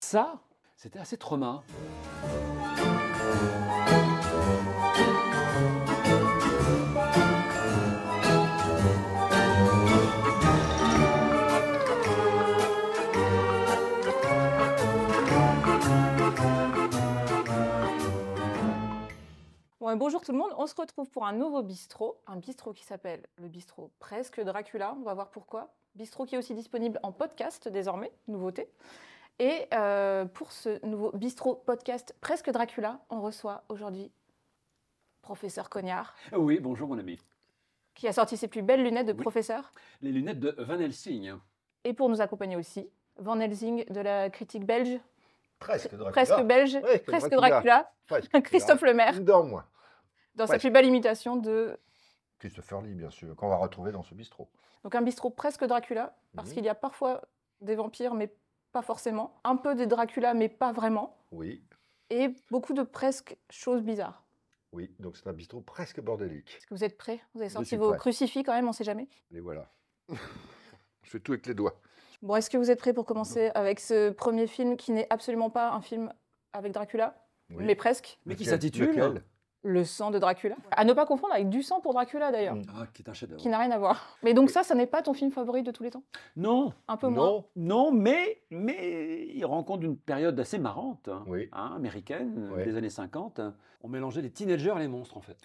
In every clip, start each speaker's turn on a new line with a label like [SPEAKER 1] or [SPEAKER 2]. [SPEAKER 1] Ça, c'était assez trauma.
[SPEAKER 2] Bon, et bonjour tout le monde, on se retrouve pour un nouveau bistrot, un bistrot qui s'appelle le bistrot presque Dracula, on va voir pourquoi. Bistrot qui est aussi disponible en podcast désormais, nouveauté. Et euh, pour ce nouveau bistrot podcast presque Dracula, on reçoit aujourd'hui professeur Cognard,
[SPEAKER 1] Ah Oui, bonjour mon ami.
[SPEAKER 2] qui a sorti ses plus belles lunettes de
[SPEAKER 1] Oui.
[SPEAKER 2] professeur.
[SPEAKER 1] Les lunettes de Van Helsing.
[SPEAKER 2] Et pour nous accompagner aussi, Van Helsing de la critique belge,
[SPEAKER 3] Presque Dracula.
[SPEAKER 2] presque belge,
[SPEAKER 3] Presque
[SPEAKER 2] presque Dracula,
[SPEAKER 3] Dracula. Presque.
[SPEAKER 2] Christophe Lemaire,
[SPEAKER 3] Une dent en moins.
[SPEAKER 2] dans sa
[SPEAKER 3] Presque.
[SPEAKER 2] plus belle imitation de
[SPEAKER 3] Christopher Lee, bien sûr, qu'on va retrouver dans ce bistrot.
[SPEAKER 2] Donc un bistrot presque Dracula, parce
[SPEAKER 3] Mhm.
[SPEAKER 2] qu'il y a parfois des vampires, mais pas forcément. Un peu des Dracula, mais pas vraiment.
[SPEAKER 3] Oui,
[SPEAKER 2] Et beaucoup de presque choses bizarres.
[SPEAKER 3] oui. Donc c'est un bistrot presque bordélique.
[SPEAKER 2] Est-ce que vous êtes prêts Vous avez sorti
[SPEAKER 3] suis
[SPEAKER 2] vos
[SPEAKER 3] prêt.
[SPEAKER 2] crucifix quand même, on ne sait jamais.
[SPEAKER 3] Les voilà. Je fais tout avec les doigts.
[SPEAKER 2] Bon, est-ce que vous êtes prêts pour commencer avec ce premier film qui n'est absolument pas un film avec Dracula,
[SPEAKER 3] Oui.
[SPEAKER 2] mais presque
[SPEAKER 1] Mais qui
[SPEAKER 3] Lequel-
[SPEAKER 1] s'intitule
[SPEAKER 3] lequel
[SPEAKER 2] Le sang de Dracula. À ne pas confondre avec Du sang pour Dracula d'ailleurs,
[SPEAKER 3] Mm.
[SPEAKER 1] Ah, qui est un chef-d'œuvre.
[SPEAKER 2] qui n'a rien à voir. Mais donc ça, ça n'est pas ton film favori de tous les temps
[SPEAKER 1] Non,
[SPEAKER 2] Un peu moins
[SPEAKER 3] Non.
[SPEAKER 1] non, mais, mais il rencontre une période assez marrante, hein,
[SPEAKER 3] Oui.
[SPEAKER 1] hein, américaine,
[SPEAKER 3] Ouais.
[SPEAKER 1] des années 50. On mélangeait les teenagers et les monstres en fait.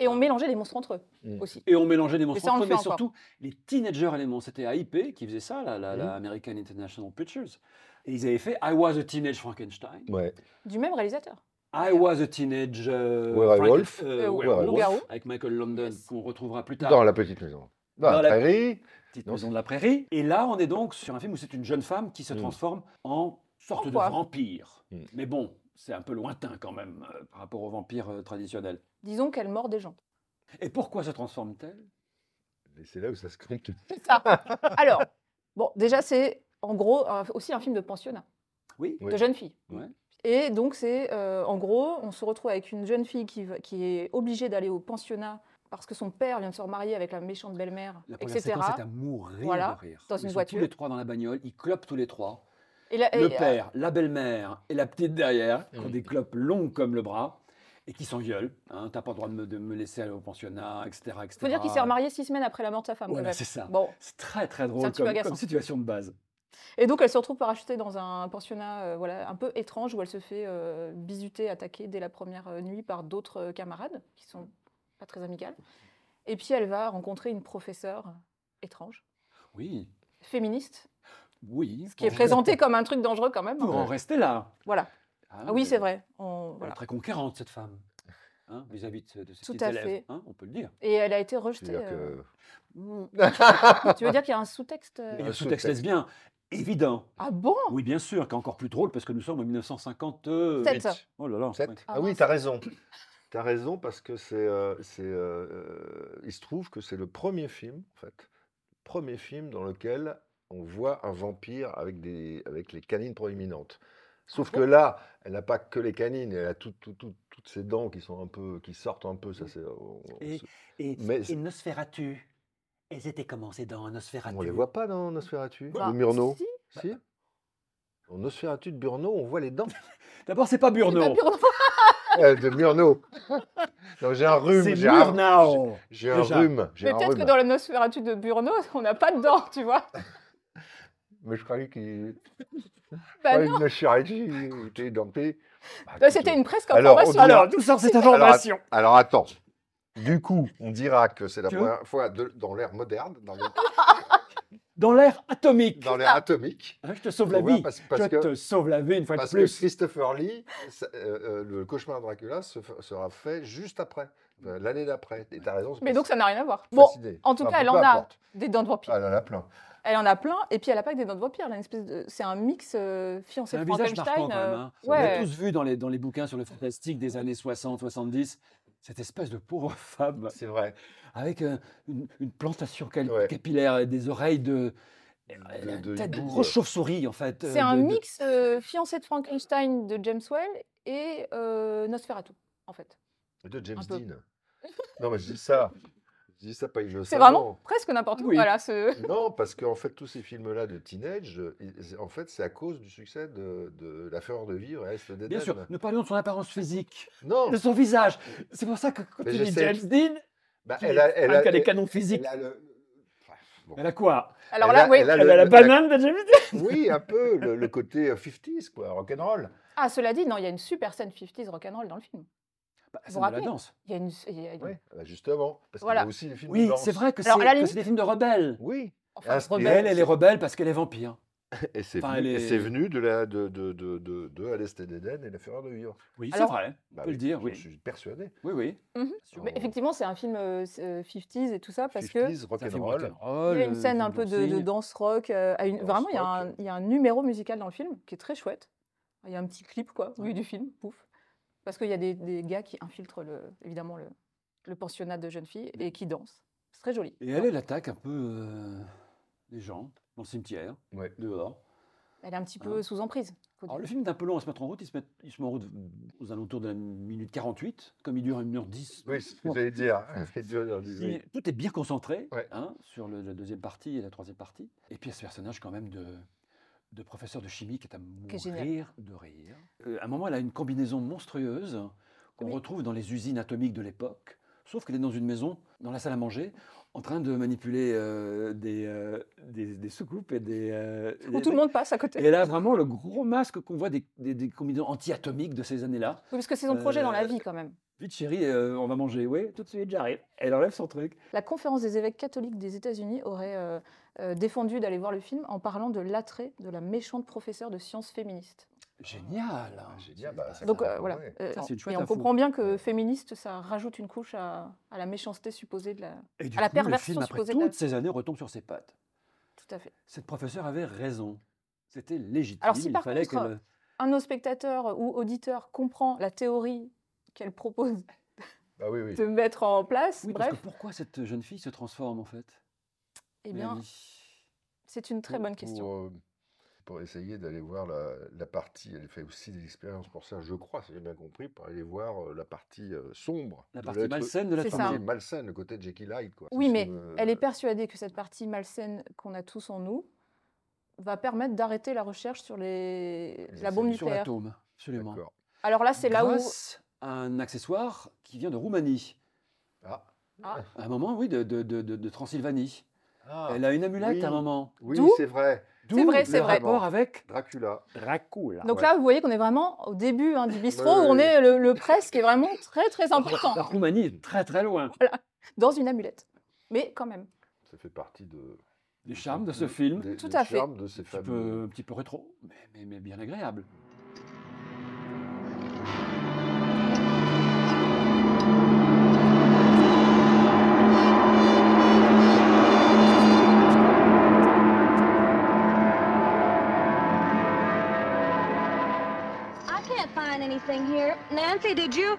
[SPEAKER 2] Et on mélangeait les monstres entre eux
[SPEAKER 3] Mm.
[SPEAKER 2] aussi.
[SPEAKER 1] Et on mélangeait les monstres
[SPEAKER 2] ça, on
[SPEAKER 1] entre
[SPEAKER 2] le
[SPEAKER 1] eux,
[SPEAKER 2] fait
[SPEAKER 1] mais
[SPEAKER 2] encore.
[SPEAKER 1] surtout les teenagers et les monstres. C'était AIP qui faisait ça, la, la- la
[SPEAKER 3] Mhm.
[SPEAKER 1] American International Pictures. Et ils avaient fait I was a teenage Frankenstein.
[SPEAKER 3] Ouais.
[SPEAKER 2] Du même réalisateur.
[SPEAKER 1] I was a teenage euh,
[SPEAKER 3] Werewolf.
[SPEAKER 1] Franken-
[SPEAKER 2] Euh,
[SPEAKER 1] werewolf,
[SPEAKER 2] loup-garou.
[SPEAKER 1] avec Michael London
[SPEAKER 2] Yes.
[SPEAKER 1] qu'on retrouvera plus tard.
[SPEAKER 3] Dans la petite maison. Dans,
[SPEAKER 1] Dans
[SPEAKER 3] la
[SPEAKER 1] la-
[SPEAKER 3] prairie.
[SPEAKER 1] petite
[SPEAKER 3] Non,
[SPEAKER 1] maison de la prairie. Et là, on est donc sur un film où c'est une jeune femme qui se
[SPEAKER 3] Mm.
[SPEAKER 1] transforme en sorte
[SPEAKER 2] En
[SPEAKER 1] de
[SPEAKER 2] quoi
[SPEAKER 1] vampire.
[SPEAKER 3] Mm.
[SPEAKER 1] Mais bon, c'est un peu lointain quand même euh, par rapport aux vampires euh, traditionnels.
[SPEAKER 2] Disons qu'elle mord des gens.
[SPEAKER 1] Et pourquoi se transforme-t-elle
[SPEAKER 3] Et c'est là où ça se compte.
[SPEAKER 2] C'est ça. Alors, bon, déjà, c'est en gros un- aussi un film de pensionnat,
[SPEAKER 1] Oui.
[SPEAKER 3] Oui.
[SPEAKER 2] de jeune fille.
[SPEAKER 1] Ouais.
[SPEAKER 2] Et donc, c'est euh, en gros, on se retrouve avec une jeune fille qui, va- qui est obligée d'aller au pensionnat parce que son père vient de se remarier avec la méchante belle-mère,
[SPEAKER 1] La première
[SPEAKER 2] etc.
[SPEAKER 1] séquence est à mourir
[SPEAKER 2] Voilà,
[SPEAKER 1] de rire.
[SPEAKER 2] dans
[SPEAKER 1] Ils
[SPEAKER 2] une
[SPEAKER 1] sont
[SPEAKER 2] voiture.
[SPEAKER 1] Tous les trois dans la bagnole, ils clopent tous les trois.
[SPEAKER 2] Et euh, là-
[SPEAKER 1] le
[SPEAKER 2] et-
[SPEAKER 1] père, la belle-mère et la petite derrière, qui ont
[SPEAKER 3] Mm.
[SPEAKER 1] des clopes longues comme le bras et qui s'engueulent. Hein, T'as pas le droit de me, de me laisser aller au pensionnat, etc. etc.
[SPEAKER 2] faut dire qu'il s'est remarié six semaines après la mort de sa femme. quand
[SPEAKER 1] Voilà,
[SPEAKER 2] même.
[SPEAKER 1] Ah. c'est ça.
[SPEAKER 2] Bon.
[SPEAKER 1] C'est très très drôle
[SPEAKER 2] petit peu
[SPEAKER 1] comme-
[SPEAKER 2] agaçant.
[SPEAKER 1] comme situation de base.
[SPEAKER 2] Et donc, elle se retrouve parachutée dans un pensionnat euh, voilà, un peu étrange où elle se fait euh, bisuter, attaquer dès la première euh, nuit par d'autres euh, camarades qui sont pas très amicales. Et puis, elle va rencontrer une professeure étrange,
[SPEAKER 1] Oui,
[SPEAKER 2] féministe,
[SPEAKER 1] oui.
[SPEAKER 2] qui est présenté comme un truc dangereux quand même.
[SPEAKER 1] Pour en rester là.
[SPEAKER 2] Voilà.
[SPEAKER 1] Hein,
[SPEAKER 2] Ah oui,
[SPEAKER 1] mais-
[SPEAKER 2] c'est vrai. On-
[SPEAKER 1] Elle est
[SPEAKER 2] voilà.
[SPEAKER 1] très conquérante, cette femme. hein, Vis-à-vis de- de ses
[SPEAKER 2] Tout
[SPEAKER 1] petits
[SPEAKER 2] à
[SPEAKER 1] élèves.
[SPEAKER 2] fait.
[SPEAKER 1] hein, on peut le dire.
[SPEAKER 2] Et elle a été rejetée.
[SPEAKER 3] C'est-à-dire
[SPEAKER 2] euh.
[SPEAKER 3] que.
[SPEAKER 2] Tu veux dire qu'il y a un sous-texte euh,
[SPEAKER 1] Et le
[SPEAKER 3] Un
[SPEAKER 1] sous-texte
[SPEAKER 3] sous-texte.
[SPEAKER 1] lesbien, évident.
[SPEAKER 2] Ah bon
[SPEAKER 1] Oui, bien sûr, qui est encore plus drôle parce que nous sommes en 1950. euh,
[SPEAKER 2] Sept.
[SPEAKER 1] Oh là là.
[SPEAKER 3] Sept.
[SPEAKER 1] ouais.
[SPEAKER 2] Ah
[SPEAKER 3] Ah oui,
[SPEAKER 2] mince.
[SPEAKER 3] t'as raison. T'as raison parce que c'est, euh, c'est, euh, il se trouve que c'est le premier film, en fait, le premier film dans lequel on voit un vampire avec des, avec les canines proéminentes. Sauf
[SPEAKER 2] Ah
[SPEAKER 3] que là, elle n'a pas que les canines, elle a tout- tout- tout- toutes ses dents qui sont un peu, qui sortent un peu. Ça, c'est, on, on
[SPEAKER 1] Et-
[SPEAKER 3] se-
[SPEAKER 1] Et,
[SPEAKER 3] Mais-
[SPEAKER 1] et Nosferatu. Elles étaient comment ces dents, Nosferatu
[SPEAKER 3] on les voit pas dans Nosferatu,
[SPEAKER 2] Ah, Bah,
[SPEAKER 3] ou Murnau,
[SPEAKER 2] si.
[SPEAKER 3] si. Dans Nosferatu de Murnau, on voit les dents
[SPEAKER 1] D'abord, c'est pas
[SPEAKER 2] C'est pas
[SPEAKER 1] Burnau.
[SPEAKER 2] Burno.
[SPEAKER 3] Euh, de Murnau. Non, j'ai un rhume,
[SPEAKER 1] C'est
[SPEAKER 3] j'ai un,
[SPEAKER 1] Murnau.
[SPEAKER 3] j'ai un
[SPEAKER 1] Déjà.
[SPEAKER 3] rhume, j'ai
[SPEAKER 2] Mais
[SPEAKER 3] un
[SPEAKER 2] peut-être que
[SPEAKER 3] rhume.
[SPEAKER 2] dans la Nosferatu de Burno, on n'a pas de dents, tu vois.
[SPEAKER 3] Mais je croyais qu'il
[SPEAKER 2] Bah
[SPEAKER 3] Ouais,
[SPEAKER 2] non.
[SPEAKER 3] le chirurgie, il était denté. Bah,
[SPEAKER 2] Bah,
[SPEAKER 3] écoute,
[SPEAKER 2] C'était
[SPEAKER 3] euh,
[SPEAKER 2] une presque
[SPEAKER 3] Alors,
[SPEAKER 2] information.
[SPEAKER 1] Alors, d'où sort cette
[SPEAKER 3] Alors,
[SPEAKER 1] information
[SPEAKER 3] Alors attends. Du coup, on dira que c'est la
[SPEAKER 1] Tu
[SPEAKER 3] première fois de- dans l'ère moderne, dans le-
[SPEAKER 1] Dans l'ère atomique.
[SPEAKER 3] dans l'ère atomique.
[SPEAKER 1] Hein, je te sauve la
[SPEAKER 3] Ouais,
[SPEAKER 1] vie.
[SPEAKER 3] parce, parce
[SPEAKER 1] Je
[SPEAKER 3] que,
[SPEAKER 1] te sauve la vie une fois de
[SPEAKER 3] parce que
[SPEAKER 1] plus.
[SPEAKER 3] Christopher Lee, ça- euh, euh, le cauchemar de Dracula se f- sera fait juste après, euh, l'année d'après. Et t'as raison. c'est
[SPEAKER 2] Mais
[SPEAKER 3] pas
[SPEAKER 2] donc
[SPEAKER 3] si
[SPEAKER 2] ça n'a rien à voir.
[SPEAKER 3] facile.
[SPEAKER 2] Bon,
[SPEAKER 3] Fasciné.
[SPEAKER 2] en tout
[SPEAKER 3] Enfin,
[SPEAKER 2] cas, elle
[SPEAKER 3] peu
[SPEAKER 2] en a
[SPEAKER 3] importe.
[SPEAKER 2] des dents de vampire.
[SPEAKER 3] Ah, elle en a plein.
[SPEAKER 2] Elle en a plein, et puis elle n'a pas que des dents de vampire. Elle a une espèce de... C'est un mix euh,
[SPEAKER 1] C'est
[SPEAKER 2] fiancé
[SPEAKER 1] un
[SPEAKER 2] de
[SPEAKER 1] visage marquant
[SPEAKER 2] Frankenstein.
[SPEAKER 1] quand même. hein.
[SPEAKER 2] euh,
[SPEAKER 1] On l'a
[SPEAKER 2] Ouais.
[SPEAKER 1] tous vu dans les, dans les bouquins sur le fantastique des années 60, 70. Cette espèce de pauvre femme
[SPEAKER 3] C'est vrai.
[SPEAKER 1] avec euh, une, une plantation cal-
[SPEAKER 3] Ouais.
[SPEAKER 1] capillaire et des oreilles de.
[SPEAKER 3] De-
[SPEAKER 1] Elle
[SPEAKER 2] euh,
[SPEAKER 1] a une
[SPEAKER 3] de euh.
[SPEAKER 1] tête de
[SPEAKER 3] hibou,
[SPEAKER 1] grosse
[SPEAKER 3] ouais.
[SPEAKER 1] chauve-souris en fait. euh,
[SPEAKER 2] C'est un
[SPEAKER 1] de- de-
[SPEAKER 2] mix euh, fiancé de Frankenstein de James Well et euh, Nosferatu, en fait.
[SPEAKER 3] De James
[SPEAKER 2] Un peu.
[SPEAKER 3] Dean. Non, mais je dis ça. Je dis ça pas innocemment.
[SPEAKER 2] C'est vraiment presque n'importe où.
[SPEAKER 1] Oui.
[SPEAKER 2] Voilà, ce...
[SPEAKER 3] Non, parce qu'en fait, tous ces films-là de teenage, euh, ils- en fait, c'est à cause du succès de, de La Fureur de Vivre et Est de
[SPEAKER 1] Bien
[SPEAKER 3] Dédène.
[SPEAKER 1] sûr, nous parlons de son apparence physique,
[SPEAKER 3] Non,
[SPEAKER 1] de son visage. C'est pour ça que quand
[SPEAKER 3] Mais
[SPEAKER 1] tu dis
[SPEAKER 3] j'essaie.
[SPEAKER 1] James Dean, ah,
[SPEAKER 3] bah,
[SPEAKER 1] tu
[SPEAKER 3] elle
[SPEAKER 1] dis,
[SPEAKER 3] a, elle
[SPEAKER 1] Franck
[SPEAKER 3] a-
[SPEAKER 1] a des
[SPEAKER 3] elle-
[SPEAKER 1] canons physiques.
[SPEAKER 3] elle a le. Enfin, bon.
[SPEAKER 1] Elle a quoi
[SPEAKER 2] Alors
[SPEAKER 3] Elle
[SPEAKER 2] là,
[SPEAKER 3] a-
[SPEAKER 2] oui.
[SPEAKER 3] elle a
[SPEAKER 1] Elle
[SPEAKER 3] le-
[SPEAKER 1] a la
[SPEAKER 3] le-
[SPEAKER 1] banane de James Dean
[SPEAKER 3] Oui, un peu le, le côté euh, 50s, quoi, rock'n'roll.
[SPEAKER 2] Ah, cela dit, non, il y a une super scène 50s rock'n'roll dans le film.
[SPEAKER 1] bah,
[SPEAKER 2] Vous
[SPEAKER 1] C'est de la
[SPEAKER 2] rappelez
[SPEAKER 1] danse.
[SPEAKER 2] Il y a une. il y a une-
[SPEAKER 3] Oui, bah, justement. Parce qu'il
[SPEAKER 2] Voilà.
[SPEAKER 3] y a aussi les films de
[SPEAKER 1] Mm. Oui,
[SPEAKER 3] danse.
[SPEAKER 1] c'est vrai que c'est
[SPEAKER 2] Alors, à la
[SPEAKER 1] que c'est
[SPEAKER 2] limite-
[SPEAKER 1] des films de rebelles.
[SPEAKER 3] Oui,
[SPEAKER 2] Enfin,
[SPEAKER 3] Inspiré.
[SPEAKER 1] Et
[SPEAKER 2] rebelle.
[SPEAKER 1] elle, elle est rebelle parce qu'elle est vampire.
[SPEAKER 3] et c'est
[SPEAKER 1] Enfin,
[SPEAKER 3] venu,
[SPEAKER 1] elle
[SPEAKER 3] et
[SPEAKER 1] est-
[SPEAKER 3] c'est venu de, la, de, de, de, de, de À l'Est et d'Éden et La Fureur de Vivre.
[SPEAKER 1] Oui, c'est
[SPEAKER 2] Alors-
[SPEAKER 1] vrai.
[SPEAKER 3] Bah
[SPEAKER 1] peut le dire, oui.
[SPEAKER 3] Je suis persuadé.
[SPEAKER 1] Oui, oui.
[SPEAKER 2] Mais effectivement, c'est un film euh, c'est, euh, 50s et tout ça parce que.
[SPEAKER 3] 50s,
[SPEAKER 1] C'est un film
[SPEAKER 3] rock'n'roll.
[SPEAKER 2] Il
[SPEAKER 1] rock'n'roll,
[SPEAKER 2] y a une scène
[SPEAKER 1] film
[SPEAKER 2] un peu de, de
[SPEAKER 1] euh, dancing.
[SPEAKER 2] danse rock. euh, à une-
[SPEAKER 3] Danse
[SPEAKER 2] vraiment, il y, a
[SPEAKER 3] rock.
[SPEAKER 2] un, il y a un numéro musical dans le film qui est très chouette. Il y a un petit clip, quoi, au milieu du film, pouf. Parce qu'il y a des, des gars qui infiltrent, le, évidemment, le, le pensionnat de jeunes filles et qui dansent. C'est très joli.
[SPEAKER 1] Et elle, elle attaque un peu euh, les gens dans le cimetière,
[SPEAKER 3] Ouais.
[SPEAKER 1] dehors.
[SPEAKER 2] Elle est un petit
[SPEAKER 1] Hein.
[SPEAKER 2] peu sous emprise. faut
[SPEAKER 1] Alors,
[SPEAKER 2] dire.
[SPEAKER 1] le film est un peu long à se mettre en route. Il se met, il se met en route aux alentours de la minute 48. Comme il dure 1h10,
[SPEAKER 3] Oui, c'est ce que j'allais dire. C'est dur de le dire.
[SPEAKER 1] il- tout est bien concentré
[SPEAKER 3] Ouais.
[SPEAKER 1] hein, sur le- la deuxième partie et la troisième partie. Et puis, il y a ce personnage quand même de, de professeur de chimie qui est à
[SPEAKER 2] Qui est génial.
[SPEAKER 1] mourir de rire. Euh, à un moment, elle a une combinaison monstrueuse qu'on
[SPEAKER 2] Oui.
[SPEAKER 1] retrouve dans les usines atomiques de l'époque. Sauf qu'elle est dans une maison, dans la salle à manger, en train de manipuler euh, des, euh, des, des soucoupes et des... euh,
[SPEAKER 2] Où
[SPEAKER 1] des-
[SPEAKER 2] tout le monde passe à côté.
[SPEAKER 1] Et là, vraiment, le gros masque qu'on voit des, des, des combinaisons anti-atomiques de ces années-là.
[SPEAKER 2] Oui, parce que c'est son projet dans la
[SPEAKER 1] Euh,
[SPEAKER 2] vie, quand même.
[SPEAKER 1] Vite, chérie, euh, on va manger. Oui, tout de suite, j'arrive. Elle enlève son truc.
[SPEAKER 2] La conférence des évêques catholiques des États-Unis aurait euh, euh, défendu d'aller voir le film en parlant de l'attrait de la méchante professeure de sciences féministes.
[SPEAKER 1] Génial.
[SPEAKER 3] Ah, génial, bah, ça-
[SPEAKER 2] hein. Donc
[SPEAKER 3] Ah,
[SPEAKER 2] euh, voilà.
[SPEAKER 3] ouais.
[SPEAKER 2] Euh,
[SPEAKER 1] Ça, c'est une chouette
[SPEAKER 2] et on
[SPEAKER 1] info.
[SPEAKER 2] comprend bien que féministe, ça rajoute une couche à, à la méchanceté supposée de la.
[SPEAKER 1] Et du
[SPEAKER 2] À la
[SPEAKER 1] coup, le
[SPEAKER 2] perversion
[SPEAKER 1] film, après
[SPEAKER 2] supposée de la-
[SPEAKER 1] toutes ces années, retombe sur ses pattes.
[SPEAKER 2] Tout à fait.
[SPEAKER 1] Cette professeure avait raison. C'était légitime.
[SPEAKER 2] Alors, si
[SPEAKER 1] Il
[SPEAKER 2] par
[SPEAKER 1] fallait
[SPEAKER 2] contre,
[SPEAKER 1] que le-
[SPEAKER 2] Un de nos spectateurs ou auditeurs comprend la théorie qu'elle propose
[SPEAKER 3] Bah oui, oui.
[SPEAKER 2] de mettre en place.
[SPEAKER 1] Oui, parce que
[SPEAKER 2] bref,
[SPEAKER 1] pourquoi cette jeune fille se transforme en fait
[SPEAKER 2] eh bien,
[SPEAKER 1] Mélanie
[SPEAKER 2] c'est une très
[SPEAKER 3] pour-
[SPEAKER 2] bonne question.
[SPEAKER 3] Pour, euh, pour essayer d'aller voir la, la partie, elle fait aussi des expériences pour ça, je crois, si j'ai bien compris, pour aller voir euh, la partie euh, sombre.
[SPEAKER 1] La
[SPEAKER 3] de
[SPEAKER 1] partie
[SPEAKER 3] l'être-
[SPEAKER 1] malsaine de la
[SPEAKER 2] C'est
[SPEAKER 3] la
[SPEAKER 2] ça.
[SPEAKER 1] trame.
[SPEAKER 3] partie malsaine, le côté Jekyll Hyde. Quoi.
[SPEAKER 2] Oui,
[SPEAKER 3] C'est
[SPEAKER 2] mais
[SPEAKER 3] une,
[SPEAKER 2] Elle est
[SPEAKER 3] euh,
[SPEAKER 2] persuadée que cette partie malsaine qu'on a tous en nous va permettre d'arrêter la recherche sur les...
[SPEAKER 3] Les
[SPEAKER 2] la bombe
[SPEAKER 1] Sur
[SPEAKER 2] nucléaire.
[SPEAKER 1] l'atome, absolument.
[SPEAKER 3] D'accord.
[SPEAKER 2] Alors là, c'est là où
[SPEAKER 1] Grâce à un accessoire qui vient de Roumanie,
[SPEAKER 3] Ah,
[SPEAKER 1] à un moment, oui, de, de- de- de- de Transylvanie.
[SPEAKER 3] ah,
[SPEAKER 1] Elle a une amulette
[SPEAKER 3] oui.
[SPEAKER 1] à un moment.
[SPEAKER 3] Oui,
[SPEAKER 2] D'où
[SPEAKER 3] c'est vrai.
[SPEAKER 1] D'où
[SPEAKER 2] C'est vrai,
[SPEAKER 1] le
[SPEAKER 2] c'est vrai.
[SPEAKER 1] rapport avec
[SPEAKER 3] Dracula.
[SPEAKER 1] Dracula.
[SPEAKER 2] Donc
[SPEAKER 3] ouais.
[SPEAKER 2] là, vous voyez qu'on est vraiment au début hein, du bistrot,
[SPEAKER 3] Ouais,
[SPEAKER 2] où on
[SPEAKER 3] ouais,
[SPEAKER 2] est le, le presque est vraiment très très important
[SPEAKER 1] La Roumanie est très très loin.
[SPEAKER 2] dans une amulette. Mais quand même.
[SPEAKER 3] Ça fait partie de.
[SPEAKER 1] Les charmes de ce film.
[SPEAKER 3] des-
[SPEAKER 2] Tout
[SPEAKER 3] des
[SPEAKER 2] à fait.
[SPEAKER 3] charmes de ces
[SPEAKER 1] Un petit,
[SPEAKER 3] fameux.
[SPEAKER 1] peu, un petit peu rétro, mais, mais- mais bien agréable.
[SPEAKER 4] I can't find anything here. Nancy, did you?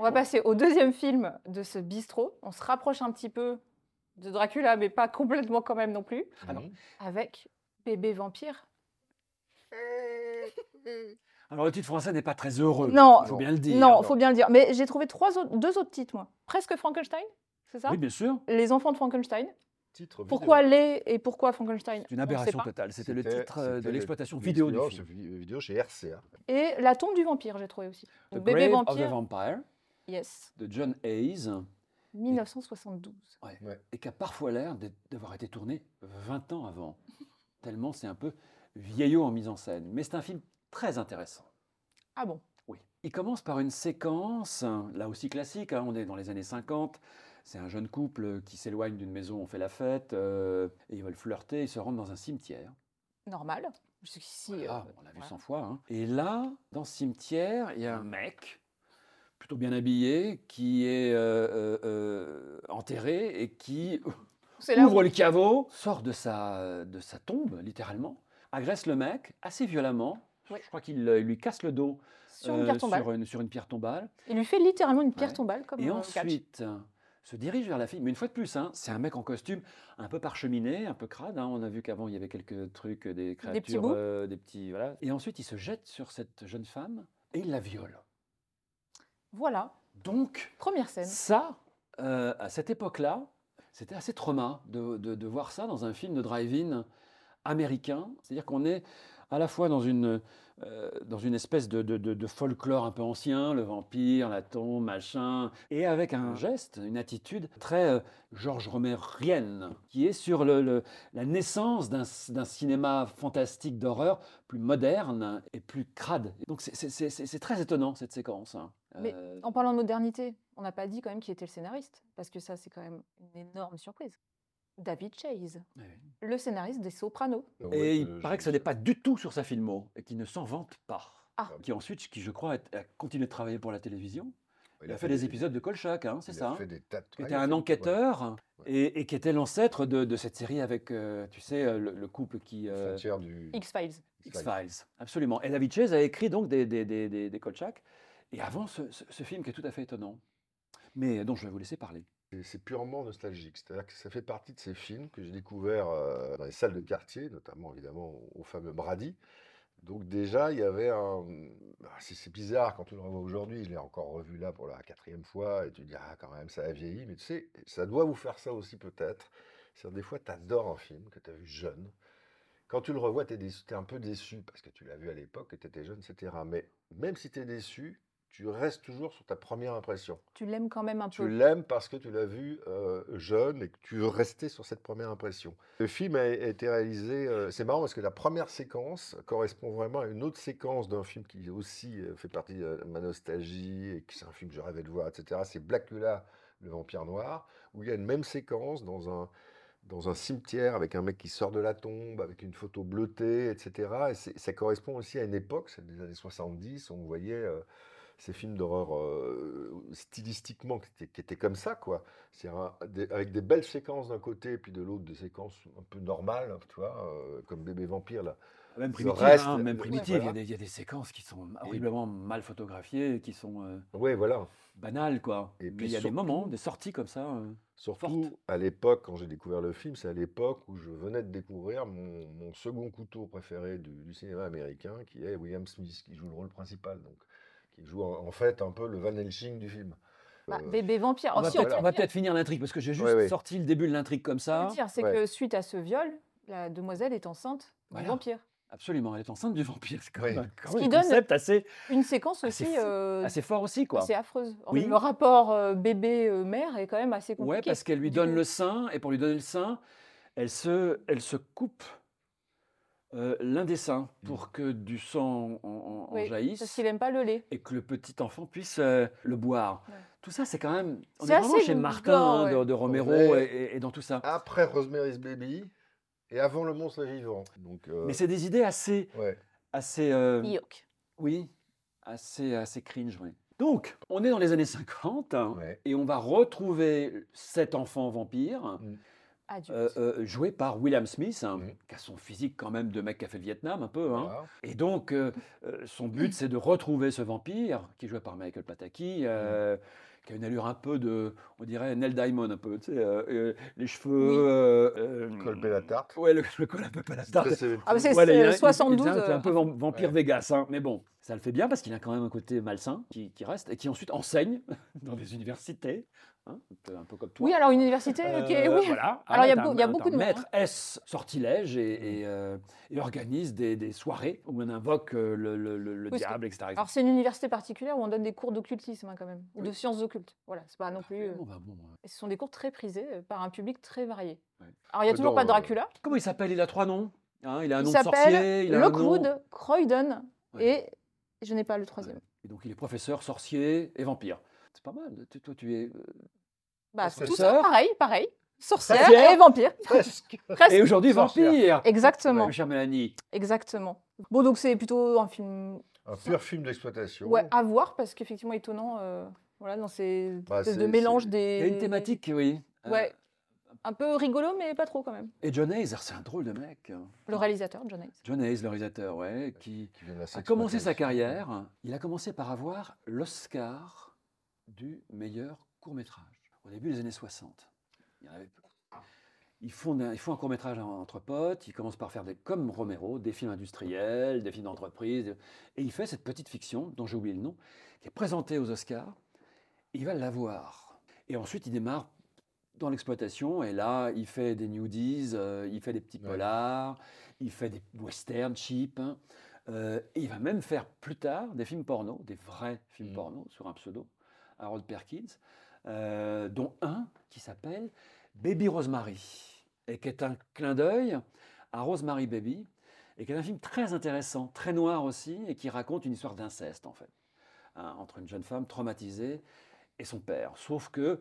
[SPEAKER 2] On va passer au deuxième film de ce bistrot. On se rapproche un petit peu de Dracula, mais pas complètement quand même non plus,
[SPEAKER 1] Alors,
[SPEAKER 3] Mhm.
[SPEAKER 2] avec Bébé Vampire.
[SPEAKER 1] Alors le titre français n'est pas très heureux.
[SPEAKER 2] Non.
[SPEAKER 1] il Euh, faut bien le dire.
[SPEAKER 2] non, faut bien le dire. Mais j'ai trouvé trois autres- deux autres titres, moi. Presque Frankenstein, c'est ça
[SPEAKER 1] Oui, bien sûr.
[SPEAKER 2] Les enfants de Frankenstein.
[SPEAKER 3] Titre vidéo.
[SPEAKER 2] Pourquoi les et pourquoi Frankenstein
[SPEAKER 1] C'est une
[SPEAKER 2] On sait
[SPEAKER 1] aberration
[SPEAKER 2] pas.
[SPEAKER 1] totale. C'était le
[SPEAKER 3] C'était-
[SPEAKER 1] titre euh, de
[SPEAKER 3] c'était
[SPEAKER 1] l'exploitation vidéo du
[SPEAKER 3] L'expérience
[SPEAKER 1] film.
[SPEAKER 3] vi- vidéo chez RCA.
[SPEAKER 2] Et La tombe du vampire, j'ai trouvé aussi.
[SPEAKER 1] The
[SPEAKER 2] Donc, Bébé
[SPEAKER 1] Grave of the
[SPEAKER 2] Vampire,
[SPEAKER 1] Vampire
[SPEAKER 2] yes,
[SPEAKER 1] de John Hayes
[SPEAKER 2] 1972.
[SPEAKER 1] et qui a parfois l'air d'être- d'avoir été tourné 20 ans avant. Tellement c'est un peu vieillot en mise en scène. Mais c'est un film très intéressant.
[SPEAKER 2] Ah bon
[SPEAKER 1] Oui. Il commence par une séquence, hein, là aussi classique, hein, on est dans les années 50. C'est un jeune couple qui s'éloigne d'une maison, on fait la fête, euh, et ils veulent flirter, ils se rendent dans un cimetière.
[SPEAKER 2] Normal. Jusqu'ici. euh,
[SPEAKER 1] Ah, on l'a vu
[SPEAKER 2] voilà.
[SPEAKER 1] 100 fois. hein. Et là, dans ce cimetière, il y a un mec, plutôt bien habillé, qui est euh, euh, euh, enterré et qui
[SPEAKER 2] C'est là où-
[SPEAKER 1] ouvre le caveau, sort de sa, de sa tombe, littéralement, agresse le mec assez violemment.
[SPEAKER 2] Oui.
[SPEAKER 1] Je crois qu'il euh, lui casse le dos
[SPEAKER 2] sur une
[SPEAKER 1] euh,
[SPEAKER 2] pierre tombale.
[SPEAKER 1] sur une- sur une pierre tombale.
[SPEAKER 2] Il lui fait littéralement une pierre
[SPEAKER 1] Ouais.
[SPEAKER 2] tombale comme
[SPEAKER 1] Et
[SPEAKER 2] euh, catch.
[SPEAKER 1] ensuite, se dirige vers la fille. Mais une fois de plus, hein, c'est un mec en costume un peu parcheminé, un peu crade. hein. On a vu qu'avant, il y avait quelques trucs, des créatures,
[SPEAKER 2] bouts.
[SPEAKER 1] euh, des petits- voilà. Et ensuite, il se jette sur cette jeune femme et il la viole.
[SPEAKER 2] Voilà,
[SPEAKER 1] Donc,
[SPEAKER 2] première scène.
[SPEAKER 1] ça, euh, à cette époque-là, c'était assez trauma de, de- de voir ça dans un film de drive-in américain. C'est-à-dire qu'on est à la fois dans une, euh, dans une espèce de, de- de- de folklore un peu ancien, le vampire, la tombe, machin, et avec un geste, une attitude très euh, Georges Romerienne, qui est sur le- le- la naissance d'un d'un cinéma fantastique d'horreur plus moderne et plus crade. Donc c'est- c'est c'est- c'est- c'est très étonnant cette séquence. hein.
[SPEAKER 2] Mais
[SPEAKER 1] Euh,
[SPEAKER 2] En parlant de modernité, on n'a pas dit quand même qui était le scénariste, parce que ça, c'est quand même une énorme surprise. David Chase,
[SPEAKER 1] Eh oui, oui.
[SPEAKER 2] le scénariste des Sopranos.
[SPEAKER 3] Ouais,
[SPEAKER 1] Et il
[SPEAKER 3] euh,
[SPEAKER 1] paraît
[SPEAKER 3] je-
[SPEAKER 1] que ça n'est pas du tout sur sa filmo et qu'il ne s'en vante pas.
[SPEAKER 2] Ah.
[SPEAKER 1] Qui ensuite, qui je crois, est- a continué de travailler pour la télévision.
[SPEAKER 3] il
[SPEAKER 1] Il a fait des épisodes de Kolchak, hein, c'est
[SPEAKER 3] il a
[SPEAKER 1] ça. hein,
[SPEAKER 3] fait des tas de-
[SPEAKER 1] Qui
[SPEAKER 3] ah,
[SPEAKER 1] était
[SPEAKER 3] il a fait-
[SPEAKER 1] un
[SPEAKER 3] ouais.
[SPEAKER 1] enquêteur hein,
[SPEAKER 3] ouais.
[SPEAKER 1] Et, et qui était l'ancêtre de, de cette série avec, euh, tu sais, euh, le, le couple qui. euh,
[SPEAKER 3] Frontière du
[SPEAKER 2] X-Files.
[SPEAKER 1] X-Files, absolument. Et David Chase a écrit donc des, des, des, des, des Kolchak. Et avant ce, ce- ce film qui est tout à fait étonnant, mais dont je vais vous laisser parler.
[SPEAKER 3] C'est- C'est purement nostalgique. C'est-à-dire que ça fait partie de ces films que j'ai découverts euh, dans les salles de quartier, notamment évidemment au fameux Brady. Donc déjà, il y avait un... ah, C'est c'est bizarre quand on le revoit aujourd'hui. Je l'ai encore revu là pour la quatrième fois et tu te dis, ah quand même, ça a vieilli. Mais tu sais, ça doit vous faire ça aussi peut-être. C'est-à-dire des fois, tu adores un film que tu as vu jeune. Quand tu le revois, tu es, un peu déçu parce que tu l'as vu à l'époque et tu étais jeune, etc. Mais même si tu es déçu, tu restes toujours sur ta première impression.
[SPEAKER 2] Tu l'aimes quand même un
[SPEAKER 3] Tu
[SPEAKER 2] peu.
[SPEAKER 3] l'aimes parce que tu l'as vu euh, jeune et que tu veux rester sur cette première impression. Le film a, a été réalisé, euh, c'est marrant parce que la première séquence correspond vraiment à une autre séquence d'un film qui aussi euh, fait partie de ma nostalgie et qui c'est un film que je rêvais de voir, etc. C'est Blackula, le vampire noir, où il y a une même séquence dans un, dans un cimetière avec un mec qui sort de la tombe, avec une photo bleutée, etc. Et c'est- ça correspond aussi à une époque, celle des années 70, où on voyait euh, ces films d'horreur euh, stylistiquement qui étaient, qui étaient comme ça, quoi. C'est un- des- avec des belles séquences d'un côté, et puis de l'autre des séquences un peu normales, tu vois, euh, comme Bébé Vampire, là.
[SPEAKER 1] Même
[SPEAKER 3] Le
[SPEAKER 1] primitive,
[SPEAKER 3] reste- euh,
[SPEAKER 1] hein,
[SPEAKER 3] ouais,
[SPEAKER 1] même primitive. Il, y
[SPEAKER 3] voilà.
[SPEAKER 1] a des, il y a des séquences qui sont horriblement mal photographiées, et qui sont euh,
[SPEAKER 3] Oui, voilà.
[SPEAKER 1] banales, quoi.
[SPEAKER 3] Et
[SPEAKER 1] Mais
[SPEAKER 3] puis
[SPEAKER 1] il y a des
[SPEAKER 3] surtout-
[SPEAKER 1] moments, des sorties comme ça. euh,
[SPEAKER 3] Surtout
[SPEAKER 1] Forte.
[SPEAKER 3] à l'époque, quand j'ai découvert le film, c'est à l'époque où je venais de découvrir mon, mon second couteau préféré du, du cinéma américain, qui est William Smith, qui joue le rôle principal, donc qui joue en, en fait un peu le Van Helsing du film.
[SPEAKER 2] Bah,
[SPEAKER 3] Euh,
[SPEAKER 2] bébé vampire.
[SPEAKER 1] On
[SPEAKER 2] Oh,
[SPEAKER 1] va
[SPEAKER 2] si,
[SPEAKER 1] peut-être
[SPEAKER 2] peut
[SPEAKER 1] on va
[SPEAKER 2] dire-
[SPEAKER 1] peut-être finir l'intrigue parce que j'ai juste
[SPEAKER 3] Ouais, ouais.
[SPEAKER 1] sorti le début de l'intrigue comme
[SPEAKER 2] on
[SPEAKER 1] ça.
[SPEAKER 2] peut dire, c'est
[SPEAKER 3] Ouais.
[SPEAKER 2] que suite à ce viol, la demoiselle est enceinte
[SPEAKER 1] Voilà.
[SPEAKER 2] du vampire.
[SPEAKER 1] Absolument, elle est enceinte du vampire. C'est quand
[SPEAKER 3] Oui.
[SPEAKER 1] même un- quand
[SPEAKER 2] Ce
[SPEAKER 1] même
[SPEAKER 2] qui
[SPEAKER 1] un
[SPEAKER 2] donne-
[SPEAKER 1] concept assez,
[SPEAKER 2] Une séquence
[SPEAKER 1] Ah, c'est
[SPEAKER 2] aussi
[SPEAKER 1] fou.
[SPEAKER 2] euh,
[SPEAKER 1] assez fort aussi, quoi.
[SPEAKER 2] assez affreuse. En
[SPEAKER 1] Oui.
[SPEAKER 2] fait, Le rapport euh, bébé-mère est quand même assez compliqué.
[SPEAKER 1] Ouais, parce qu'elle lui
[SPEAKER 2] Du
[SPEAKER 1] donne
[SPEAKER 2] coup-
[SPEAKER 1] le sein et pour lui donner le sein, elle se, elle se coupe euh, l'un des seins pour que du sang en, en- en
[SPEAKER 2] Oui,
[SPEAKER 1] jaillisse.
[SPEAKER 2] Parce qu'il n'aime pas le lait.
[SPEAKER 1] et que le petit enfant puisse euh, le boire.
[SPEAKER 2] Ouais.
[SPEAKER 1] Tout ça, c'est quand même. On est,
[SPEAKER 2] C'est
[SPEAKER 1] vraiment
[SPEAKER 2] assez
[SPEAKER 1] chez
[SPEAKER 2] gore,
[SPEAKER 1] Martin hein, de-
[SPEAKER 2] ouais.
[SPEAKER 1] de, Romero
[SPEAKER 3] Ouais.
[SPEAKER 1] et, et- et dans tout ça.
[SPEAKER 3] Après Rosemary's Baby et avant Le Monstre Vivant. Donc, euh,
[SPEAKER 1] Mais c'est des idées assez.
[SPEAKER 3] ouais.
[SPEAKER 1] assez euh,
[SPEAKER 2] Yuck.
[SPEAKER 1] oui, assez, assez cringe, oui. Donc, on est dans les années 50 hein,
[SPEAKER 3] Ouais.
[SPEAKER 1] et on va retrouver cet enfant vampire.
[SPEAKER 2] Adulte.
[SPEAKER 1] euh, euh, joué par William Smith, hein,
[SPEAKER 3] Mhm.
[SPEAKER 1] qui a son physique quand même de mec qui a fait le Vietnam un peu. hein.
[SPEAKER 3] Voilà.
[SPEAKER 1] Et donc, euh, euh, son but, c'est de retrouver ce vampire, qui est joué par Michael Pataki, euh, qui a une allure un peu de, on dirait, Nell Diamond, un peu, tu sais, euh, euh, les cheveux...
[SPEAKER 2] Oui.
[SPEAKER 1] euh, euh,
[SPEAKER 3] Colper la tarte.
[SPEAKER 1] Ouais, le, le col un peu pas la tarte.
[SPEAKER 3] Très sévère.
[SPEAKER 2] Ah, mais c'est- euh.
[SPEAKER 1] Voilà, il a- il- il-
[SPEAKER 2] 72,
[SPEAKER 1] c'est un- c'est un peu vam- vampire
[SPEAKER 3] ouais.
[SPEAKER 1] Vegas, hein, mais bon, ça le fait bien parce qu'il a quand même un côté malsain qui, qui reste et qui ensuite enseigne dans des universités, hein, un peu- un peu comme toi.
[SPEAKER 2] Oui, alors une université, ok,
[SPEAKER 1] Euh,
[SPEAKER 2] oui.
[SPEAKER 1] voilà.
[SPEAKER 2] Alors, il y a
[SPEAKER 1] t'as
[SPEAKER 2] beau-
[SPEAKER 1] un-
[SPEAKER 2] il y a
[SPEAKER 1] t'as un
[SPEAKER 2] beaucoup de monde, hein.
[SPEAKER 1] maître S sortilège et, et, euh, et organise des, des soirées où on invoque euh, le, le- le- le
[SPEAKER 2] Oui, ce
[SPEAKER 1] diable, etc.
[SPEAKER 2] Alors c'est une université particulière où on donne des cours d'occultisme hein, quand même, ou de sciences occultes. Voilà, c'est pas non plus. euh,
[SPEAKER 1] Bon, bah, bon, euh,
[SPEAKER 2] et Ce sont des cours très prisés euh, par un public très varié.
[SPEAKER 1] Ouais.
[SPEAKER 2] Alors il y a
[SPEAKER 3] Euh,
[SPEAKER 2] toujours
[SPEAKER 3] dans,
[SPEAKER 2] pas de
[SPEAKER 3] euh,
[SPEAKER 2] Dracula.
[SPEAKER 1] Comment il s'appelle Il a trois noms. Hein, il a un
[SPEAKER 2] Il
[SPEAKER 1] nom de sorcier,
[SPEAKER 2] s'appelle
[SPEAKER 1] il a un nom.
[SPEAKER 2] Lockwood, Croydon
[SPEAKER 1] Ouais.
[SPEAKER 2] et je n'ai pas le troisième.
[SPEAKER 1] Et donc il est professeur, sorcier et vampire. C'est pas mal. Tu- Toi, tu es. euh,
[SPEAKER 2] Bah,
[SPEAKER 1] Professeur.
[SPEAKER 2] tout ça pareil, pareil. Sorcière
[SPEAKER 1] Sorcière.
[SPEAKER 2] et vampire.
[SPEAKER 3] Presque.
[SPEAKER 2] Presque.
[SPEAKER 1] Et aujourd'hui,
[SPEAKER 3] sorcière.
[SPEAKER 1] vampire
[SPEAKER 2] Exactement,
[SPEAKER 1] Ma chère Mélanie.
[SPEAKER 2] exactement. Bon, donc c'est plutôt un film
[SPEAKER 3] Un pur film d'exploitation.
[SPEAKER 2] ouais,
[SPEAKER 1] ah.
[SPEAKER 2] à voir parce qu'effectivement étonnant euh, voilà, dans ces
[SPEAKER 3] Bah,
[SPEAKER 2] espèces
[SPEAKER 3] c'est-
[SPEAKER 2] de mélange
[SPEAKER 3] c'est-
[SPEAKER 2] des.
[SPEAKER 1] Il y a une thématique, oui. Euh,
[SPEAKER 2] Ouais. Un peu rigolo, mais pas trop quand même.
[SPEAKER 1] et John Hayes, alors, c'est un drôle de mec. hein.
[SPEAKER 2] Le réalisateur, John Hayes.
[SPEAKER 1] John Hayes, le réalisateur, ouais, qui.
[SPEAKER 3] Qui vient de la
[SPEAKER 1] a commencé sa
[SPEAKER 3] sexploitation.
[SPEAKER 1] carrière, il a commencé par avoir l'Oscar du meilleur court-métrage. au début des années 60. Il y en avait peu. Ils font, un- ils font un court-métrage en- entre potes, ils commencent par faire, des, comme Romero, des films industriels, des films d'entreprise, et il fait cette petite fiction, dont j'ai oublié le nom, qui est présentée aux Oscars, et il va l'avoir. Et ensuite, il démarre dans l'exploitation, et là, il fait des nudies, euh, il fait des petits
[SPEAKER 3] Ouais.
[SPEAKER 1] polars, il fait des westerns cheap, hein. Euh, et il va même faire plus tard des films porno, des vrais films
[SPEAKER 3] Mhm.
[SPEAKER 1] porno, sur un pseudo, Harold Perkins, euh, dont un qui s'appelle Baby Rosemary, et qui est un clin d'œil à Rosemary Baby, et qui est un film très intéressant, très noir aussi, et qui raconte une histoire d'inceste, en fait, hein, entre une jeune femme traumatisée et son père. Sauf que,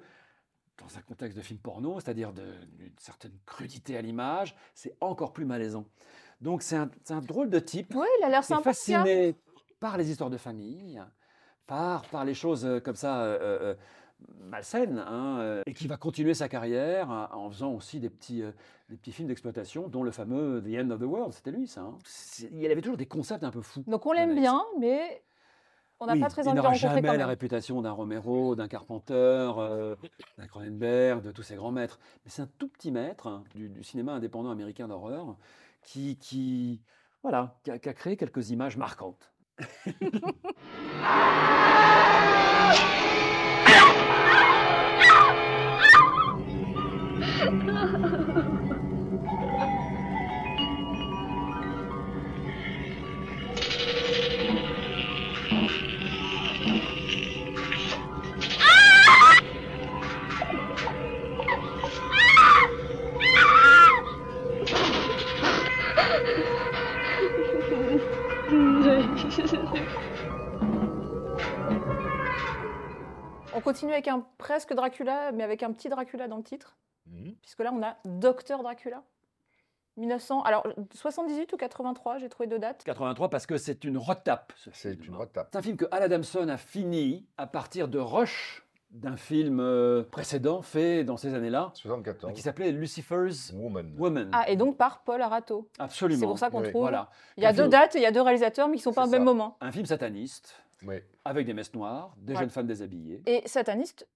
[SPEAKER 1] dans un contexte de film porno, c'est-à-dire de- d'une certaine crudité à l'image, c'est encore plus malaisant. Donc c'est un, c'est un drôle de type
[SPEAKER 2] Ouais, il a l'air
[SPEAKER 1] qui est
[SPEAKER 2] sympa. ce gars.
[SPEAKER 1] fasciné par les histoires de famille, par, par les choses euh, comme ça euh, euh, malsaines, hein, euh, et qui va continuer sa carrière hein, en faisant aussi des petits, euh, des petits films d'exploitation, dont le fameux The End of the World, c'était lui ça. hein. C'est- Il avait toujours des concepts un peu fous.
[SPEAKER 2] Donc on l'aime
[SPEAKER 1] Nice.
[SPEAKER 2] bien, mais on n'a
[SPEAKER 1] Oui,
[SPEAKER 2] pas très
[SPEAKER 1] il
[SPEAKER 2] envie de
[SPEAKER 1] n'aura
[SPEAKER 2] rencontrer
[SPEAKER 1] jamais
[SPEAKER 2] quand
[SPEAKER 1] la
[SPEAKER 2] même.
[SPEAKER 1] réputation d'un Romero, d'un Carpenter, euh, d'un Cronenberg, de tous ces grands maîtres. Mais c'est un tout petit maître hein, du, du cinéma indépendant américain d'horreur qui, qui, voilà, qui a, qui a créé quelques images marquantes.
[SPEAKER 2] On continue avec un presque Dracula, mais avec un petit Dracula dans le titre,
[SPEAKER 3] Mhm.
[SPEAKER 2] puisque là on a Docteur Dracula. 1900, alors 78 ou 83, j'ai trouvé deux dates.
[SPEAKER 1] 83 parce que c'est une retape. ce
[SPEAKER 3] C'est
[SPEAKER 1] film.
[SPEAKER 3] une retape.
[SPEAKER 1] C'est un film que Al Adamson a fini à partir de Rush, d'un film euh, précédent fait dans ces années-là, qui
[SPEAKER 3] 74.
[SPEAKER 1] s'appelait Lucifer's
[SPEAKER 3] Woman.
[SPEAKER 1] Woman.
[SPEAKER 2] Ah, et donc par Paul Arato.
[SPEAKER 1] Hmm. Absolument.
[SPEAKER 2] C'est pour ça qu'on
[SPEAKER 3] Oui,
[SPEAKER 2] trouve.
[SPEAKER 1] Voilà.
[SPEAKER 2] Il y a
[SPEAKER 1] Qu'un
[SPEAKER 2] deux
[SPEAKER 1] film-
[SPEAKER 2] dates et il y a deux réalisateurs, mais qui ne sont pas au
[SPEAKER 3] C'est
[SPEAKER 2] même
[SPEAKER 3] ça.
[SPEAKER 2] moment.
[SPEAKER 1] Un film sataniste,
[SPEAKER 3] Oui.
[SPEAKER 1] avec des messes noires, des
[SPEAKER 2] Ouais.
[SPEAKER 1] jeunes femmes déshabillées.
[SPEAKER 2] Et sataniste,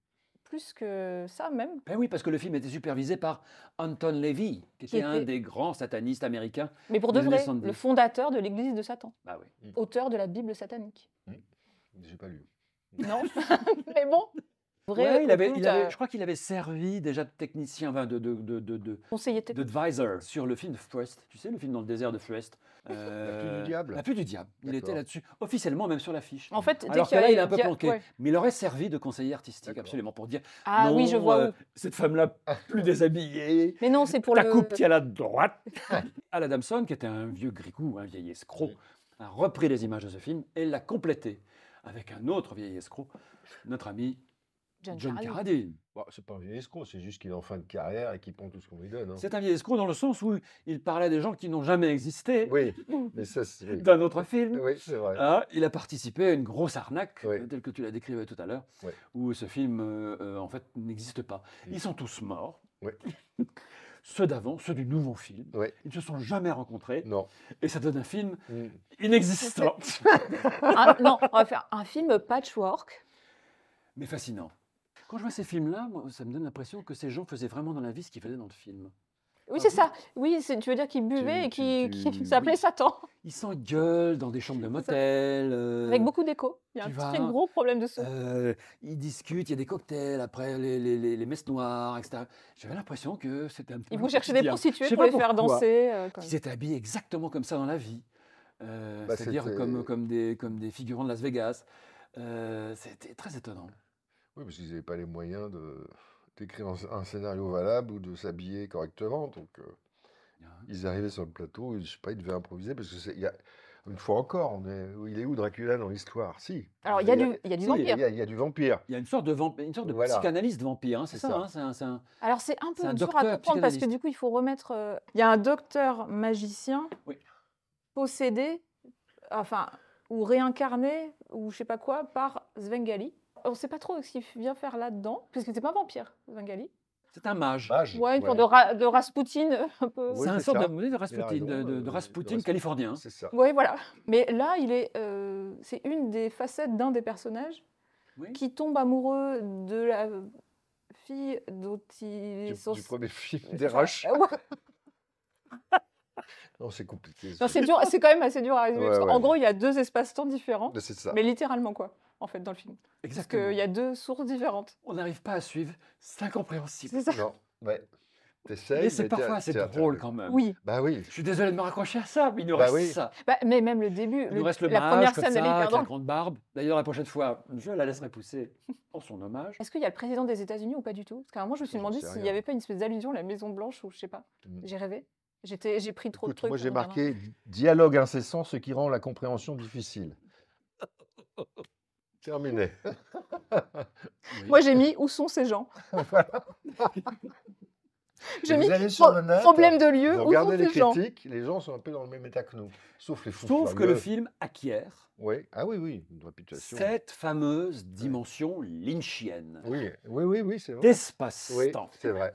[SPEAKER 2] plus que ça même.
[SPEAKER 1] Ben oui, parce que le film était supervisé par Anton Levy, qui était un
[SPEAKER 2] était-
[SPEAKER 1] des grands satanistes américains.
[SPEAKER 2] Mais pour de
[SPEAKER 1] Les
[SPEAKER 2] vrai,
[SPEAKER 1] 70.
[SPEAKER 2] le fondateur de l'église de Satan,
[SPEAKER 1] Bah oui.
[SPEAKER 2] auteur de la Bible satanique.
[SPEAKER 3] J'ai pas lu.
[SPEAKER 2] Non, mais bon. Vrai,
[SPEAKER 1] Ouais, il avait,
[SPEAKER 2] occulte,
[SPEAKER 1] il avait-
[SPEAKER 2] euh,
[SPEAKER 1] je crois qu'il avait servi déjà de technicien, enfin, de, de, de, de, de-
[SPEAKER 2] conseiller tête-
[SPEAKER 1] d'advisor sur le film de Forest. Tu sais, le film dans le désert de Forest.
[SPEAKER 3] La pluie du diable.
[SPEAKER 1] La pluie du diable. Il était
[SPEAKER 3] D'accord.
[SPEAKER 1] là-dessus, officiellement même sur l'affiche.
[SPEAKER 2] En fait, dès
[SPEAKER 1] Alors que
[SPEAKER 2] qu'il y a-
[SPEAKER 1] là, il est un peu
[SPEAKER 2] il y a-
[SPEAKER 1] planqué.
[SPEAKER 2] ouais.
[SPEAKER 1] Mais il aurait servi de conseiller artistique,
[SPEAKER 3] D'accord.
[SPEAKER 1] absolument, pour dire
[SPEAKER 2] Ah oui, je
[SPEAKER 1] non,
[SPEAKER 2] vois
[SPEAKER 1] euh,
[SPEAKER 2] où.
[SPEAKER 1] cette femme-là plus déshabillée,
[SPEAKER 2] Mais non, c'est pour
[SPEAKER 1] Ta
[SPEAKER 2] le.
[SPEAKER 1] coupe qui est à la droite. Al Adamson, qui était un vieux gricou, un vieil escroc,
[SPEAKER 3] Oui.
[SPEAKER 1] a repris les images de ce film et l'a complété avec un autre vieil escroc, notre ami
[SPEAKER 2] John
[SPEAKER 1] John
[SPEAKER 2] Carradine.
[SPEAKER 1] Carradine.
[SPEAKER 3] Bah, c'est pas un vieil escroc, c'est juste qu'il est en fin de carrière et qu'il prend tout ce qu'on lui donne. hein.
[SPEAKER 1] C'est un vieil escroc dans le sens où il parlait à des gens qui n'ont jamais existé
[SPEAKER 3] Oui, mais ça, c'est. Oui,
[SPEAKER 1] d'un autre film.
[SPEAKER 3] Oui, c'est vrai.
[SPEAKER 1] Ah, il a participé à une grosse arnaque,
[SPEAKER 3] Oui.
[SPEAKER 1] euh, telle que tu la décrivais tout à l'heure,
[SPEAKER 3] Oui.
[SPEAKER 1] où ce film, euh, euh, en fait, n'existe pas.
[SPEAKER 3] Oui.
[SPEAKER 1] Ils sont tous morts.
[SPEAKER 3] Oui.
[SPEAKER 1] ceux d'avant, ceux du nouveau film.
[SPEAKER 3] Oui. Mm.
[SPEAKER 1] Ils ne se sont jamais rencontrés.
[SPEAKER 3] Non.
[SPEAKER 1] Et ça donne un film
[SPEAKER 3] Mm.
[SPEAKER 1] inexistant.
[SPEAKER 2] Un- Ah, non, on va faire un film patchwork.
[SPEAKER 1] mais fascinant. Quand je vois ces films-là, moi, ça me donne l'impression que ces gens faisaient vraiment dans la vie ce qu'ils faisaient dans le film.
[SPEAKER 2] Oui, c'est ça. Oui, c'est- tu veux dire qu'il buvait
[SPEAKER 1] Ah
[SPEAKER 2] et
[SPEAKER 1] tu-
[SPEAKER 2] qu'il
[SPEAKER 1] tu-
[SPEAKER 2] qu'il s'appelait
[SPEAKER 1] oui.
[SPEAKER 2] Satan,
[SPEAKER 1] Ils s'engueulent dans des chambres de motel. euh,
[SPEAKER 2] avec beaucoup d'écho. Il y a un
[SPEAKER 1] tu
[SPEAKER 2] petit
[SPEAKER 1] vas-
[SPEAKER 2] gros problème de son.
[SPEAKER 1] euh, ils discutent, il y a des cocktails, après les, les, les, les messes noires, etc. J'avais l'impression que c'était un petit peu
[SPEAKER 2] Ils vont
[SPEAKER 1] leur
[SPEAKER 2] chercher des
[SPEAKER 1] quotidien. Je
[SPEAKER 2] prostituées
[SPEAKER 1] sais
[SPEAKER 2] pour
[SPEAKER 1] pas
[SPEAKER 2] les faire
[SPEAKER 1] pourquoi.
[SPEAKER 2] danser. euh, comme-
[SPEAKER 1] Ils étaient habillés exactement comme ça dans la vie. Euh,
[SPEAKER 3] Bah,
[SPEAKER 1] C'est-à-dire
[SPEAKER 3] c'était-
[SPEAKER 1] comme, comme, des, comme des figurants de Las Vegas. Euh, C'était très étonnant.
[SPEAKER 3] Oui, parce qu'ils n'avaient pas les moyens de d'écrire un, un scénario valable ou de s'habiller correctement. Donc, euh, ils arrivaient sur le plateau, et, je sais pas, ils devaient improviser parce que c'est. il y a- Une fois encore, on est- il est où Dracula dans l'histoire Si.
[SPEAKER 2] Alors, il y a du, il y a du
[SPEAKER 3] si,
[SPEAKER 2] vampire.
[SPEAKER 3] Il y a, il y a du vampire.
[SPEAKER 1] Il y a une sorte de, vamp- une sorte de
[SPEAKER 3] Voilà.
[SPEAKER 1] psychanalyste vampire, hein, c'est
[SPEAKER 3] C'est
[SPEAKER 1] ça,
[SPEAKER 3] ça.
[SPEAKER 1] hein, c'est un- c'est un,
[SPEAKER 2] Alors, c'est un peu
[SPEAKER 1] C'est un
[SPEAKER 2] dur à
[SPEAKER 1] docteur
[SPEAKER 2] comprendre parce que
[SPEAKER 1] psychanalyste.
[SPEAKER 2] du coup, il faut remettre. euh, Il y a un docteur magicien
[SPEAKER 1] Oui.
[SPEAKER 2] possédé, enfin, ou réincarné, ou je sais pas quoi, par Svengali. On ne sait pas trop ce qu'il vient faire là-dedans, parce que c'est pas un vampire, Svengali.
[SPEAKER 1] C'est un mage.
[SPEAKER 3] Mage.
[SPEAKER 2] Ouais, une sorte de, ra- de Rasputin, euh, un peu.
[SPEAKER 3] Bah, Oui,
[SPEAKER 1] c'est un
[SPEAKER 3] c'est
[SPEAKER 1] sorte
[SPEAKER 3] ça.
[SPEAKER 1] de, de Rasputin,
[SPEAKER 3] raison,
[SPEAKER 1] de- de- de
[SPEAKER 3] euh,
[SPEAKER 1] Rasputin
[SPEAKER 3] de Rasputin.
[SPEAKER 1] californien.
[SPEAKER 3] Hein,
[SPEAKER 1] hein.
[SPEAKER 3] C'est ça.
[SPEAKER 2] Ouais, voilà. Mais là, il est, euh, c'est une des facettes d'un des personnages
[SPEAKER 1] Oui.
[SPEAKER 2] qui tombe amoureux de la filles dont ils
[SPEAKER 3] Du,
[SPEAKER 2] sont.
[SPEAKER 3] du premier film des rushs.
[SPEAKER 2] Ouais. Ah,
[SPEAKER 3] Non, c'est compliqué.
[SPEAKER 2] Non, c'est dur, c'est quand même assez dur à résumer.
[SPEAKER 3] Ouais,
[SPEAKER 2] parce qu'en
[SPEAKER 3] ouais.
[SPEAKER 2] gros, il y a deux espaces-temps différents,
[SPEAKER 3] Mais c'est ça.
[SPEAKER 2] mais littéralement quoi, en fait, dans le film. Parce
[SPEAKER 1] Exactement.
[SPEAKER 2] qu'il y a deux sources différentes.
[SPEAKER 1] On n'arrive pas à suivre, c'est incompréhensible.
[SPEAKER 2] C'est ça.
[SPEAKER 3] Non, ouais. T'essayes.
[SPEAKER 1] Mais c'est
[SPEAKER 3] mais
[SPEAKER 1] parfois
[SPEAKER 3] t'as-
[SPEAKER 1] assez
[SPEAKER 3] t'as-
[SPEAKER 1] drôle
[SPEAKER 3] t'as-
[SPEAKER 1] quand même.
[SPEAKER 2] Oui.
[SPEAKER 3] Bah oui.
[SPEAKER 1] Je suis désolé de me raccrocher à ça, mais il nous
[SPEAKER 3] Bah
[SPEAKER 1] reste
[SPEAKER 3] oui.
[SPEAKER 1] ça.
[SPEAKER 2] Bah, mais même le début,
[SPEAKER 1] Il
[SPEAKER 2] le-
[SPEAKER 1] nous reste le
[SPEAKER 2] la
[SPEAKER 1] mariage
[SPEAKER 2] première
[SPEAKER 1] comme
[SPEAKER 2] scène, elle
[SPEAKER 1] ça,
[SPEAKER 2] est hyper
[SPEAKER 1] avec la
[SPEAKER 2] drôle.
[SPEAKER 1] grande barbe. D'ailleurs, la prochaine fois, je la laisserai pousser en son hommage.
[SPEAKER 2] Est-ce qu'il y a le président des États-Unis ou pas du tout Parce qu'à un moment, je me suis
[SPEAKER 3] Ah, J'en
[SPEAKER 2] demandé
[SPEAKER 3] sais
[SPEAKER 2] s'il n'y
[SPEAKER 3] rien.
[SPEAKER 2] avait pas une espèce d'allusion à la Maison Blanche ou je sais pas.
[SPEAKER 3] Mm.
[SPEAKER 2] J'ai rêvé. J'étais, j'ai pris trop de
[SPEAKER 3] Écoute,
[SPEAKER 2] trucs.
[SPEAKER 3] moi,
[SPEAKER 2] pour
[SPEAKER 3] j'ai
[SPEAKER 2] me dire,
[SPEAKER 3] marqué dialogue incessant, ce qui rend la compréhension difficile. Terminé.
[SPEAKER 2] non. hein. Moi, j'ai mis où sont ces gens J'ai
[SPEAKER 3] Vous
[SPEAKER 2] mis
[SPEAKER 3] allez sur
[SPEAKER 2] pro-
[SPEAKER 3] le net,
[SPEAKER 2] problème de lieu. Où
[SPEAKER 3] Vous
[SPEAKER 2] sont
[SPEAKER 3] regardez les
[SPEAKER 2] ces gens
[SPEAKER 3] critiques, les gens sont un peu dans le même état que nous, sauf les fous
[SPEAKER 1] Sauf que le
[SPEAKER 3] furieux.
[SPEAKER 1] film acquiert
[SPEAKER 3] Oui. Ah oui, oui, une réputation.
[SPEAKER 1] cette fameuse dimension lynchienne
[SPEAKER 3] Oui, oui, oui, oui c'est vrai. Oui,
[SPEAKER 1] d'espace-temps,
[SPEAKER 3] c'est vrai.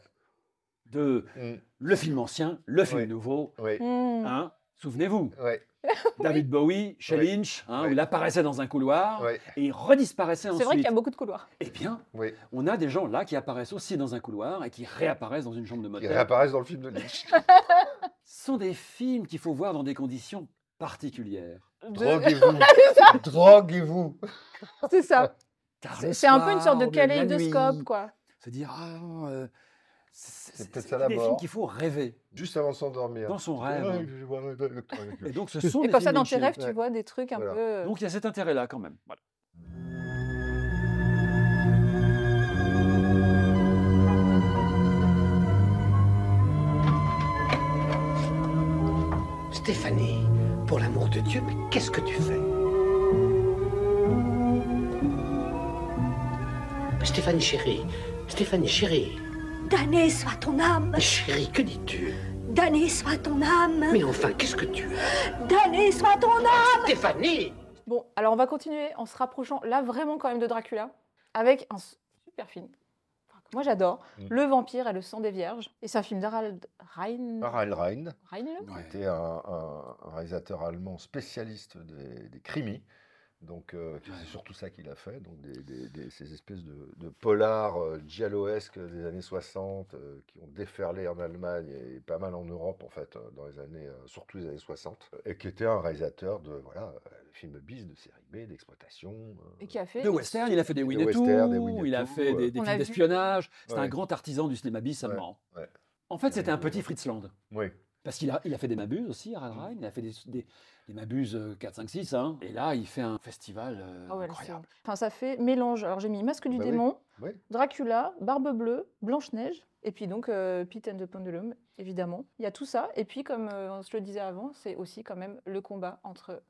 [SPEAKER 1] de
[SPEAKER 3] Mm,
[SPEAKER 1] le film ancien, le film
[SPEAKER 3] Oui.
[SPEAKER 1] nouveau.
[SPEAKER 3] Oui,
[SPEAKER 2] Hmm.
[SPEAKER 1] hein. Souvenez-vous,
[SPEAKER 3] oui,
[SPEAKER 1] David Bowie chez
[SPEAKER 3] Oui.
[SPEAKER 1] Lynch, hein,
[SPEAKER 3] Oui.
[SPEAKER 1] où il apparaissait dans un couloir
[SPEAKER 3] oui,
[SPEAKER 1] et il redisparaissait
[SPEAKER 2] C'est vrai qu'il
[SPEAKER 1] ensuite.
[SPEAKER 2] y a beaucoup de couloirs.
[SPEAKER 1] Eh bien,
[SPEAKER 3] oui.
[SPEAKER 1] on a des gens là qui apparaissent aussi dans un couloir et qui réapparaissent dans une chambre de
[SPEAKER 3] Ils
[SPEAKER 1] motel.
[SPEAKER 3] réapparaissent dans le film de Lynch.
[SPEAKER 1] Ce sont des films qu'il faut voir dans des conditions particulières.
[SPEAKER 2] De-
[SPEAKER 3] Droguez-vous. Droguez-vous.
[SPEAKER 2] C'est ça.
[SPEAKER 3] Ah,
[SPEAKER 1] Tard
[SPEAKER 2] C'est
[SPEAKER 1] le
[SPEAKER 2] c'est un peu une sorte de
[SPEAKER 1] soir, même la nuit.
[SPEAKER 2] kaléidoscope, quoi.
[SPEAKER 1] se dire ah euh, c'est
[SPEAKER 3] C'est
[SPEAKER 1] c'est-
[SPEAKER 3] peut-être
[SPEAKER 1] c'est
[SPEAKER 3] ça la
[SPEAKER 1] des films
[SPEAKER 3] mort.
[SPEAKER 1] qu'il faut rêver
[SPEAKER 3] Juste avant de s'endormir.
[SPEAKER 1] dans son
[SPEAKER 3] Ah,
[SPEAKER 1] rêve.
[SPEAKER 3] je vais voir le- le- le-
[SPEAKER 1] Et donc ce sont
[SPEAKER 2] Et
[SPEAKER 1] des
[SPEAKER 2] comme ça,
[SPEAKER 1] films
[SPEAKER 2] dans tes
[SPEAKER 1] Lynch.
[SPEAKER 2] rêves, tu
[SPEAKER 3] ouais.
[SPEAKER 2] vois des trucs un
[SPEAKER 3] Voilà.
[SPEAKER 2] peu. euh,
[SPEAKER 1] Donc il y a cet intérêt là quand même. Voilà.
[SPEAKER 5] Stéphanie, pour l'amour de Dieu, mais qu'est-ce que tu fais Stéphanie chérie, Stéphanie chérie,
[SPEAKER 4] Damné soit ton âme,
[SPEAKER 5] chérie, que dis-tu
[SPEAKER 4] damné soit ton âme,
[SPEAKER 5] Mais enfin, qu'est-ce que tu
[SPEAKER 4] damné soit ton âme.
[SPEAKER 5] Stéphanie
[SPEAKER 2] Bon, alors on va continuer en se rapprochant là vraiment quand même de Dracula avec un s- super film. Enfin, que Moi j'adore
[SPEAKER 3] Mm.
[SPEAKER 2] Le Vampire et le Sang des Vierges. Et c'est un film d'Harald Rein.
[SPEAKER 3] Harald Rein
[SPEAKER 2] Reinle
[SPEAKER 3] était un, un- un réalisateur allemand spécialiste des, des crimis. Donc, euh, c'est surtout ça qu'il a fait. Donc, des, des- des- ces espèces de, de polars euh, gialloesques des années 60 euh, qui ont déferlé en Allemagne et pas mal en Europe, en fait, euh, dans les années, euh, surtout les années 60. Et qui était un réalisateur de, voilà, euh, films bis, de série B, d'exploitation. euh,
[SPEAKER 2] Et qui a fait.
[SPEAKER 1] De western, il a fait des Winnetou,
[SPEAKER 3] westerns, des Winnetou,
[SPEAKER 1] il a fait des,
[SPEAKER 3] euh.
[SPEAKER 1] des
[SPEAKER 2] On a
[SPEAKER 1] films
[SPEAKER 2] vu.
[SPEAKER 1] d'espionnage. C'est un
[SPEAKER 3] Ouais.
[SPEAKER 1] grand artisan du cinéma bis allemand.
[SPEAKER 3] ouais.
[SPEAKER 1] En fait, c'était un
[SPEAKER 3] Ouais.
[SPEAKER 1] petit Fritzland.
[SPEAKER 3] Oui,
[SPEAKER 1] Parce qu'il a, il a fait des Mabuses aussi, Harald
[SPEAKER 3] Mm.
[SPEAKER 1] Rein. Il a fait des, des, des Mabuses euh, 4, 5, 6. hein. Et là, il fait un festival euh,
[SPEAKER 2] Ah ouais, là, c'est-
[SPEAKER 1] incroyable.
[SPEAKER 2] Enfin, ça fait mélange. Alors j'ai mis Masque du
[SPEAKER 3] Bah oui.
[SPEAKER 2] démon,
[SPEAKER 3] Oui.
[SPEAKER 2] Dracula, Barbe bleue, Blanche-Neige, et puis donc euh, Pete and the Pendulum, évidemment. Il y a tout ça. Et puis, comme euh, on se le disait avant, c'est aussi quand même le combat entre,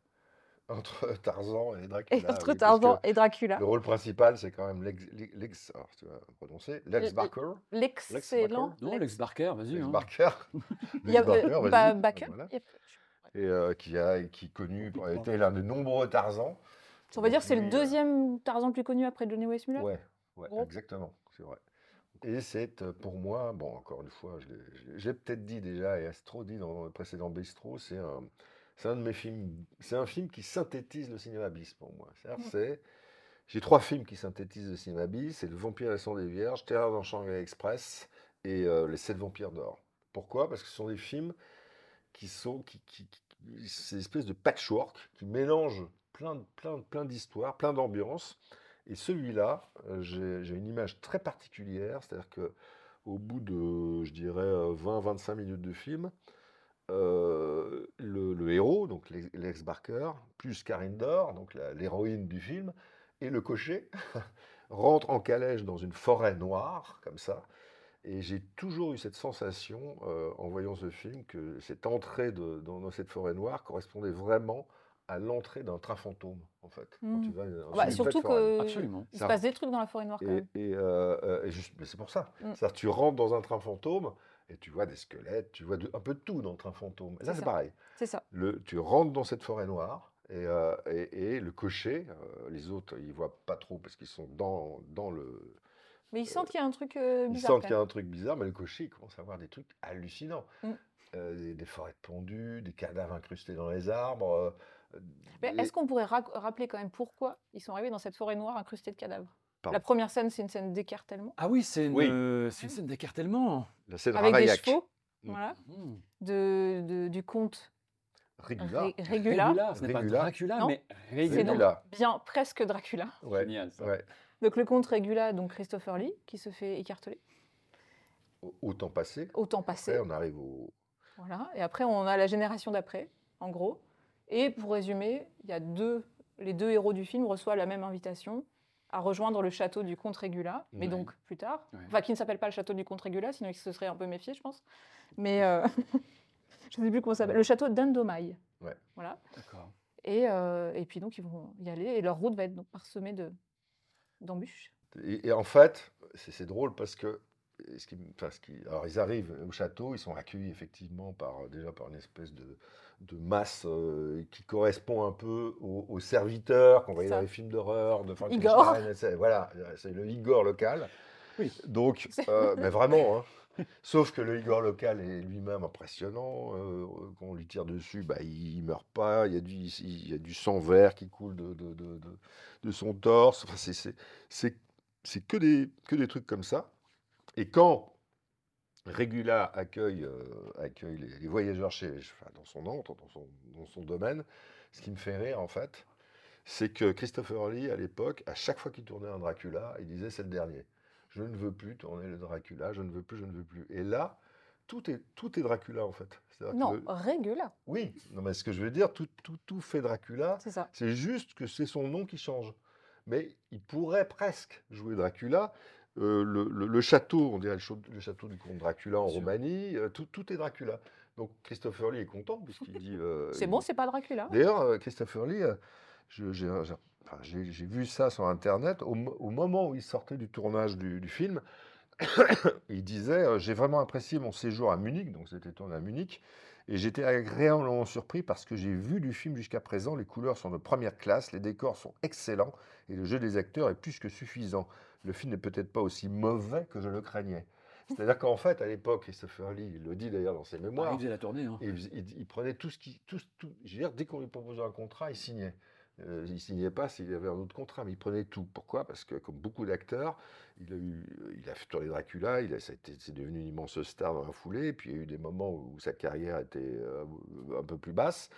[SPEAKER 3] entre Tarzan et Dracula.
[SPEAKER 2] et entre
[SPEAKER 3] Bah oui, parce que-
[SPEAKER 2] Tarzan et Dracula.
[SPEAKER 3] Le rôle principal, c'est quand même l'ex, l'ex- l'ex- alors, tu vas prononcer,
[SPEAKER 2] Le-
[SPEAKER 3] l'ex
[SPEAKER 2] le-
[SPEAKER 3] Barker.
[SPEAKER 2] L'excellent.
[SPEAKER 1] Non, Lex Barker, vas-y.
[SPEAKER 3] L'ex
[SPEAKER 1] hein.
[SPEAKER 3] Barker.
[SPEAKER 2] Il y a
[SPEAKER 3] Lex Barker,
[SPEAKER 2] euh,
[SPEAKER 3] vas-y.
[SPEAKER 2] Ba-
[SPEAKER 3] Ah,
[SPEAKER 2] Backer.
[SPEAKER 3] voilà.
[SPEAKER 2] Il y a-
[SPEAKER 3] Et euh, qui a qui est connu, pour, a été l'un des nombreux Tarzans.
[SPEAKER 2] On va dire que c'est le
[SPEAKER 3] Lui, euh,
[SPEAKER 2] deuxième Tarzan le plus connu après Johnny Weissmuller.
[SPEAKER 3] Ouais, ouais,
[SPEAKER 2] Gros.
[SPEAKER 3] exactement, c'est vrai. Et c'est euh, pour moi, bon, encore une fois, je l'ai, je l'ai- je l'ai peut-être dit déjà, et Astro dit dans le précédent Bistro, c'est un, c'est un de mes films, c'est un film qui synthétise le cinéma bis pour moi. C'est-à-dire,
[SPEAKER 2] Mm.
[SPEAKER 3] c'est- j'ai trois films qui synthétisent le cinéma bis, c'est Le Vampire et le Sang des Vierges, Terreur dans Shanghai Express et euh, Les Sept Vampires d'Or. Pourquoi Parce que ce sont des films qui sont, qui, qui, qui- c'est une espèce de patchwork qui mélange plein, de- plein, de- plein d'histoires, plein d'ambiances. Et celui-là, euh, j'ai j'ai une image très particulière, c'est-à-dire que au bout de, je dirais, 20-25 minutes de film, euh, le, le héros, donc l'ex- l'ex Barker, plus Karine Dor, donc la- l'héroïne du film, et le cocher rentrent en calèche dans une forêt noire, comme ça. Et j'ai toujours eu cette sensation, euh, en voyant ce film, que cette entrée de- dans, dans cette forêt noire correspondait vraiment à l'entrée d'un train fantôme, en fait. quand
[SPEAKER 2] Mm.
[SPEAKER 3] tu vas dans
[SPEAKER 2] Bah,
[SPEAKER 3] une
[SPEAKER 2] surtout
[SPEAKER 3] forêt.
[SPEAKER 2] que
[SPEAKER 1] Absolument.
[SPEAKER 2] il se
[SPEAKER 3] Ça-
[SPEAKER 2] passe des trucs dans la forêt noire quand
[SPEAKER 3] Et,
[SPEAKER 2] même.
[SPEAKER 3] et, euh, euh, et juste- mais c'est pour ça.
[SPEAKER 2] Mm.
[SPEAKER 3] C'est-à-dire, tu rentres dans un train fantôme et tu vois des squelettes, tu vois de- un peu de tout dans le train fantôme. Et là,
[SPEAKER 2] C'est ça.
[SPEAKER 3] c'est pareil.
[SPEAKER 2] C'est ça.
[SPEAKER 3] Le, tu rentres dans cette forêt noire et, euh, et- et le cocher, euh, les autres, ils voient pas trop parce qu'ils sont dans, dans le.
[SPEAKER 2] Mais ils sentent qu'il y a un truc euh,
[SPEAKER 3] Ils
[SPEAKER 2] bizarre.
[SPEAKER 3] sentent
[SPEAKER 2] quand
[SPEAKER 3] qu'il y a
[SPEAKER 2] même.
[SPEAKER 3] un truc bizarre, mais le cocher, il commence à voir des trucs hallucinants.
[SPEAKER 2] Mm.
[SPEAKER 3] Euh, des, des forêts pendues, des cadavres incrustés dans les arbres. euh,
[SPEAKER 2] Mais
[SPEAKER 3] des-
[SPEAKER 2] est-ce qu'on pourrait ra- rappeler quand même pourquoi ils sont arrivés dans cette forêt noire incrustée de cadavres
[SPEAKER 3] Pardon.
[SPEAKER 2] La première scène, c'est une scène d'écartèlement.
[SPEAKER 1] Ah oui, c'est une,
[SPEAKER 3] Oui.
[SPEAKER 1] euh, c'est une scène d'écartèlement.
[SPEAKER 3] La scène
[SPEAKER 2] Avec des
[SPEAKER 3] Ravaillac.
[SPEAKER 2] chevaux.
[SPEAKER 3] Mm.
[SPEAKER 2] Voilà.
[SPEAKER 1] Mmh.
[SPEAKER 2] De, de- du comte
[SPEAKER 3] Rigula.
[SPEAKER 2] Ré- Régula.
[SPEAKER 1] Régula, ce n'est pas
[SPEAKER 3] Régula.
[SPEAKER 1] Dracula,
[SPEAKER 2] Non.
[SPEAKER 1] mais
[SPEAKER 2] C'est donc
[SPEAKER 1] Régula.
[SPEAKER 3] Régula.
[SPEAKER 2] bien presque Dracula.
[SPEAKER 3] Ouais,
[SPEAKER 1] Génial, ça.
[SPEAKER 3] ouais.
[SPEAKER 2] Donc le comte Régula, donc Christopher Lee, qui se fait écarteler
[SPEAKER 3] Au- Au temps passé.
[SPEAKER 2] au temps passé.
[SPEAKER 3] Après, on arrive au.
[SPEAKER 2] Voilà. Et après, on a la génération d'après, en gros. Et pour résumer, il y a deux, les deux héros du film reçoivent la même invitation à rejoindre le château du comte Régula, mais
[SPEAKER 1] Ouais.
[SPEAKER 2] donc plus tard.
[SPEAKER 1] Ouais.
[SPEAKER 2] Enfin, qui ne s'appelle pas le château du comte Régula, sinon il se serait un peu méfié, je pense. Mais euh, je ne sais plus comment ça s'appelle. Le château d'Andomaille.
[SPEAKER 3] Ouais.
[SPEAKER 2] Voilà.
[SPEAKER 1] D'accord.
[SPEAKER 2] Et, euh, et puis donc, ils vont y aller et leur route va être donc parsemée de- d'embûches.
[SPEAKER 3] Et, et en fait, c'est c'est drôle parce que. et ce qui me- enfin, ce qui- alors, ils arrivent au château, ils sont accueillis effectivement par, euh, déjà par une espèce de, de masse euh, qui correspond un peu aux, aux serviteurs qu'on voyait
[SPEAKER 2] Ça.
[SPEAKER 3] dans les films d'horreur, de Frankenstein.
[SPEAKER 2] Igor.
[SPEAKER 3] c'est- Voilà, c'est le Igor local.
[SPEAKER 1] Oui.
[SPEAKER 3] Donc,
[SPEAKER 2] C'est-
[SPEAKER 3] euh, mais vraiment, hein. sauf que le Igor local est lui-même impressionnant. euh, quand on lui tire dessus, bah, il meurt pas. Il y, a du, il y a du sang vert qui coule de, de- de- de- de son torse. Enfin, c'est- c'est- c'est c'est que des, que des trucs comme ça. Et quand Régula accueille, euh, accueille les, les voyageurs chez, enfin, dans son antre, dans son, dans son domaine, ce qui me fait rire en fait, c'est que Christopher Lee, à l'époque, à chaque fois qu'il tournait un Dracula, il disait c'est le dernier. Je ne veux plus tourner le Dracula, je ne veux plus, je ne veux plus. Et là, tout est, tout est Dracula en fait. C'est-à-dire
[SPEAKER 2] Non,
[SPEAKER 3] que-
[SPEAKER 2] Régula,
[SPEAKER 3] oui, non, mais ce que je veux dire, tout, tout, tout fait Dracula.
[SPEAKER 2] c'est ça.
[SPEAKER 3] C'est juste que c'est son nom qui change. Mais il pourrait presque jouer Dracula. Euh, le, le- le château, on dirait le, château- le château du comte Dracula en
[SPEAKER 1] Bien sûr.
[SPEAKER 3] Roumanie, euh, tout, tout est Dracula. Donc Christopher Lee est content puisqu'il dit. euh,
[SPEAKER 2] C'est
[SPEAKER 3] il-
[SPEAKER 2] bon, c'est pas Dracula.
[SPEAKER 3] D'ailleurs, euh, Christopher Lee, euh, je- j'ai un- j'ai- enfin, j'ai- j'ai vu ça sur Internet. Au, mo- au moment où il sortait du tournage du, du film, il disait euh, J'ai vraiment apprécié mon séjour à Munich, donc c'était tourné à Munich, et j'étais agréablement surpris parce que j'ai vu du film jusqu'à présent. Les couleurs sont de première classe, les décors sont excellents, et le jeu des acteurs est plus que suffisant. Le film n'est peut-être pas aussi mauvais que je le craignais. C'est-à-dire qu'en fait, à l'époque, Christopher Lee, il le dit d'ailleurs dans ses
[SPEAKER 1] Ah,
[SPEAKER 3] mémoires,
[SPEAKER 1] il faisait la tournée. hein.
[SPEAKER 3] et il, il- il prenait tout ce qui. Tout, ce- tout, je veux dire, dès qu'on lui proposait un contrat, il signait. Euh, il signait pas s'il avait un autre contrat, mais il prenait tout. Pourquoi Parce que, comme beaucoup d'acteurs, il a eu, il a fait tourner Dracula, il a, ça a été- c'est devenu une immense star dans la foulée, et puis il y a eu des moments où sa carrière était euh, un peu plus basse,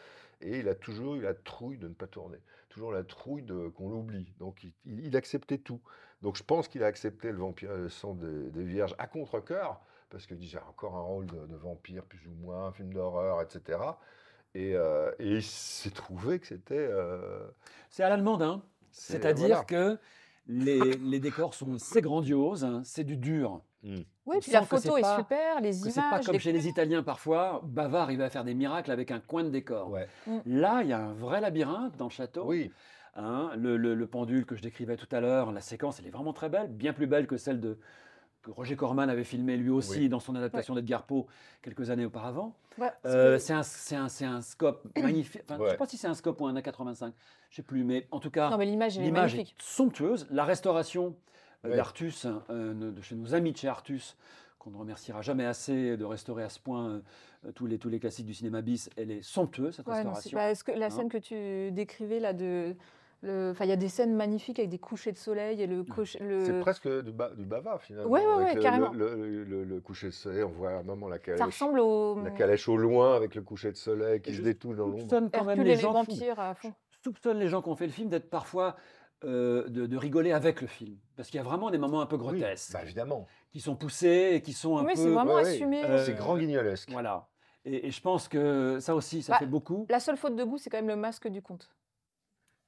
[SPEAKER 3] et il a toujours eu la trouille de ne pas tourner, toujours la trouille de qu'on l'oublie. Donc il, il- il acceptait tout. Donc je pense qu'il a accepté le vampire, le sang des, des vierges à contre cœur parce qu'il dit j'ai encore un rôle de, de vampire, plus ou moins, un film d'horreur, etc. Et, euh, et il s'est trouvé que c'était. euh,
[SPEAKER 1] C'est à l'allemande, hein.
[SPEAKER 3] c'est-
[SPEAKER 1] c'est-à-dire
[SPEAKER 3] voilà.
[SPEAKER 1] que les, les décors sont c'est grandiose, hein, c'est du dur.
[SPEAKER 2] Oui,
[SPEAKER 1] On
[SPEAKER 2] puis la
[SPEAKER 1] sent que
[SPEAKER 2] photo
[SPEAKER 1] c'est
[SPEAKER 2] est
[SPEAKER 1] pas-
[SPEAKER 2] super, les
[SPEAKER 1] Que
[SPEAKER 2] images.
[SPEAKER 1] C'est pas comme
[SPEAKER 2] les
[SPEAKER 1] chez les
[SPEAKER 2] couleurs.
[SPEAKER 1] Italiens parfois, Bava arrivait à faire des miracles avec un coin de décor.
[SPEAKER 3] Ouais.
[SPEAKER 2] Mm.
[SPEAKER 1] Là, il y a un vrai labyrinthe dans le château.
[SPEAKER 3] Oui,
[SPEAKER 1] hein. le, le- le pendule que je décrivais tout à l'heure, la séquence, elle est vraiment très belle, bien plus belle que celle de, que Roger Corman avait filmée lui aussi
[SPEAKER 3] Oui.
[SPEAKER 1] dans son adaptation d'Edgar Poe quelques années auparavant.
[SPEAKER 2] Ouais, parce
[SPEAKER 1] Euh,
[SPEAKER 2] que-
[SPEAKER 1] c'est un, c'est un- c'est un scope magnifique. Enfin, Je ne
[SPEAKER 3] Ouais.
[SPEAKER 1] sais pas si c'est un scope ou un A85, je sais plus, mais en tout cas,
[SPEAKER 2] Non, mais l'image, elle est
[SPEAKER 1] l'image
[SPEAKER 2] magnifique.
[SPEAKER 1] est somptueuse. La restauration euh,
[SPEAKER 3] Ouais.
[SPEAKER 1] d'Artus, euh, de- de chez nos amis de chez Artus, qu'on ne remerciera jamais assez de restaurer à ce point euh, tous, les, tous les classiques du cinéma bis, elle est somptueuse, cette
[SPEAKER 2] Ouais, non, c'est
[SPEAKER 1] restauration.
[SPEAKER 2] pas- est-ce que la
[SPEAKER 1] hein.
[SPEAKER 2] scène que tu décrivais là de. le- Enfin, il y a des scènes magnifiques avec des couchers de soleil et le
[SPEAKER 1] Mmh.
[SPEAKER 2] cocher.
[SPEAKER 3] c'est
[SPEAKER 2] Le...
[SPEAKER 3] presque du, ba- du bava finalement.
[SPEAKER 2] euh, Ouais, ouais,
[SPEAKER 3] avec
[SPEAKER 2] ouais,
[SPEAKER 3] le,
[SPEAKER 2] carrément.
[SPEAKER 3] Le, le- le- le coucher de soleil, on voit à un moment la calèche,
[SPEAKER 2] Ça ressemble au.
[SPEAKER 3] la calèche au loin avec le coucher de soleil qui
[SPEAKER 1] Et
[SPEAKER 3] se
[SPEAKER 1] je
[SPEAKER 3] détoule dans l'ombre.
[SPEAKER 1] soupçonne quand même
[SPEAKER 2] Hercule
[SPEAKER 1] les
[SPEAKER 2] et les
[SPEAKER 1] gens qui,
[SPEAKER 2] vampires à fond.
[SPEAKER 1] soupçonne les gens qui ont fait le film d'être parfois euh, de, de rigoler avec le film. Parce qu'il y a vraiment des moments un peu
[SPEAKER 3] Oui,
[SPEAKER 1] grotesques,
[SPEAKER 3] bah, évidemment.
[SPEAKER 1] qui sont poussés et qui sont un
[SPEAKER 2] Oui,
[SPEAKER 1] peu...
[SPEAKER 2] c'est vraiment
[SPEAKER 3] ouais, ouais.
[SPEAKER 2] assumé.
[SPEAKER 1] Euh,
[SPEAKER 3] C'est grand guignolesque.
[SPEAKER 1] Voilà. Et, et je pense que ça aussi, ça
[SPEAKER 2] Bah,
[SPEAKER 1] fait beaucoup.
[SPEAKER 2] La seule faute de goût, c'est quand même le masque du comte.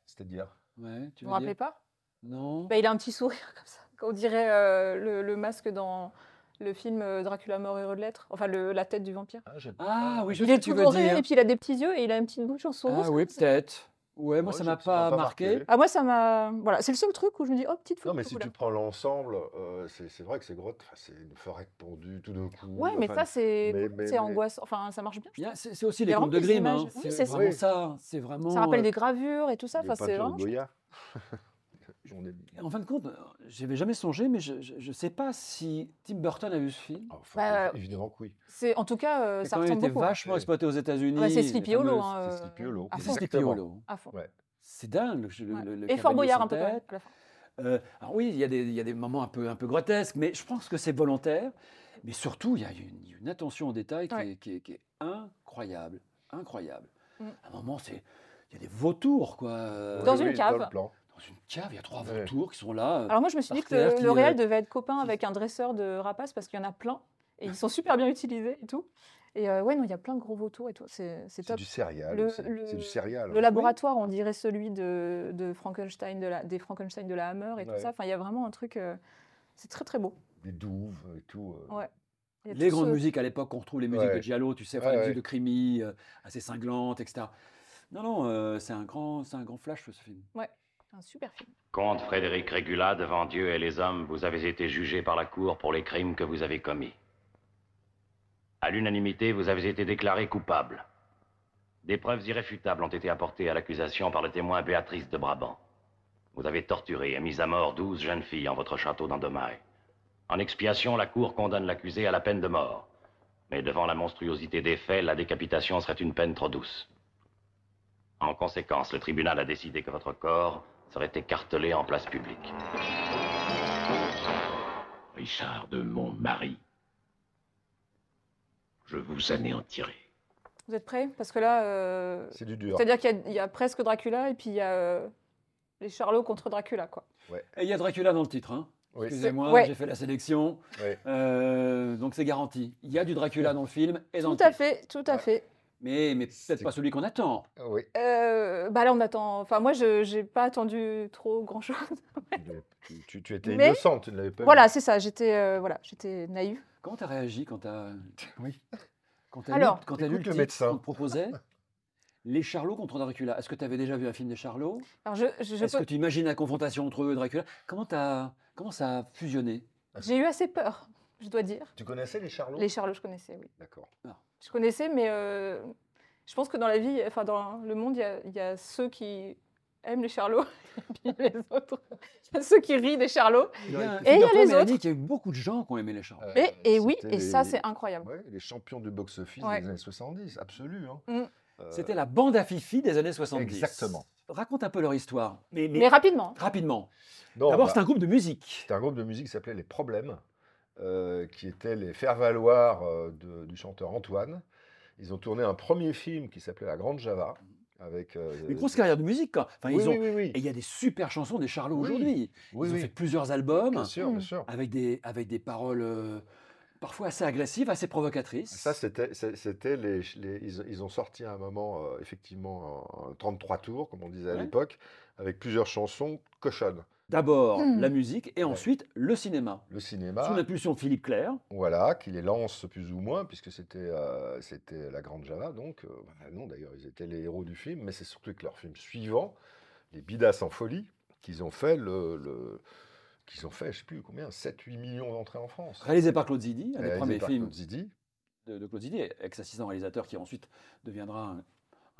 [SPEAKER 3] C'est-à-dire.
[SPEAKER 1] Ouais, tu
[SPEAKER 2] Vous vous
[SPEAKER 1] veux dire
[SPEAKER 2] rappelez pas
[SPEAKER 1] Non.
[SPEAKER 2] Bah, Il a un petit sourire comme ça. On dirait euh, le, le masque dans le film euh, Dracula mort et heureux de l'être. Enfin, le- la tête du vampire.
[SPEAKER 3] Ah, j'ai-
[SPEAKER 1] Ah oui, je
[SPEAKER 2] il
[SPEAKER 1] sais
[SPEAKER 2] est
[SPEAKER 1] ce que tu
[SPEAKER 2] tout
[SPEAKER 1] veux
[SPEAKER 2] doré
[SPEAKER 1] dire.
[SPEAKER 2] et puis il a des petits yeux et il a une petite bouche en sourire.
[SPEAKER 1] Ah oui, peut-être. Ouais, moi,
[SPEAKER 3] Ouais,
[SPEAKER 1] ça
[SPEAKER 3] je-
[SPEAKER 1] m'a pas, marqué.
[SPEAKER 2] Ah moi ça m'a voilà c'est le seul truc où je me dis oh petite faute
[SPEAKER 3] Non, mais
[SPEAKER 2] de
[SPEAKER 3] si
[SPEAKER 2] goût, là.
[SPEAKER 3] tu prends l'ensemble, euh, c'est c'est vrai que c'est grotte, enfin, c'est une forêt pendue tout d'un coup.
[SPEAKER 2] ouais mais
[SPEAKER 3] enfin,
[SPEAKER 2] ça c'est
[SPEAKER 3] mais- mais-
[SPEAKER 2] c'est
[SPEAKER 3] mais-
[SPEAKER 2] angoissant enfin ça marche bien
[SPEAKER 1] Il y a- C'est c'est aussi
[SPEAKER 2] y
[SPEAKER 1] les
[SPEAKER 2] a
[SPEAKER 1] contes de
[SPEAKER 2] vraiment des
[SPEAKER 1] Grimm. hein.
[SPEAKER 2] images. Oui,
[SPEAKER 1] C'est
[SPEAKER 2] c'est
[SPEAKER 1] vraiment
[SPEAKER 3] ça.
[SPEAKER 1] ça. C'est vraiment.
[SPEAKER 2] ça rappelle
[SPEAKER 1] euh,
[SPEAKER 2] des gravures et tout ça
[SPEAKER 3] des
[SPEAKER 2] enfin c'est
[SPEAKER 3] peintures de
[SPEAKER 2] vraiment
[SPEAKER 3] Goya. On est-
[SPEAKER 1] En fin de compte, euh, j'avais jamais songé, mais je, je, je sais pas si Tim Burton a vu ce film.
[SPEAKER 3] Ah, enfin,
[SPEAKER 2] Bah,
[SPEAKER 3] évi- évidemment que oui.
[SPEAKER 2] c'est en tout cas euh,
[SPEAKER 1] Mais
[SPEAKER 2] ça
[SPEAKER 1] quand même, il
[SPEAKER 2] ressemble
[SPEAKER 1] était
[SPEAKER 2] beaucoup
[SPEAKER 1] vachement
[SPEAKER 3] Ouais.
[SPEAKER 1] exploité aux États-Unis.
[SPEAKER 2] Ouais, c'est
[SPEAKER 1] les
[SPEAKER 2] Scipiolo,
[SPEAKER 1] fameuses-
[SPEAKER 2] hein,
[SPEAKER 3] c'est
[SPEAKER 2] euh,
[SPEAKER 3] Scipiolo.
[SPEAKER 2] à
[SPEAKER 1] C'est
[SPEAKER 2] fond,
[SPEAKER 3] Exactement.
[SPEAKER 1] Scipiolo.
[SPEAKER 2] à fond.
[SPEAKER 3] Ouais.
[SPEAKER 1] C'est dingue. le- le-
[SPEAKER 2] Ouais.
[SPEAKER 1] le
[SPEAKER 2] et
[SPEAKER 1] cavalier
[SPEAKER 2] Fort Boyard
[SPEAKER 1] sans
[SPEAKER 2] un peu quand même,
[SPEAKER 1] tête.
[SPEAKER 2] à la fin.
[SPEAKER 1] Euh, alors oui, il y, a des, il y a des moments un peu, un peu grotesques, mais je pense que c'est volontaire. Mais surtout, il y a une, une attention au détail qui,
[SPEAKER 2] Ouais.
[SPEAKER 1] est, qui est- qui est incroyable. Incroyable.
[SPEAKER 2] Mm.
[SPEAKER 1] À un moment, c'est... Il y a des vautours, quoi. euh,
[SPEAKER 2] Dans une cave.
[SPEAKER 3] le plan.
[SPEAKER 1] dans une cave, il y a trois
[SPEAKER 3] Ouais.
[SPEAKER 1] vautours qui sont là. euh,
[SPEAKER 2] Alors moi, je me suis
[SPEAKER 1] par
[SPEAKER 2] dit que
[SPEAKER 1] terre
[SPEAKER 2] le,
[SPEAKER 1] qui,
[SPEAKER 2] le réel
[SPEAKER 1] euh,
[SPEAKER 2] devait être copain
[SPEAKER 1] qui-
[SPEAKER 2] avec un dresseur de rapaces parce qu'il y en a plein et ils sont super bien utilisés et tout. Et euh, ouais, non, il y a plein de gros vautours et tout. C'est c'est
[SPEAKER 3] C'est
[SPEAKER 2] top.
[SPEAKER 3] du céréal.
[SPEAKER 2] Le-
[SPEAKER 3] aussi.
[SPEAKER 2] le-
[SPEAKER 3] C'est du céréal.
[SPEAKER 2] Le
[SPEAKER 1] hein.
[SPEAKER 2] laboratoire, on dirait celui de, de Frankenstein, de la, des Frankenstein de la Hammer et
[SPEAKER 3] Ouais.
[SPEAKER 2] tout ça. Enfin, il y a vraiment un truc. euh, c'est très très beau.
[SPEAKER 3] Des douves et tout. euh.
[SPEAKER 2] Ouais. Il y a
[SPEAKER 1] Les
[SPEAKER 2] tout
[SPEAKER 1] grandes
[SPEAKER 2] ce-
[SPEAKER 1] musiques à l'époque, on retrouve les musiques
[SPEAKER 3] Ouais.
[SPEAKER 1] de Giallo, tu sais, enfin,
[SPEAKER 3] Ouais,
[SPEAKER 1] les
[SPEAKER 3] ouais.
[SPEAKER 1] musiques de Crimi, euh, assez cinglantes, etc. Non, non, euh, c'est un grand, c'est un grand flash ce film.
[SPEAKER 2] Un super film.
[SPEAKER 6] Comte Frédéric Régula, devant Dieu et les hommes, vous avez été jugé par la Cour pour les crimes que vous avez commis. À l'unanimité, vous avez été déclaré coupable. Des preuves irréfutables ont été apportées à l'accusation par le témoin Béatrice de Brabant. Vous avez torturé et mis à mort douze jeunes filles en votre château d'Andomaille. En expiation, la Cour condamne l'accusé à la peine de mort. Mais devant la monstruosité des faits, la décapitation serait une peine trop douce. En conséquence, le tribunal a décidé que votre corps serait écartelé en place publique.
[SPEAKER 7] Richard de mon mari, je vous anéantirai.
[SPEAKER 2] Vous êtes prêts Parce que là, euh,
[SPEAKER 3] C'est du dur.
[SPEAKER 2] c'est-à-dire qu'il y a- il y, a presque Dracula et puis il y a euh, les Charlots contre Dracula, quoi.
[SPEAKER 1] Et il y a Dracula dans le titre, hein.
[SPEAKER 3] Oui.
[SPEAKER 1] Excusez-moi,
[SPEAKER 2] Ouais.
[SPEAKER 1] j'ai fait la sélection.
[SPEAKER 3] Ouais.
[SPEAKER 1] Euh, donc c'est garanti. Il y a du Dracula dans le film et dans
[SPEAKER 2] Tout
[SPEAKER 1] le
[SPEAKER 2] à
[SPEAKER 1] titre.
[SPEAKER 2] fait, tout à
[SPEAKER 3] Ouais.
[SPEAKER 2] fait.
[SPEAKER 1] Mais, mais peut-être
[SPEAKER 3] C'est-
[SPEAKER 1] pas celui qu'on attend.
[SPEAKER 3] Ah Oui.
[SPEAKER 2] Euh, bah là, on attend. Enfin, moi, je n'ai pas attendu trop grand-chose.
[SPEAKER 3] Tu, tu- tu étais
[SPEAKER 2] Mais-
[SPEAKER 3] innocente, tu ne l'avais pas vu.
[SPEAKER 2] Voilà, c'est ça. J'étais, euh, voilà, j'étais naïve.
[SPEAKER 1] Comment t'as réagi quand t'as...
[SPEAKER 3] Oui.
[SPEAKER 1] Quand t'as
[SPEAKER 2] Alors-
[SPEAKER 1] lu, quand t'as lu
[SPEAKER 3] Écoute
[SPEAKER 1] le
[SPEAKER 3] le
[SPEAKER 1] titre
[SPEAKER 3] médecin.
[SPEAKER 1] qu'on te proposait Les Charlots contre Dracula. Est-ce que tu avais déjà vu un film des Charlots
[SPEAKER 2] Alors, je, je- je
[SPEAKER 1] Est-ce
[SPEAKER 2] peux-
[SPEAKER 1] que tu imagines la confrontation entre eux et Dracula Comment, t'as- comment ça a fusionné
[SPEAKER 2] j'ai eu assez peur, je dois dire.
[SPEAKER 3] Tu connaissais les Charlots
[SPEAKER 2] Les Charlots, je connaissais, oui.
[SPEAKER 3] D'accord.
[SPEAKER 2] Je connaissais, mais euh, je pense que dans la vie, enfin dans le monde, il y a- il y, a ceux qui aiment les charlots, et puis les autres, il y a ceux qui rient des charlots.
[SPEAKER 1] Il y a,
[SPEAKER 2] Et il y a les
[SPEAKER 1] Mélanie,
[SPEAKER 2] autres.
[SPEAKER 1] qu'il y a eu beaucoup de gens qui ont aimé les Charlots.
[SPEAKER 3] Euh,
[SPEAKER 2] Et, et oui,
[SPEAKER 3] c'était
[SPEAKER 2] et ça,
[SPEAKER 3] les-
[SPEAKER 2] c'est incroyable.
[SPEAKER 3] ouais, les champions du box-office
[SPEAKER 2] Ouais.
[SPEAKER 3] des années 70, absolu. hein.
[SPEAKER 2] Mm.
[SPEAKER 3] Euh,
[SPEAKER 1] C'était la bande à Fifi des années 70.
[SPEAKER 3] Exactement.
[SPEAKER 1] Raconte un peu leur histoire. Mais, mais-
[SPEAKER 2] Mais rapidement, hein.
[SPEAKER 1] rapidement.
[SPEAKER 3] non,
[SPEAKER 1] D'abord,
[SPEAKER 3] bah,
[SPEAKER 1] c'est un groupe de musique.
[SPEAKER 3] c'était un groupe de musique qui s'appelait Les Problèmes, euh, qui étaient les faire-valoir euh, de- du chanteur Antoine. Ils ont tourné un premier film qui s'appelait La Grande Java. Avec, euh,
[SPEAKER 1] Une grosse carrière de musique, quoi. Enfin,
[SPEAKER 3] Oui,
[SPEAKER 1] ils ont...
[SPEAKER 3] oui, oui, oui.
[SPEAKER 1] Et il y a des super chansons des Charlots
[SPEAKER 3] Oui.
[SPEAKER 1] aujourd'hui.
[SPEAKER 3] Oui,
[SPEAKER 1] ils ont
[SPEAKER 3] oui.
[SPEAKER 1] fait Ah, plusieurs albums
[SPEAKER 3] Bien sûr, bien
[SPEAKER 2] Mm.
[SPEAKER 3] sûr.
[SPEAKER 1] avec des, avec des paroles euh, parfois assez agressives, assez provocatrices.
[SPEAKER 3] Ça, c'était, c'est- c'était les, les- ils, ils ont sorti à un moment, euh, effectivement, un, un 33 tours, comme on disait à
[SPEAKER 1] Ouais.
[SPEAKER 3] l'époque, avec plusieurs chansons cochonnes.
[SPEAKER 1] D'abord
[SPEAKER 2] Hmm.
[SPEAKER 1] la musique et
[SPEAKER 3] Ouais. Bah.
[SPEAKER 1] ensuite le cinéma.
[SPEAKER 3] Le
[SPEAKER 1] Sous
[SPEAKER 3] cinéma,
[SPEAKER 1] l'impulsion de Philippe Clair,
[SPEAKER 3] voilà, qui les lance plus ou moins, puisque c'était, euh, c'était la Grande Java, donc, euh, bah non, d'ailleurs, ils étaient les héros du film, mais c'est surtout que leur film suivant, Les Bidas en folie, qu'ils ont fait, le, le- qu'ils ont fait, je sais plus combien, 7-8 millions d'entrées en France.
[SPEAKER 1] réalisé par Claude Zidi, un des
[SPEAKER 3] Réalisé
[SPEAKER 1] premiers
[SPEAKER 3] par
[SPEAKER 1] films
[SPEAKER 3] Claude Zidi.
[SPEAKER 1] de, de Claude Zidi, ex-assistant réalisateur qui ensuite deviendra un,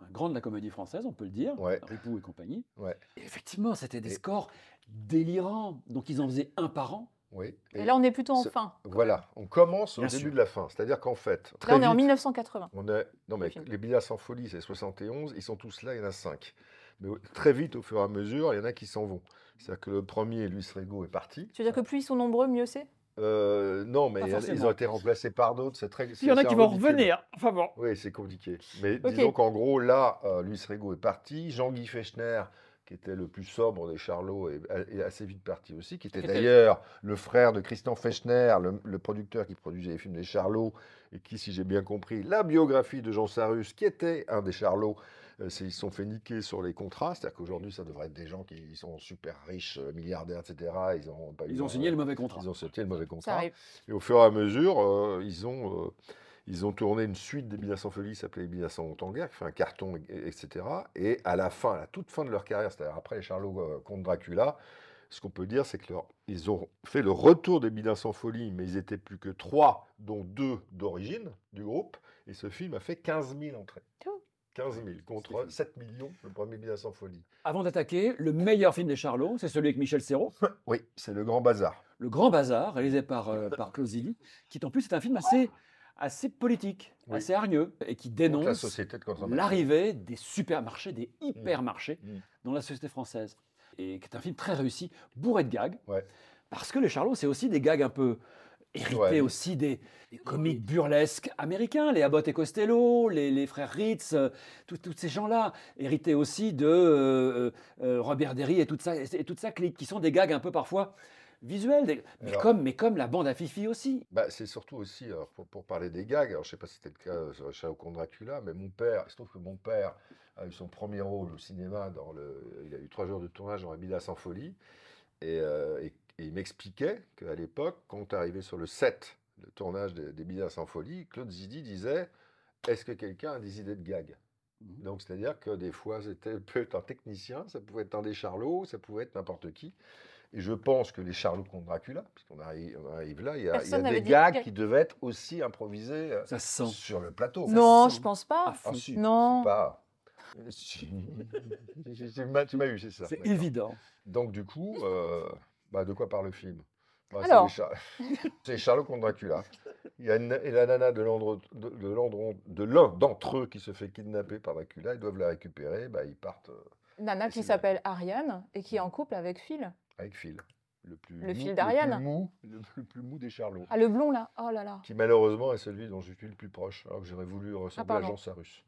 [SPEAKER 1] un grand de la comédie française, on peut le dire,
[SPEAKER 3] Ouais.
[SPEAKER 1] Ripoux et compagnie.
[SPEAKER 3] Ouais.
[SPEAKER 1] Et effectivement, c'était des
[SPEAKER 3] Et-
[SPEAKER 1] scores délirants. Donc ils en faisaient un par an.
[SPEAKER 3] Oui.
[SPEAKER 2] et là, on est plutôt en
[SPEAKER 3] ce-
[SPEAKER 2] fin.
[SPEAKER 3] Voilà, on commence au
[SPEAKER 1] Bien
[SPEAKER 3] début
[SPEAKER 1] sûr.
[SPEAKER 3] de la fin, c'est-à-dire qu'en fait, très
[SPEAKER 2] Là, on est en
[SPEAKER 3] vite,
[SPEAKER 2] 1980.
[SPEAKER 3] On a- non, mais
[SPEAKER 2] film.
[SPEAKER 3] les Billas en folie, c'est 71, ils sont tous là, il y en a 5. Mais au- très vite, au fur et à mesure, il y en a qui s'en vont. C'est-à-dire que le premier, Luis Rego, est parti.
[SPEAKER 2] Tu veux dire que plus ils sont nombreux, mieux c'est
[SPEAKER 3] Euh, non, mais
[SPEAKER 1] Pas
[SPEAKER 3] il y en a- ils
[SPEAKER 1] forcément.
[SPEAKER 3] ont été remplacés par d'autres. c'est Très,
[SPEAKER 1] Il y en a
[SPEAKER 3] c'est
[SPEAKER 1] qui
[SPEAKER 3] un
[SPEAKER 1] vont
[SPEAKER 3] ridicule.
[SPEAKER 1] revenir. Enfin bon.
[SPEAKER 3] Oui, c'est compliqué. Mais
[SPEAKER 2] Ok.
[SPEAKER 3] disons qu'en gros, là, euh, Luis Rego est parti. Jean-Guy Fechner, qui était le plus sobre des Charlots, est, est assez vite parti aussi, qui était
[SPEAKER 1] Qui était-
[SPEAKER 3] d'ailleurs le frère de Christian Fechner, le, le producteur qui produisait les films des Charlots, et qui, si j'ai bien compris, la biographie de Jean Sarus, qui était un des Charlots, euh, c'est- ils se sont fait niquer sur les contrats. C'est-à-dire qu'aujourd'hui, ça devrait être des gens qui ils sont super riches, euh, milliardaires, etc. Bah, Ils ont, pas eu
[SPEAKER 1] Ils ont
[SPEAKER 3] leur-
[SPEAKER 1] signé le mauvais contrat.
[SPEAKER 3] Ils ont signé le mauvais
[SPEAKER 2] Ça
[SPEAKER 3] contrat.
[SPEAKER 2] arrive.
[SPEAKER 3] Et au fur et à mesure, euh, ils, ont, euh, ils ont tourné une suite des Billas sans folie, qui s'appelait Les Billas sans en guerre, qui fait un carton, et- et- etc. Et à la fin, à la toute fin de leur carrière, c'est-à-dire après les Charlots euh, contre Dracula, ce qu'on peut dire, c'est qu'ils ont fait le retour des Billas sans folie, mais ils étaient plus que trois, dont deux d'origine du groupe. Et ce film a fait 15 000 entrées.
[SPEAKER 2] Oh.
[SPEAKER 3] 15 000 contre
[SPEAKER 1] Stéphane.
[SPEAKER 3] 7 millions, le premier Billas sans folie.
[SPEAKER 1] Avant d'attaquer, le meilleur film des Charlots, c'est celui avec Michel Serrault,
[SPEAKER 3] Oui, c'est le grand bazar.
[SPEAKER 1] Le Grand Bazar, réalisé par, euh, par Claude Zidi, qui en plus est un film assez, assez politique,
[SPEAKER 3] Oui.
[SPEAKER 1] assez hargneux, et qui
[SPEAKER 3] Contre la
[SPEAKER 1] dénonce
[SPEAKER 3] société de consommation. Mmh.
[SPEAKER 1] l'arrivée des supermarchés, des hypermarchés
[SPEAKER 3] Mm.
[SPEAKER 1] dans la société française. et qui est un film très réussi, bourré de gags.
[SPEAKER 3] Ouais.
[SPEAKER 1] Parce que les Charlots, c'est aussi des gags un peu hérités
[SPEAKER 3] Ouais.
[SPEAKER 1] aussi des, des comiques burlesques américains, les Abbott et Costello, les, les frères Ritz, euh, tout- tous ces gens-là, hérités aussi de euh, euh, Robert Derry et toute, sa, et toute sa clique, qui sont des gags un peu parfois visuels, des- mais,
[SPEAKER 3] Alors-
[SPEAKER 1] comme, mais comme la bande à Fifi aussi.
[SPEAKER 3] Bah, c'est surtout aussi, alors, pour, pour parler des gags, alors, je sais pas si c'était le cas euh, sur le Shadow contre Dracula, mais mon père, il se trouve que mon père a eu son premier rôle au cinéma, dans le, il a eu trois jours de tournage dans La Midas en folie, et, euh, et- et il m'expliquait qu'à l'époque, quand arrivait sur le set de tournage des, des Midas en folie, Claude Zidi disait « Est-ce que quelqu'un a des idées de gags ?»
[SPEAKER 1] Mhm.
[SPEAKER 3] Donc, c'est-à-dire que des fois, c'était peut être un technicien, ça pouvait être un des charlots, ça pouvait être n'importe qui. Et je pense que les charlots contre Dracula, puisqu'on arrive, on arrive là, il y a, il y a
[SPEAKER 2] Personne n'avait
[SPEAKER 3] des
[SPEAKER 2] dit
[SPEAKER 3] gags
[SPEAKER 2] lequel.
[SPEAKER 3] qui devaient être aussi improvisés euh,
[SPEAKER 1] Ça se sent.
[SPEAKER 3] sur le plateau.
[SPEAKER 2] Non,
[SPEAKER 1] sent-
[SPEAKER 2] je pense pas.
[SPEAKER 1] Ah,
[SPEAKER 3] Ah, si,
[SPEAKER 2] Non.
[SPEAKER 3] c'est Pas... Euh, Si. Tu m'as tu m'as eu, c'est ça.
[SPEAKER 1] C'est
[SPEAKER 3] d'accord.
[SPEAKER 1] évident.
[SPEAKER 3] Donc, du coup, euh, bah, de quoi parle le film Bah, c'est
[SPEAKER 2] Alors.
[SPEAKER 3] les Char- C'est Charlot contre Dracula. Il y a une- et la nana de l'endro- de- de l'endro- de l'un d'entre eux qui se fait kidnapper par Dracula. Ils doivent la récupérer. Bah, ils partent euh,
[SPEAKER 2] Nana
[SPEAKER 3] c'est
[SPEAKER 2] qui
[SPEAKER 3] vrai.
[SPEAKER 2] s'appelle Ariane et qui est en couple avec Phil.
[SPEAKER 3] avec Phil. Le plus
[SPEAKER 2] Le
[SPEAKER 3] mou-
[SPEAKER 2] Phil
[SPEAKER 3] plus
[SPEAKER 2] d'Ariane.
[SPEAKER 3] mou- Le, le plus mou des Charlots.
[SPEAKER 2] Ah, le blond là. Oh là là.
[SPEAKER 3] Qui malheureusement est celui dont je suis le plus proche, alors que j'aurais voulu ressembler à
[SPEAKER 2] Ah, pardon.
[SPEAKER 3] Jean Sarus.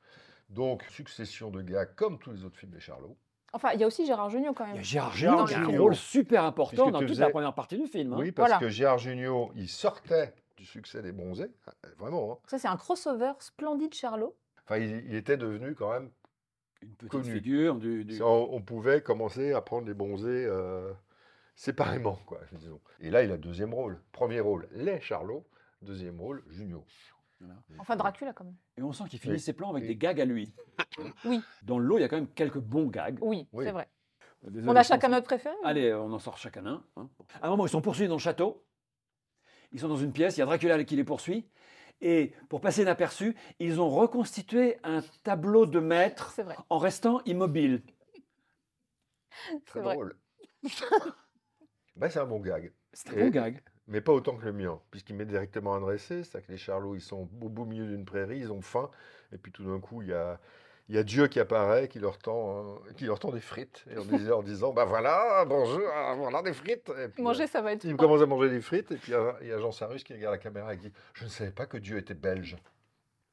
[SPEAKER 3] Donc, succession de gars comme tous les autres films des Charlots.
[SPEAKER 2] Enfin, il y a aussi Gérard Jugnot quand
[SPEAKER 1] Il y a
[SPEAKER 2] même.
[SPEAKER 1] Gérard Jugnot
[SPEAKER 3] Gérard
[SPEAKER 1] qui a un
[SPEAKER 3] Jugnot.
[SPEAKER 1] rôle super important
[SPEAKER 3] Puisque
[SPEAKER 1] dans
[SPEAKER 3] tu
[SPEAKER 1] toute
[SPEAKER 3] faisais-
[SPEAKER 1] la première partie du film. hein.
[SPEAKER 3] Oui, parce
[SPEAKER 2] Voilà.
[SPEAKER 3] que Gérard Jugnot, il sortait du succès des bronzés, vraiment. hein.
[SPEAKER 2] Ça, c'est un crossover splendide, Charlot.
[SPEAKER 3] Enfin, il, il était devenu quand même.
[SPEAKER 1] Une petite
[SPEAKER 3] Connu.
[SPEAKER 1] figure du, du-
[SPEAKER 3] On, on pouvait commencer à prendre les bronzés euh, séparément, quoi, disons. Et là, il a deuxième rôle. Premier rôle, les Charlots. Deuxième rôle, Jugnot.
[SPEAKER 1] Voilà.
[SPEAKER 2] Enfin, Dracula quand même.
[SPEAKER 1] Et on sent qu'il finit
[SPEAKER 3] Oui.
[SPEAKER 1] ses plans avec
[SPEAKER 3] Oui.
[SPEAKER 1] des gags à lui.
[SPEAKER 2] Oui.
[SPEAKER 1] Dans l'eau, il y a quand même quelques bons gags.
[SPEAKER 2] Oui,
[SPEAKER 3] Oui.
[SPEAKER 2] c'est vrai.
[SPEAKER 1] Désolé,
[SPEAKER 2] On a
[SPEAKER 1] je pense-
[SPEAKER 2] chacun notre préféré. mais-
[SPEAKER 1] Allez, euh, on en sort chacun un. hein. À un moment, ils sont poursuivis dans le château. Ils sont dans une pièce, il y a Dracula qui les poursuit. Et pour passer inaperçu, ils ont reconstitué un tableau de maître
[SPEAKER 2] C'est vrai.
[SPEAKER 1] en restant immobile.
[SPEAKER 2] C'est
[SPEAKER 3] Très
[SPEAKER 2] vrai.
[SPEAKER 3] drôle. bah, c'est un bon gag.
[SPEAKER 1] C'est un bon
[SPEAKER 3] Et-
[SPEAKER 1] gag.
[SPEAKER 3] Mais pas autant que le mien, puisqu'il m'est directement adressé. C'est-à-dire que les charlots, ils sont au beau milieu d'une prairie, ils ont faim. Et puis tout d'un coup, il y a, il y a Dieu qui apparaît, qui leur tend, euh, qui leur tend des frites. Et en, dis- en disant Bah voilà, bonjour, ah, voilà des frites. Et puis,
[SPEAKER 2] Manger,
[SPEAKER 3] euh,
[SPEAKER 2] ça va être.
[SPEAKER 3] ils
[SPEAKER 2] fort.
[SPEAKER 3] commencent à manger des frites. Et puis il y a- il y, a Jean Sarus qui regarde la caméra et qui dit Je ne savais pas que Dieu était belge.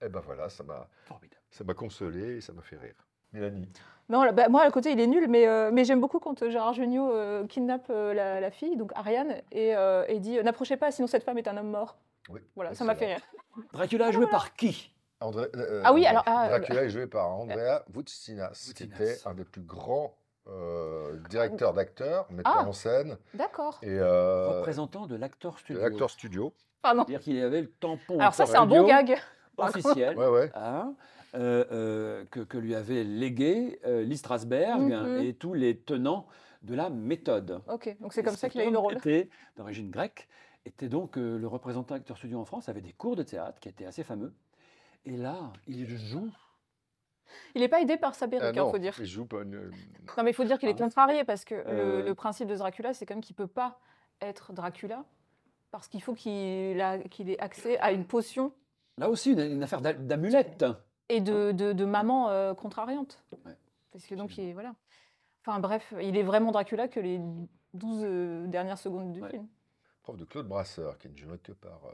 [SPEAKER 3] Et ben voilà, ça m'a
[SPEAKER 1] Formidable.
[SPEAKER 3] ça m'a consolé et ça m'a fait rire. Mélanie.
[SPEAKER 2] Non, là, bah, moi, à côté, il est nul, mais, euh, mais j'aime beaucoup quand euh, Gérard Jugnot euh, kidnappe euh, la, la fille, donc Ariane, et, euh, et dit euh, N'approchez pas, sinon cette femme est un homme mort.
[SPEAKER 3] Oui,
[SPEAKER 2] Voilà, ça m'a fait
[SPEAKER 3] excellent.
[SPEAKER 2] rire.
[SPEAKER 1] Dracula joué par qui
[SPEAKER 3] André- euh,
[SPEAKER 2] Ah oui,
[SPEAKER 3] André-
[SPEAKER 2] alors, ah, euh,
[SPEAKER 3] Dracula est joué par Andrea Voutsinas, qui
[SPEAKER 1] Voutsinas.
[SPEAKER 3] était un des plus grands euh, directeurs d'acteurs, metteur
[SPEAKER 2] Ah.
[SPEAKER 3] en scène
[SPEAKER 2] D'accord.
[SPEAKER 3] et euh,
[SPEAKER 1] Représentant de l'acteur
[SPEAKER 3] de
[SPEAKER 1] studio.
[SPEAKER 3] l'acteur studio.
[SPEAKER 2] Pardon.
[SPEAKER 1] C'est-à-dire qu'il avait le tampon
[SPEAKER 2] Alors, ça,
[SPEAKER 1] acteur
[SPEAKER 2] c'est un bon
[SPEAKER 1] radio
[SPEAKER 2] gag.
[SPEAKER 1] officiel.
[SPEAKER 3] Ouais, ouais.
[SPEAKER 1] hein, euh, euh, que, que lui avait légué euh, Lee Strasberg
[SPEAKER 2] Mhm.
[SPEAKER 1] et tous les tenants de la méthode.
[SPEAKER 2] Ok, donc c'est comme ça qu'il a eu le rôle.
[SPEAKER 1] était d'origine grecque, était donc euh, le représentant acteur studio en France, avait des cours de théâtre qui étaient assez fameux. Et là, il joue.
[SPEAKER 2] Il n'est pas aidé par sa
[SPEAKER 3] Ah
[SPEAKER 2] perruque, il
[SPEAKER 3] non,
[SPEAKER 2] faut dire.
[SPEAKER 3] il joue pas une-
[SPEAKER 2] Non, mais il faut dire qu'il est
[SPEAKER 1] Ah.
[SPEAKER 2] contrarié parce que le-
[SPEAKER 1] Euh.
[SPEAKER 2] le, principe de Dracula, c'est quand même qu'il peut pas être Dracula parce qu'il faut qu'il a- qu'il ait accès à une potion
[SPEAKER 1] Là aussi, une, une affaire d'a- d'amulette. Ah
[SPEAKER 2] et de, de- de maman euh, contrariante.
[SPEAKER 1] Ouais.
[SPEAKER 2] Parce que donc, il, voilà. Enfin bref, il est vraiment Dracula que les 12 euh, dernières secondes du
[SPEAKER 1] Ouais.
[SPEAKER 2] film.
[SPEAKER 3] prof de Claude Brasseur, qui ne jouait que par. euh,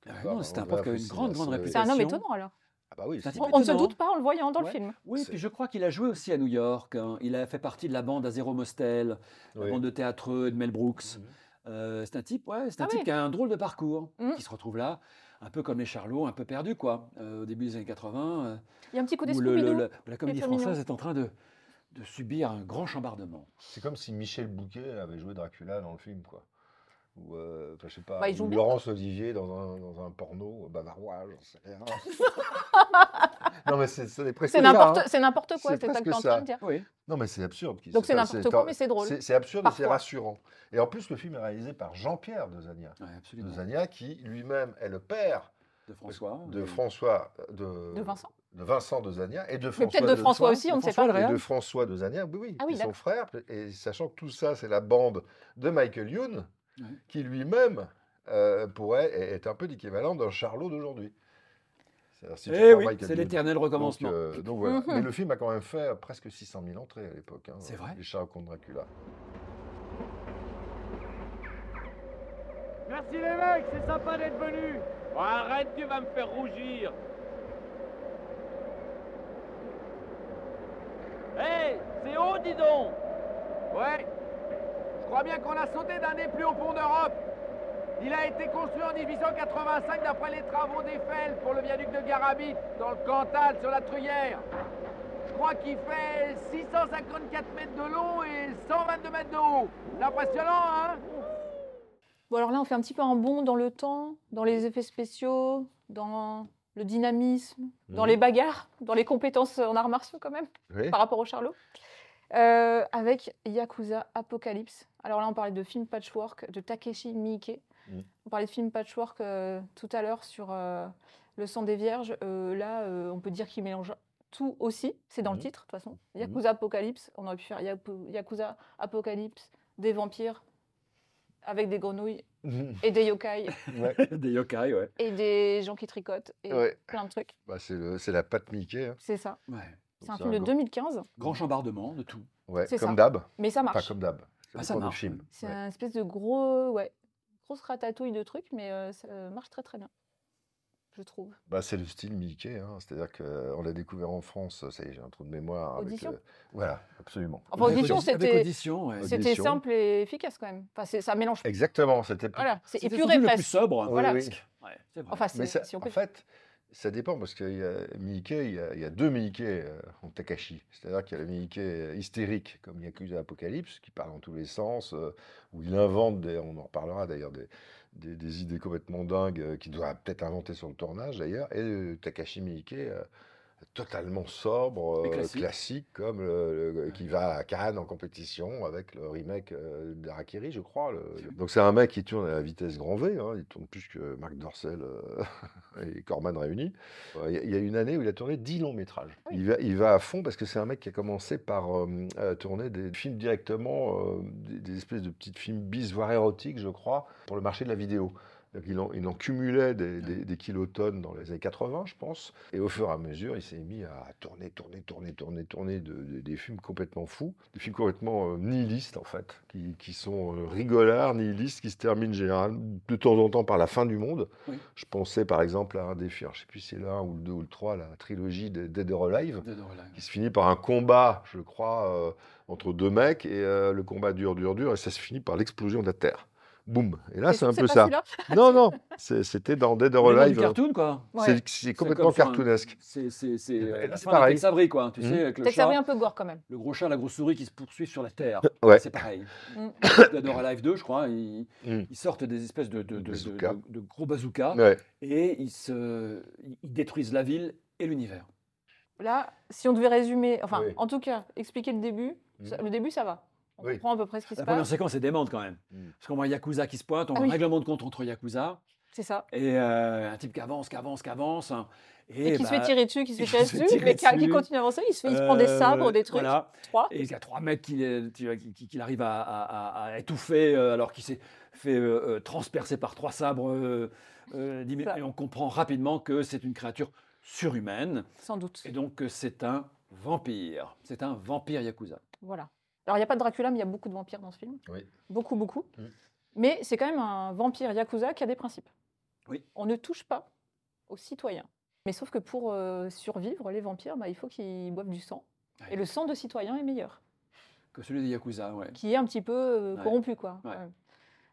[SPEAKER 3] que
[SPEAKER 1] Ah oui,
[SPEAKER 3] par
[SPEAKER 1] non, c'était un
[SPEAKER 3] Andrea
[SPEAKER 1] prof qui avait une
[SPEAKER 3] Voutsinas,
[SPEAKER 1] grande, grande
[SPEAKER 3] oui.
[SPEAKER 2] C'est un homme
[SPEAKER 1] Citation.
[SPEAKER 2] étonnant alors.
[SPEAKER 3] Ah bah oui,
[SPEAKER 1] C'est un
[SPEAKER 3] c'est-
[SPEAKER 1] type
[SPEAKER 2] On- On ne se
[SPEAKER 1] étonnant.
[SPEAKER 2] doute pas en le voyant dans
[SPEAKER 1] Ouais.
[SPEAKER 2] le film.
[SPEAKER 1] Oui,
[SPEAKER 3] C'est-
[SPEAKER 1] puis je crois qu'il a joué aussi à New York. hein. Il a fait partie de la bande à Zéro Mostel,
[SPEAKER 3] oui.
[SPEAKER 1] la bande de théâtreux de Mel Brooks.
[SPEAKER 3] Mhm.
[SPEAKER 1] Euh, c'est un type, ouais, c'est un
[SPEAKER 2] Ah
[SPEAKER 1] type
[SPEAKER 2] oui.
[SPEAKER 1] qui a un drôle de parcours,
[SPEAKER 2] Mhm.
[SPEAKER 1] qui se retrouve là, un peu comme les Charlots, un peu perdu quoi, euh, au début des années 80. euh,
[SPEAKER 2] Il y a un petit coup
[SPEAKER 1] où le- le-
[SPEAKER 2] d'esprit.
[SPEAKER 1] la, la comédie
[SPEAKER 2] Firmino.
[SPEAKER 1] française est en train de, de subir un grand chambardement.
[SPEAKER 3] C'est comme si Michel Bouquet avait joué Dracula dans le film, quoi. Ou, euh, enfin, je sais pas,
[SPEAKER 2] Bah, il joue
[SPEAKER 3] ou
[SPEAKER 2] bien.
[SPEAKER 3] Laurence Olivier dans un, dans un porno euh, bavarois, j'en sais rien. non, mais c'est c'est des
[SPEAKER 2] C'est
[SPEAKER 3] précédents, hein.
[SPEAKER 2] n'importe c'est n'importe quoi,
[SPEAKER 3] C'est
[SPEAKER 2] c'est ça que
[SPEAKER 3] presque
[SPEAKER 2] tu en train
[SPEAKER 3] ça.
[SPEAKER 2] de dire.
[SPEAKER 1] Oui.
[SPEAKER 3] Non, mais c'est absurde. qu'il-
[SPEAKER 2] Donc c'est
[SPEAKER 3] enfin,
[SPEAKER 2] n'importe quoi,
[SPEAKER 3] un-
[SPEAKER 2] mais c'est drôle.
[SPEAKER 3] C'est c'est absurde, mais c'est
[SPEAKER 2] Parfois.
[SPEAKER 3] rassurant. Et en plus, le film est réalisé par Jean-Pierre Dezania.
[SPEAKER 1] absolument.
[SPEAKER 3] Dezania, qui lui-même est le père
[SPEAKER 1] De François.
[SPEAKER 3] de
[SPEAKER 1] et-
[SPEAKER 3] François, euh, de,
[SPEAKER 1] Euh.
[SPEAKER 2] De Vincent.
[SPEAKER 3] de Vincent Dezania et de
[SPEAKER 2] Mais
[SPEAKER 3] François.
[SPEAKER 2] peut-être de François aussi, on ne sait
[SPEAKER 1] François
[SPEAKER 2] pas.
[SPEAKER 1] le Réal.
[SPEAKER 3] Et de François Dezania, oui, oui,
[SPEAKER 2] Ah oui,
[SPEAKER 3] qui est son
[SPEAKER 2] d'accord.
[SPEAKER 3] frère. Et sachant que tout ça, c'est la bande de Michael Youn,
[SPEAKER 1] Ouais.
[SPEAKER 3] qui lui-même euh, pourrait est est un peu l'équivalent d'un Charlot d'aujourd'hui. C'est-à-dire, si tu
[SPEAKER 1] Eh oui,
[SPEAKER 3] travailles
[SPEAKER 1] c'est
[SPEAKER 3] quelques-
[SPEAKER 1] l'éternel
[SPEAKER 3] donc,
[SPEAKER 1] recommencement.
[SPEAKER 3] euh, donc voilà.
[SPEAKER 2] Mhm.
[SPEAKER 3] Mais le film a quand même fait presque 600 000 entrées à l'époque. hein,
[SPEAKER 1] C'est vrai
[SPEAKER 3] Les chats contre Dracula.
[SPEAKER 8] Merci les mecs, c'est sympa d'être venus. Oh, arrête, tu vas me faire rougir. Hé, c'est haut, dis donc. Ouais. Je crois bien qu'on a sauté d'un des plus hauts ponts d'Europe. Il a été construit en 1885 d'après les travaux d'Eiffel pour le viaduc de Garabit, dans le Cantal, sur la Truyère. Je crois qu'il fait 654 mètres de long et 122 mètres de haut. C'est impressionnant, hein
[SPEAKER 2] Bon, alors là, on fait un petit peu un bond dans le temps, dans les effets spéciaux, dans le dynamisme, dans les bagarres, dans les compétences en arts martiaux quand même,
[SPEAKER 3] Oui.
[SPEAKER 2] par rapport au Charlot. Euh, avec Yakuza Apocalypse. Alors là, on parlait de film patchwork de Takeshi Miike.
[SPEAKER 3] Mm.
[SPEAKER 2] On parlait de film patchwork euh, tout à l'heure sur euh, Le sang des vierges. Euh, là, euh, on peut dire qu'il mélange tout aussi. C'est dans le
[SPEAKER 3] Mm.
[SPEAKER 2] titre, de toute façon.
[SPEAKER 3] Mm.
[SPEAKER 2] Yakuza Apocalypse. On aurait pu faire Yaku- Yakuza Apocalypse, des vampires avec des grenouilles et des yokai
[SPEAKER 3] Ouais,
[SPEAKER 1] Des yokai, ouais.
[SPEAKER 2] et des gens qui tricotent et
[SPEAKER 3] ouais.
[SPEAKER 2] plein de trucs.
[SPEAKER 3] Bah, c'est, le- c'est la patte Mickey. hein.
[SPEAKER 2] C'est ça.
[SPEAKER 1] ouais.
[SPEAKER 2] C'est
[SPEAKER 3] Donc,
[SPEAKER 2] un film de
[SPEAKER 3] grand-
[SPEAKER 2] 2015,
[SPEAKER 1] Grand chambardement de tout.
[SPEAKER 3] Ouais,
[SPEAKER 2] C'est ça.
[SPEAKER 3] comme d'hab.
[SPEAKER 2] mais ça
[SPEAKER 3] Pas
[SPEAKER 2] marche.
[SPEAKER 3] comme d'hab. C'est
[SPEAKER 1] Bah,
[SPEAKER 3] le
[SPEAKER 1] ça
[SPEAKER 3] premier
[SPEAKER 1] marche.
[SPEAKER 3] film.
[SPEAKER 2] C'est
[SPEAKER 3] Ouais.
[SPEAKER 2] un espèce de gros, ouais, grosse ratatouille de trucs, mais euh, ça euh, marche très très bien, je trouve.
[SPEAKER 3] Bah, c'est le style Mickey. hein. C'est-à-dire qu'on l'a découvert en France. Ça y est, j'ai un trou de mémoire. avec,
[SPEAKER 2] Audition.
[SPEAKER 3] euh, Voilà, absolument.
[SPEAKER 2] Enfin,
[SPEAKER 1] Avec
[SPEAKER 2] audition,
[SPEAKER 1] audi-
[SPEAKER 2] c'était-
[SPEAKER 1] Avec audition, ouais.
[SPEAKER 3] Audition.
[SPEAKER 2] C'était simple et efficace quand même. Enfin, c'est- ça mélange.
[SPEAKER 3] Exactement, c'était plus-
[SPEAKER 2] Voilà, c'est
[SPEAKER 1] C'était
[SPEAKER 2] épuré
[SPEAKER 1] le plus
[SPEAKER 2] presque.
[SPEAKER 1] sobre.
[SPEAKER 3] Oui,
[SPEAKER 2] voilà.
[SPEAKER 3] oui.
[SPEAKER 1] Ouais, c'est vrai.
[SPEAKER 2] Enfin, Ah, c'est-
[SPEAKER 3] Mais ça-
[SPEAKER 2] si on peut.
[SPEAKER 3] en fait, ça dépend parce qu'il y a Mickey, il y a, il y a deux Mickey euh, en Takashi. C'est-à-dire qu'il y a le Mickey euh, hystérique, comme Yakuza Apocalypse, qui parle dans tous les sens, euh, où il invente, des, on en reparlera d'ailleurs, des, des- des idées complètement dingues euh, qu'il doit peut-être inventer sur le tournage d'ailleurs, et le Takashi Miike. euh, totalement sobre,
[SPEAKER 1] Et
[SPEAKER 3] euh, classique.
[SPEAKER 1] classique.
[SPEAKER 3] comme le- le- qui va à Cannes en compétition avec le remake euh, d'Arakiri, je crois. le- le- Donc c'est un mec qui tourne à la vitesse grand V, hein, il tourne plus que Marc Dorcel euh, et Corman réunis. Euh, Il y a- il y a une année où il a tourné 10 longs métrages.
[SPEAKER 2] Ah oui.
[SPEAKER 3] Il, va, il va à fond parce que c'est un mec qui a commencé par euh, euh, tourner des films directement, euh, des, des espèces de petites films bis, voire érotiques, je crois, pour le marché de la vidéo. C'est-à-dire qu'il en- Il en, cumulait des, des- des kilotonnes dans les années 80, je pense. Et au fur et à mesure, il s'est mis à tourner, tourner, tourner, tourner, tourner de- de- des films complètement fous, des films complètement euh, nihilistes, en fait, qui, qui sont euh, rigolards, nihilistes, qui se terminent généralement de temps en temps par la fin du monde.
[SPEAKER 1] Oui.
[SPEAKER 3] Je pensais par exemple à un des films, alors, je ne sais plus si c'est l'un ou le 2 ou le 3, la trilogie des Dead or Alive,
[SPEAKER 1] De- de- voilà.
[SPEAKER 3] qui se finit par un combat, je crois, euh, entre deux mecs, et euh, le combat dure, dure, dure, et ça se finit par l'explosion de la Terre. Boum. Et là,
[SPEAKER 2] Mais
[SPEAKER 3] c'est un peu
[SPEAKER 2] pas
[SPEAKER 3] ça.
[SPEAKER 2] celui-là
[SPEAKER 3] Non, non, c'est- c'était dans Dead or
[SPEAKER 1] On est dans du
[SPEAKER 3] Alive. hein.
[SPEAKER 1] cartoon, quoi.
[SPEAKER 2] Ouais.
[SPEAKER 3] C'est- C'est complètement
[SPEAKER 1] comme hein. sur un-
[SPEAKER 3] cartoonesque.
[SPEAKER 1] C'est c'est- c'est
[SPEAKER 3] Là,
[SPEAKER 1] euh, la
[SPEAKER 3] c'est
[SPEAKER 1] fin d'un
[SPEAKER 3] pareil.
[SPEAKER 1] Tex Avery, quoi. Tu
[SPEAKER 3] Mhm.
[SPEAKER 1] sais, avec le
[SPEAKER 2] Tex
[SPEAKER 1] chat,
[SPEAKER 2] Avery un peu gore quand même.
[SPEAKER 1] le gros chat, la grosse souris qui se poursuivent sur la terre.
[SPEAKER 3] Ouais.
[SPEAKER 1] C'est pareil.
[SPEAKER 2] Mm.
[SPEAKER 1] D'Adora Live 2, je crois, ils,
[SPEAKER 3] Mm.
[SPEAKER 1] ils sortent des espèces de, de- de- de-
[SPEAKER 3] Bazooka.
[SPEAKER 1] de- de gros bazookas
[SPEAKER 3] Ouais.
[SPEAKER 1] et ils, se, ils détruisent la ville et l'univers.
[SPEAKER 2] Là, si on devait résumer, enfin,
[SPEAKER 3] Oui.
[SPEAKER 2] en tout cas, expliquer le début.
[SPEAKER 3] Mm.
[SPEAKER 2] ça- le début, ça va. On
[SPEAKER 3] Oui.
[SPEAKER 2] comprend à peu près ce qui se
[SPEAKER 1] La première
[SPEAKER 2] passe.
[SPEAKER 1] séquence est démente quand même.
[SPEAKER 3] Mm.
[SPEAKER 1] Parce qu'on voit Yakuza qui se pointe, on
[SPEAKER 2] Ah
[SPEAKER 1] voit un
[SPEAKER 2] oui.
[SPEAKER 1] règlement de compte entre Yakuza
[SPEAKER 2] C'est ça.
[SPEAKER 1] et euh, un type qui avance, qui avance, qui avance. hein.
[SPEAKER 2] Et, qui se fait
[SPEAKER 1] bah,
[SPEAKER 2] tirer dessus, qui se
[SPEAKER 1] et
[SPEAKER 2] fait tirer
[SPEAKER 1] qui se fait
[SPEAKER 2] dessus,
[SPEAKER 1] tirer
[SPEAKER 2] mais qui, a- qui
[SPEAKER 1] dessus.
[SPEAKER 2] continue à avancer. Il se, fait, il se prend des
[SPEAKER 1] euh,
[SPEAKER 2] sabres, des trucs.
[SPEAKER 1] Voilà.
[SPEAKER 2] Trois.
[SPEAKER 1] Et il y a trois mecs qui, euh, tu vois, qui- qui- qu'il arrive à, à- à- à étouffer euh, alors qu'il s'est fait euh, euh, transpercer par trois sabres. euh, euh, dimi-
[SPEAKER 2] Ça.
[SPEAKER 1] et on comprend rapidement que c'est une créature surhumaine
[SPEAKER 2] Sans doute.
[SPEAKER 1] et donc que c'est un vampire. C'est un vampire Yakuza.
[SPEAKER 2] Voilà. Alors, il n'y a pas de Dracula, mais il y a beaucoup de vampires dans ce film.
[SPEAKER 3] Oui.
[SPEAKER 2] Beaucoup, beaucoup.
[SPEAKER 3] Mm.
[SPEAKER 2] Mais c'est quand même un vampire yakuza qui a des principes.
[SPEAKER 1] Oui.
[SPEAKER 2] On ne touche pas aux citoyens. Mais sauf que pour euh, survivre, les vampires, bah, il faut qu'ils boivent du sang.
[SPEAKER 1] Ouais.
[SPEAKER 2] Et le sang de citoyen est meilleur,
[SPEAKER 1] Que celui des Yakuza, ouais.
[SPEAKER 2] qui est un petit peu euh,
[SPEAKER 1] Ouais.
[SPEAKER 2] corrompu, quoi.
[SPEAKER 1] Ouais.
[SPEAKER 2] Ouais.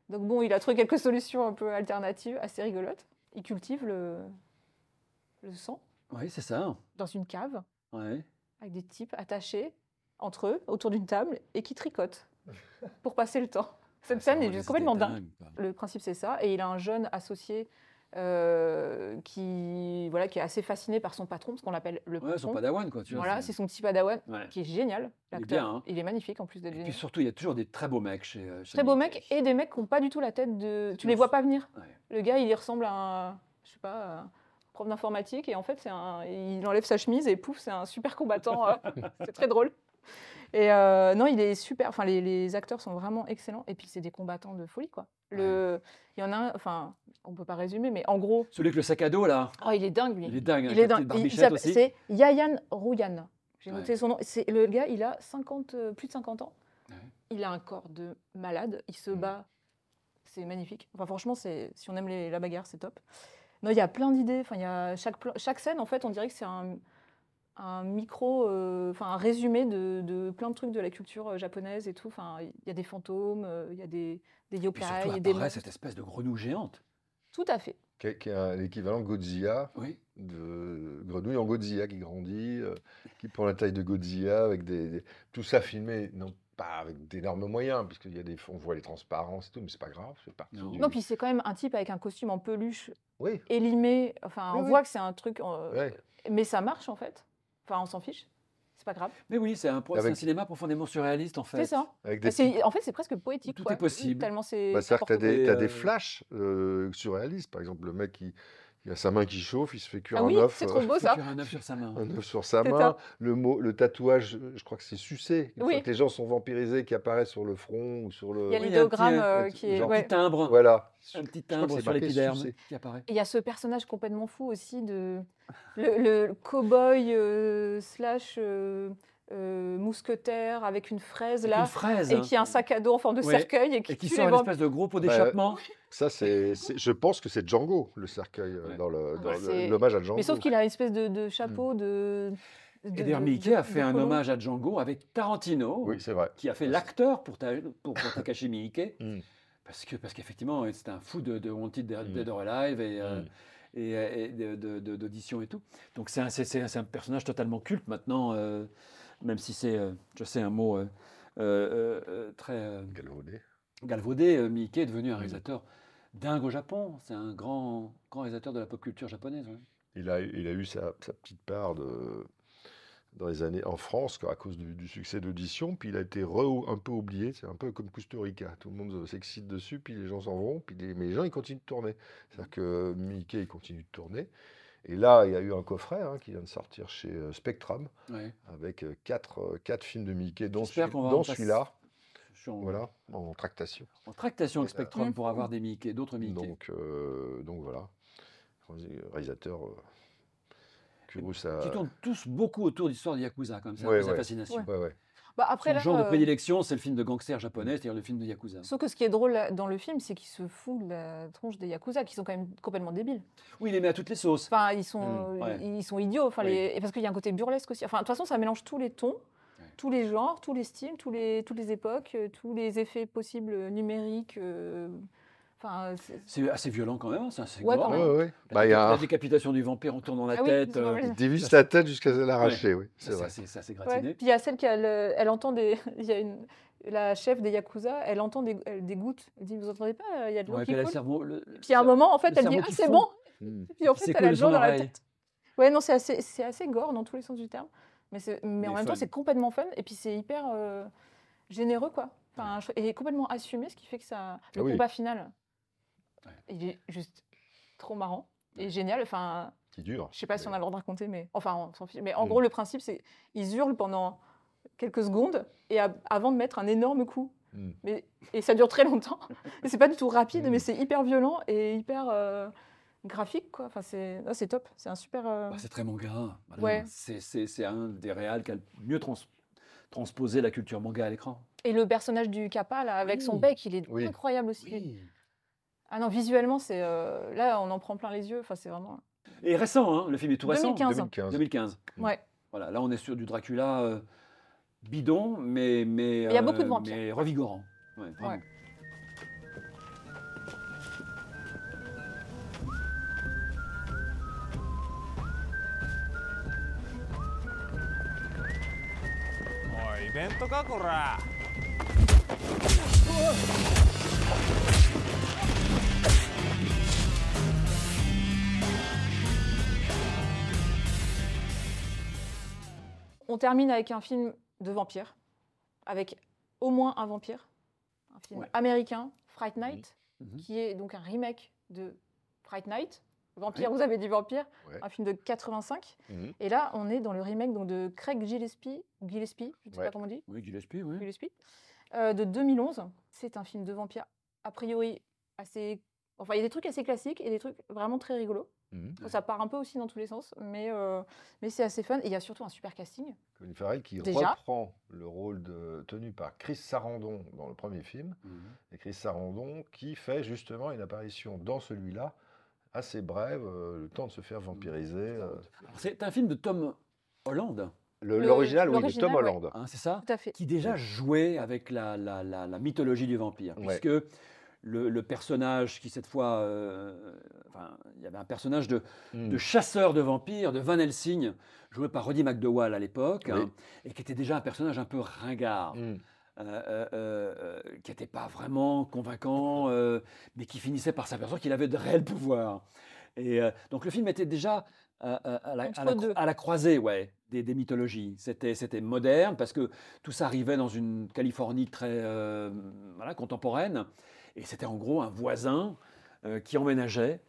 [SPEAKER 2] Donc bon, il a trouvé quelques solutions un peu alternatives, assez rigolotes. Il cultive le, le sang
[SPEAKER 1] Oui, c'est ça.
[SPEAKER 2] dans une cave
[SPEAKER 1] Ouais.
[SPEAKER 2] avec des types attachés entre eux autour d'une table et qui tricotent pour passer le
[SPEAKER 1] Ah,
[SPEAKER 2] temps. Cette scène est juste complètement dingue. Le principe c'est ça, et il a un jeune associé euh, qui voilà qui est assez fasciné par son patron, parce qu'on l'appelle le
[SPEAKER 1] Ouais, ils sont
[SPEAKER 2] patron.
[SPEAKER 1] pas d'Awan, quoi. Tu vois,
[SPEAKER 2] voilà, c'est son petit padawan
[SPEAKER 1] Ouais.
[SPEAKER 2] qui est génial.
[SPEAKER 1] Il est
[SPEAKER 2] l'acteur.
[SPEAKER 1] bien, hein.
[SPEAKER 2] Il est magnifique en plus d'être
[SPEAKER 1] Et puis
[SPEAKER 2] génial.
[SPEAKER 1] surtout, il y a toujours des très beaux mecs chez. euh, chez
[SPEAKER 2] Très beau
[SPEAKER 1] Mickey.
[SPEAKER 2] mec et des mecs qui n'ont pas du tout la tête de. Tu
[SPEAKER 1] une
[SPEAKER 2] les vois
[SPEAKER 1] f-
[SPEAKER 2] pas venir.
[SPEAKER 1] Ouais.
[SPEAKER 2] Le gars, il y ressemble à un, je sais pas, un prof d'informatique et en fait, c'est un, il enlève sa chemise et pouf, c'est un super combattant. euh, c'est très drôle. Et euh, non, il est super. Enfin, les, les acteurs sont vraiment excellents. Et puis, c'est des combattants de folie, quoi. Le, il y en a un, enfin, on peut pas résumer, mais en gros,
[SPEAKER 1] Celui avec le sac à dos, là.
[SPEAKER 2] oh, il est dingue, lui.
[SPEAKER 1] Il est dingue.
[SPEAKER 2] Il
[SPEAKER 1] avec
[SPEAKER 2] est
[SPEAKER 1] la
[SPEAKER 2] dingue.
[SPEAKER 1] petite
[SPEAKER 2] Il- il
[SPEAKER 1] barbichette
[SPEAKER 2] s'appelle-
[SPEAKER 1] aussi.
[SPEAKER 2] C'est Yayan Rouyan. J'ai
[SPEAKER 1] Ouais.
[SPEAKER 2] noté son nom. C'est le gars, il a 50, euh, plus de 50 ans.
[SPEAKER 1] Ouais.
[SPEAKER 2] Il a un corps de malade. Il se
[SPEAKER 1] Mm.
[SPEAKER 2] bat. C'est magnifique. Enfin, franchement, c'est si on aime les- la bagarre, c'est top. Non, il y a plein d'idées. Enfin, il y a chaque plan- chaque scène, en fait, on dirait que c'est un un micro, euh, enfin un résumé de, de plein de trucs de la culture euh, japonaise et tout. Enfin, il y a des fantômes, euh, il y a des, des
[SPEAKER 1] Puis surtout,
[SPEAKER 2] yokai, il y a des
[SPEAKER 1] apparaît
[SPEAKER 2] monstres.
[SPEAKER 1] cette espèce de grenouille géante.
[SPEAKER 2] Tout à fait.
[SPEAKER 3] qui est, qui est un- l'équivalent Godzilla,
[SPEAKER 1] Oui.
[SPEAKER 3] de grenouille en Godzilla qui grandit, euh, qui prend la taille de Godzilla, avec des, des- tout ça filmé, non pas avec d'énormes moyens, puisqu'il y a des, on voit les transparences et tout, mais c'est pas grave, c'est parti.
[SPEAKER 1] Non.
[SPEAKER 3] du-
[SPEAKER 2] Non, puis c'est quand même un type avec un costume en peluche
[SPEAKER 3] oui,
[SPEAKER 2] élimé. Enfin,
[SPEAKER 3] Oui,
[SPEAKER 2] on
[SPEAKER 3] oui.
[SPEAKER 2] voit que c'est un truc. euh,
[SPEAKER 3] ouais.
[SPEAKER 2] Mais ça marche en fait. Enfin, on s'en fiche. C'est pas grave.
[SPEAKER 1] Mais oui, c'est un, pro- c'est
[SPEAKER 3] Avec-
[SPEAKER 1] un cinéma profondément surréaliste, en fait.
[SPEAKER 2] C'est ça.
[SPEAKER 3] avec des
[SPEAKER 2] Ah, C'est- En fait, c'est presque poétique.
[SPEAKER 1] Tout
[SPEAKER 2] quoi.
[SPEAKER 1] est possible.
[SPEAKER 2] Tellement c'est.
[SPEAKER 3] Bah, C'est-à-dire que tu as,
[SPEAKER 2] n'importe
[SPEAKER 3] des,
[SPEAKER 1] Et,
[SPEAKER 3] t'as des
[SPEAKER 1] euh,
[SPEAKER 3] flashs euh, surréalistes. Par exemple, le mec, qui il a sa main qui chauffe, il se fait
[SPEAKER 2] quoi.
[SPEAKER 3] cuire
[SPEAKER 2] Ah
[SPEAKER 3] un
[SPEAKER 2] oui,
[SPEAKER 3] œuf.
[SPEAKER 2] c'est
[SPEAKER 3] euh,
[SPEAKER 2] trop beau
[SPEAKER 1] Il faut
[SPEAKER 2] ça.
[SPEAKER 1] cuire un œuf sur sa main.
[SPEAKER 3] Un œuf sur sa
[SPEAKER 2] C'est
[SPEAKER 3] main,
[SPEAKER 2] ça.
[SPEAKER 3] le, mot, le tatouage, euh, je crois que c'est sucé. Une
[SPEAKER 2] Oui.
[SPEAKER 3] fois que les gens sont vampirisés, qui apparaît sur le front ou sur le.
[SPEAKER 2] Il y a
[SPEAKER 1] Oui, il y a un
[SPEAKER 2] l'idéogramme
[SPEAKER 1] petit,
[SPEAKER 2] euh,
[SPEAKER 3] un
[SPEAKER 2] qui est.
[SPEAKER 3] genre
[SPEAKER 1] Un
[SPEAKER 2] ouais.
[SPEAKER 1] petit timbre.
[SPEAKER 3] Voilà.
[SPEAKER 1] Un petit
[SPEAKER 3] crois que
[SPEAKER 1] timbre
[SPEAKER 3] c'est
[SPEAKER 1] sur
[SPEAKER 3] marqué
[SPEAKER 1] l'épiderme
[SPEAKER 3] sucé.
[SPEAKER 1] qui apparaît.
[SPEAKER 2] Et il y a ce personnage complètement fou aussi de le, le- le cow-boy euh, slash euh, euh, mousquetaire avec une fraise
[SPEAKER 1] C'est
[SPEAKER 2] là
[SPEAKER 1] une fraise. hein.
[SPEAKER 2] et qui a un sac à dos en forme de
[SPEAKER 1] Ouais.
[SPEAKER 2] cercueil et qui,
[SPEAKER 1] Et qui
[SPEAKER 2] tue
[SPEAKER 1] sort
[SPEAKER 2] les
[SPEAKER 1] une
[SPEAKER 2] vampires.
[SPEAKER 1] espèce de gros pot
[SPEAKER 3] Bah,
[SPEAKER 1] d'échappement.
[SPEAKER 3] Ça, c'est, c'est- je pense que c'est Django, le cercueil, euh,
[SPEAKER 1] Ouais.
[SPEAKER 3] dans, le,
[SPEAKER 2] Ah,
[SPEAKER 3] dans
[SPEAKER 2] mais
[SPEAKER 3] le-
[SPEAKER 2] c'est-
[SPEAKER 3] l'hommage à Django.
[SPEAKER 2] Mais sauf qu'il a une espèce de, de chapeau de. de-
[SPEAKER 1] Hmm. Et d'ailleurs,
[SPEAKER 2] de-
[SPEAKER 1] Mickey a
[SPEAKER 2] de-
[SPEAKER 1] fait
[SPEAKER 2] de
[SPEAKER 1] un
[SPEAKER 2] colon.
[SPEAKER 1] hommage à Django avec Tarantino,
[SPEAKER 3] Oui, c'est vrai.
[SPEAKER 1] qui a fait
[SPEAKER 3] Ouais,
[SPEAKER 1] l'acteur pour, ta, pour, pour Takashi Miike.
[SPEAKER 3] Mm.
[SPEAKER 1] Parce que parce qu'effectivement, c'était un fou de, de Wanted Dead
[SPEAKER 3] Mm.
[SPEAKER 1] Dead or Alive et, euh,
[SPEAKER 3] Mm.
[SPEAKER 1] et, euh, et de- de- de- d'audition et tout. Donc c'est un, c'est- c'est un- c'est un personnage totalement culte maintenant, euh, même si c'est, euh, je sais, un mot euh, euh, euh, très euh,
[SPEAKER 3] Galvaudé.
[SPEAKER 1] galvaudé. euh, Miike est
[SPEAKER 3] Mm.
[SPEAKER 1] devenu un réalisateur dingue au Japon. C'est un grand, grand réalisateur de la pop culture japonaise. ouais.
[SPEAKER 3] Il a, il a eu sa, sa petite part de, dans les années en France quoi, à cause du, du succès d'audition, puis il a été re- un peu oublié. C'est un peu comme Costa Rica. Tout le monde euh, s'excite dessus, puis les gens s'en vont, puis les- mais les gens ils continuent de tourner. C'est-à-dire que Mickey il continue de tourner. Et là, il y a eu un coffret hein, qui vient de sortir chez euh, Spectrum
[SPEAKER 1] Ouais.
[SPEAKER 3] avec euh, quatre, euh, quatre films de Mickey, dont,
[SPEAKER 1] J'espère
[SPEAKER 3] celui-
[SPEAKER 1] qu'on va
[SPEAKER 3] dont
[SPEAKER 1] en passer-
[SPEAKER 3] celui-là,
[SPEAKER 1] Je suis en,
[SPEAKER 3] voilà, en tractation.
[SPEAKER 1] en tractation avec
[SPEAKER 3] Et, euh,
[SPEAKER 1] Spectrum
[SPEAKER 2] Mm.
[SPEAKER 1] pour avoir des Miike, d'autres Miike.
[SPEAKER 3] Donc, euh, donc voilà, réalisateur euh, que Bruce a-
[SPEAKER 1] qui tournent tous beaucoup autour d'histoire de Yakuza, comme ça,
[SPEAKER 3] euh, Ouais,
[SPEAKER 1] sa
[SPEAKER 3] ouais.
[SPEAKER 1] fascination.
[SPEAKER 3] Ouais, ouais.
[SPEAKER 2] Bah, après,
[SPEAKER 1] Son
[SPEAKER 2] là,
[SPEAKER 1] genre de
[SPEAKER 2] euh,
[SPEAKER 1] prédilection, c'est le film de gangster japonais, c'est-à-dire le film de Yakuza.
[SPEAKER 2] Sauf que ce qui est drôle là, dans le film, c'est qu'il se fout de la tronche des Yakuza, qui sont quand même complètement débiles.
[SPEAKER 1] Oui, il les met à toutes les sauces.
[SPEAKER 2] Enfin, ils sont, euh,
[SPEAKER 3] Mm,
[SPEAKER 1] Hmm, ouais.
[SPEAKER 2] ils sont idiots. Enfin,
[SPEAKER 1] Oui.
[SPEAKER 2] les- et parce qu'il y a un côté burlesque aussi. Enfin, de toute façon, ça mélange tous les tons,
[SPEAKER 1] Ouais.
[SPEAKER 2] tous les genres, tous les styles, tous les, toutes les époques, euh, tous les effets possibles euh, numériques. euh, Enfin, c'est-
[SPEAKER 1] C'est assez violent quand même, ça, c'est
[SPEAKER 2] Ouais,
[SPEAKER 1] gore,
[SPEAKER 2] quand
[SPEAKER 1] hein.
[SPEAKER 3] Ouais,
[SPEAKER 2] même.
[SPEAKER 1] La,
[SPEAKER 3] ouais, ouais. Bah, il y a
[SPEAKER 1] la
[SPEAKER 3] un-
[SPEAKER 1] décapitation du vampire en tournant la
[SPEAKER 2] Ah oui,
[SPEAKER 1] tête.
[SPEAKER 2] c'est
[SPEAKER 1] euh,
[SPEAKER 2] horrible.
[SPEAKER 3] Il dévisse la tête jusqu'à l'arracher, oui, c'est
[SPEAKER 1] ça,
[SPEAKER 3] vrai.
[SPEAKER 1] c'est ça, c'est
[SPEAKER 2] Ouais.
[SPEAKER 1] gratiné.
[SPEAKER 2] Puis il y a celle qui a le- elle entend des. Il y a une, la chef des Yakuza, elle entend des, elle- des gouttes. Elle dit Vous entendez pas euh, Il y a de l'eau
[SPEAKER 1] Ouais, puis
[SPEAKER 2] qui
[SPEAKER 1] elle a le
[SPEAKER 2] coule.
[SPEAKER 1] cerveau- le- le
[SPEAKER 2] Puis à un
[SPEAKER 1] cerveau
[SPEAKER 2] moment, en fait,
[SPEAKER 1] le
[SPEAKER 2] elle dit
[SPEAKER 1] cerveau
[SPEAKER 2] Ah,
[SPEAKER 1] qui
[SPEAKER 2] c'est
[SPEAKER 1] fond.
[SPEAKER 2] bon
[SPEAKER 3] Mm.
[SPEAKER 2] Puis en
[SPEAKER 1] qui
[SPEAKER 2] fait,
[SPEAKER 1] s'écoule
[SPEAKER 2] elle a de
[SPEAKER 1] sur
[SPEAKER 2] l'eau dans la
[SPEAKER 1] l'oreille.
[SPEAKER 2] tête. Ouais, non, c'est assez, c'est assez gore dans tous les sens du terme. Mais, c'est- mais en
[SPEAKER 1] Mais
[SPEAKER 2] même temps,
[SPEAKER 1] fun.
[SPEAKER 2] c'est complètement fun. Et puis, c'est hyper euh, généreux, quoi. Enfin, je- Et complètement assumé, ce qui fait que ça. Le
[SPEAKER 3] Ah oui.
[SPEAKER 2] combat final,
[SPEAKER 1] Ouais.
[SPEAKER 2] il est juste trop marrant et génial. Enfin,
[SPEAKER 3] Qui dure.
[SPEAKER 2] je sais pas si on a le droit de raconter, mais. Enfin, on s'en fiche. Mais en
[SPEAKER 3] Mm.
[SPEAKER 2] gros, le principe, c'est ils hurlent pendant quelques secondes et a- avant de mettre un énorme coup.
[SPEAKER 3] Mm.
[SPEAKER 2] Mais, et ça dure très longtemps. Et c'est pas du tout rapide,
[SPEAKER 3] Mm.
[SPEAKER 2] mais c'est hyper violent et hyper euh, graphique, quoi. Enfin, c'est ah, c'est top. C'est un super. euh,
[SPEAKER 1] Bah, c'est très manga. voilà.
[SPEAKER 2] Ouais.
[SPEAKER 1] C'est- C'est c'est un des réals qui a le mieux trans- transposé la culture manga à l'écran.
[SPEAKER 2] Et le personnage du Kappa, là, avec son
[SPEAKER 1] Oui.
[SPEAKER 2] bec, il est
[SPEAKER 3] Oui.
[SPEAKER 2] incroyable aussi. Ah non, visuellement, c'est euh, là, on en prend plein les yeux. Enfin, c'est vraiment.
[SPEAKER 1] Et récent, hein, le film est tout récent.
[SPEAKER 2] 2015.
[SPEAKER 3] 2015.
[SPEAKER 1] 2015.
[SPEAKER 3] Mm.
[SPEAKER 2] Ouais.
[SPEAKER 1] Voilà, là on est sur du Dracula euh, bidon, mais mais
[SPEAKER 2] il y a beaucoup de vampires.
[SPEAKER 1] mais revigorant. Ouais, vraiment.
[SPEAKER 2] Ouais. On termine avec un film de vampire, avec au moins un vampire, un film
[SPEAKER 1] Ouais.
[SPEAKER 3] Mm-hmm.
[SPEAKER 2] américain, Fright Night,
[SPEAKER 1] Mhm.
[SPEAKER 2] qui est donc un remake de Fright Night, Vampire, vous avez dit Vampire,
[SPEAKER 3] Ouais.
[SPEAKER 2] un film de 85.
[SPEAKER 3] Mhm.
[SPEAKER 2] Et là, on est dans le remake donc, de Craig Gillespie, ou Gillespie, je ne sais
[SPEAKER 3] Ouais.
[SPEAKER 2] pas comment on dit,
[SPEAKER 1] Oui, Gillespie, oui.
[SPEAKER 2] Gillespie, euh, de 2011. C'est un film de vampire, a priori, assez. Enfin, il y a des trucs assez classiques et des trucs vraiment très rigolos.
[SPEAKER 3] Mhm.
[SPEAKER 2] Ça part un peu aussi dans tous les sens, mais, euh, mais c'est assez fun. Et il y a surtout un super casting.
[SPEAKER 3] Colin Farrell qui
[SPEAKER 2] Déjà
[SPEAKER 3] reprend le rôle de, tenu par Chris Sarandon dans le premier film,
[SPEAKER 1] Mmh.
[SPEAKER 3] et Chris Sarandon qui fait justement une apparition dans celui-là assez brève, euh, le temps de se faire vampiriser. euh,
[SPEAKER 1] Alors, C'est un film de Tom Holland,
[SPEAKER 3] le-
[SPEAKER 2] Le-
[SPEAKER 3] L'original, oui, de
[SPEAKER 2] l'original,
[SPEAKER 3] Tom
[SPEAKER 2] ouais.
[SPEAKER 3] Holland.
[SPEAKER 1] hein, c'est ça
[SPEAKER 2] Tout à fait.
[SPEAKER 1] qui déjà
[SPEAKER 3] Ouais.
[SPEAKER 1] jouait avec la, la- la- la mythologie du vampire,
[SPEAKER 3] Ouais.
[SPEAKER 1] puisque le, le personnage qui cette fois, euh, enfin, il y avait un personnage de,
[SPEAKER 3] Mm.
[SPEAKER 1] de chasseur de vampires, de Van Helsing, joué par Roddy McDowall à l'époque,
[SPEAKER 3] Oui.
[SPEAKER 1] hein, et qui était déjà un personnage un peu ringard,
[SPEAKER 3] Mm.
[SPEAKER 1] euh, euh, euh, euh, qui n'était pas vraiment convaincant, euh, mais qui finissait par s'apercevoir qu'il avait de réels pouvoirs. Et euh, donc le film était déjà à, à- à la, à
[SPEAKER 2] Entre
[SPEAKER 1] la-
[SPEAKER 2] deux.
[SPEAKER 1] à la croisée, ouais, des, des mythologies. C'était, c'était moderne parce que tout ça arrivait dans une Californie très euh, voilà, contemporaine, et c'était en gros un voisin euh, qui emménageait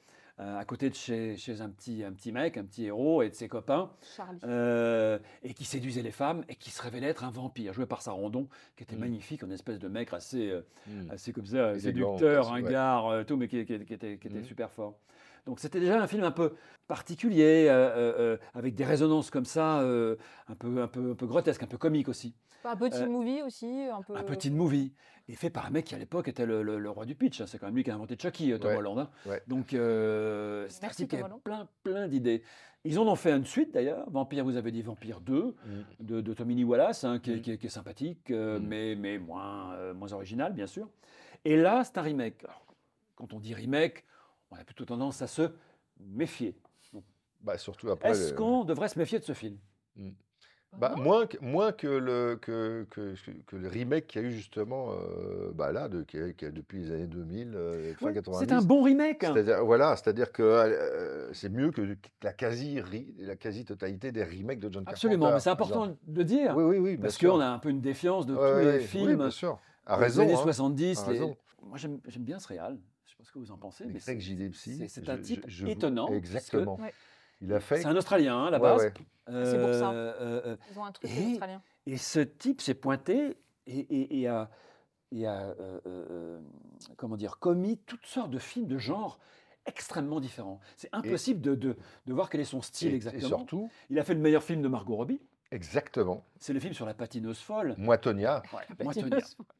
[SPEAKER 1] euh, à côté de chez, chez un petit, un petit mec, un petit héros et de ses copains,
[SPEAKER 2] Charlie.
[SPEAKER 1] euh, et qui séduisait les femmes et qui se révélait être un vampire, joué par Sarandon, qui était
[SPEAKER 3] Mm.
[SPEAKER 1] magnifique, un espèce de mec assez, euh,
[SPEAKER 3] Mm.
[SPEAKER 1] assez comme ça,
[SPEAKER 3] Élégant,
[SPEAKER 1] séducteur,
[SPEAKER 3] ouais.
[SPEAKER 1] ringard, euh, tout, mais qui, qui- qui était, qui était
[SPEAKER 3] Mhm.
[SPEAKER 1] super fort. Donc c'était déjà un film un peu particulier, euh, euh, euh, avec des résonances comme ça, euh, un, peu, un, peu, un peu grotesques, un peu comiques aussi.
[SPEAKER 2] Un petit
[SPEAKER 1] euh,
[SPEAKER 2] movie aussi, un peu.
[SPEAKER 1] Un petit movie, et fait par un mec qui à l'époque était le, le- le roi du pitch. hein. C'est quand même lui qui a inventé Chucky, euh, Tom
[SPEAKER 3] Ouais,
[SPEAKER 1] Holland. hein.
[SPEAKER 3] ouais.
[SPEAKER 1] Donc euh, c'est un
[SPEAKER 2] Merci,
[SPEAKER 1] type qui
[SPEAKER 2] Tom
[SPEAKER 1] avait
[SPEAKER 2] Holland.
[SPEAKER 1] plein, plein d'idées. Ils en ont fait une suite d'ailleurs, Vampire, vous avez dit Vampire 2,
[SPEAKER 2] Euh.
[SPEAKER 3] Mm.
[SPEAKER 1] de, de Tommy Lee Wallace, hein, qui, est-
[SPEAKER 3] Mhm.
[SPEAKER 1] qui est, qui est sympathique, euh,
[SPEAKER 3] Mhm.
[SPEAKER 1] mais, mais moins, euh, moins original, bien sûr. Et là, c'est un remake. Alors, quand on dit remake, on a plutôt tendance à se méfier.
[SPEAKER 3] Bah, surtout après.
[SPEAKER 1] Est-ce
[SPEAKER 3] le-
[SPEAKER 1] qu'on devrait se méfier de ce film
[SPEAKER 3] Bah, moins que, moins que, le, que, que, que le remake qu'il y a eu justement euh, bah là, de, qui est- qui est depuis les années 2000, euh, fin
[SPEAKER 1] Ouais,
[SPEAKER 3] 90.
[SPEAKER 1] C'est un bon remake. hein.
[SPEAKER 3] C'est-à-dire, voilà, c'est-à-dire que euh, c'est mieux que la quasi ri- la quasi-totalité des remakes de John Carpenter.
[SPEAKER 1] Absolument, mais c'est important
[SPEAKER 3] disons.
[SPEAKER 1] de le dire.
[SPEAKER 3] Oui, oui, oui. bien
[SPEAKER 1] Parce
[SPEAKER 3] sûr.
[SPEAKER 1] qu'on a un peu une défiance de
[SPEAKER 3] Ouais,
[SPEAKER 1] tous
[SPEAKER 3] ouais,
[SPEAKER 1] les
[SPEAKER 3] oui,
[SPEAKER 1] films
[SPEAKER 3] bien sûr. À
[SPEAKER 1] des
[SPEAKER 3] raison.
[SPEAKER 1] années
[SPEAKER 3] hein.
[SPEAKER 1] 70.
[SPEAKER 3] À
[SPEAKER 1] les-
[SPEAKER 3] raison.
[SPEAKER 1] Moi, j'aime j'aime bien ce réal. Je sais pas ce que vous en pensez.
[SPEAKER 3] Mais
[SPEAKER 1] mais
[SPEAKER 3] Craig
[SPEAKER 1] c'est-
[SPEAKER 3] Gillespie,
[SPEAKER 1] c'est- C'est un
[SPEAKER 3] je-
[SPEAKER 1] type
[SPEAKER 3] je- je vous-
[SPEAKER 1] étonnant. parce que
[SPEAKER 3] Exactement.
[SPEAKER 2] Ouais.
[SPEAKER 3] Il a fait.
[SPEAKER 1] C'est un Australien, hein, à la
[SPEAKER 3] Ouais,
[SPEAKER 1] base.
[SPEAKER 3] ouais.
[SPEAKER 2] C'est pour ça.
[SPEAKER 1] Euh, euh,
[SPEAKER 2] Ils ont un truc
[SPEAKER 1] Et-
[SPEAKER 2] australien.
[SPEAKER 1] Et ce type s'est pointé et, et- et a, et a, euh, euh, euh, comment dire, commis toutes sortes de films de genre extrêmement différents. C'est impossible de, de- de voir quel est son
[SPEAKER 3] Et-
[SPEAKER 1] style
[SPEAKER 3] et
[SPEAKER 1] exactement.
[SPEAKER 3] surtout,
[SPEAKER 1] Il a fait le meilleur film de Margot Robbie,
[SPEAKER 3] exactement.
[SPEAKER 1] c'est le film sur la patineuse folle.
[SPEAKER 3] Moi, Tonya,
[SPEAKER 1] Moi, Tonya.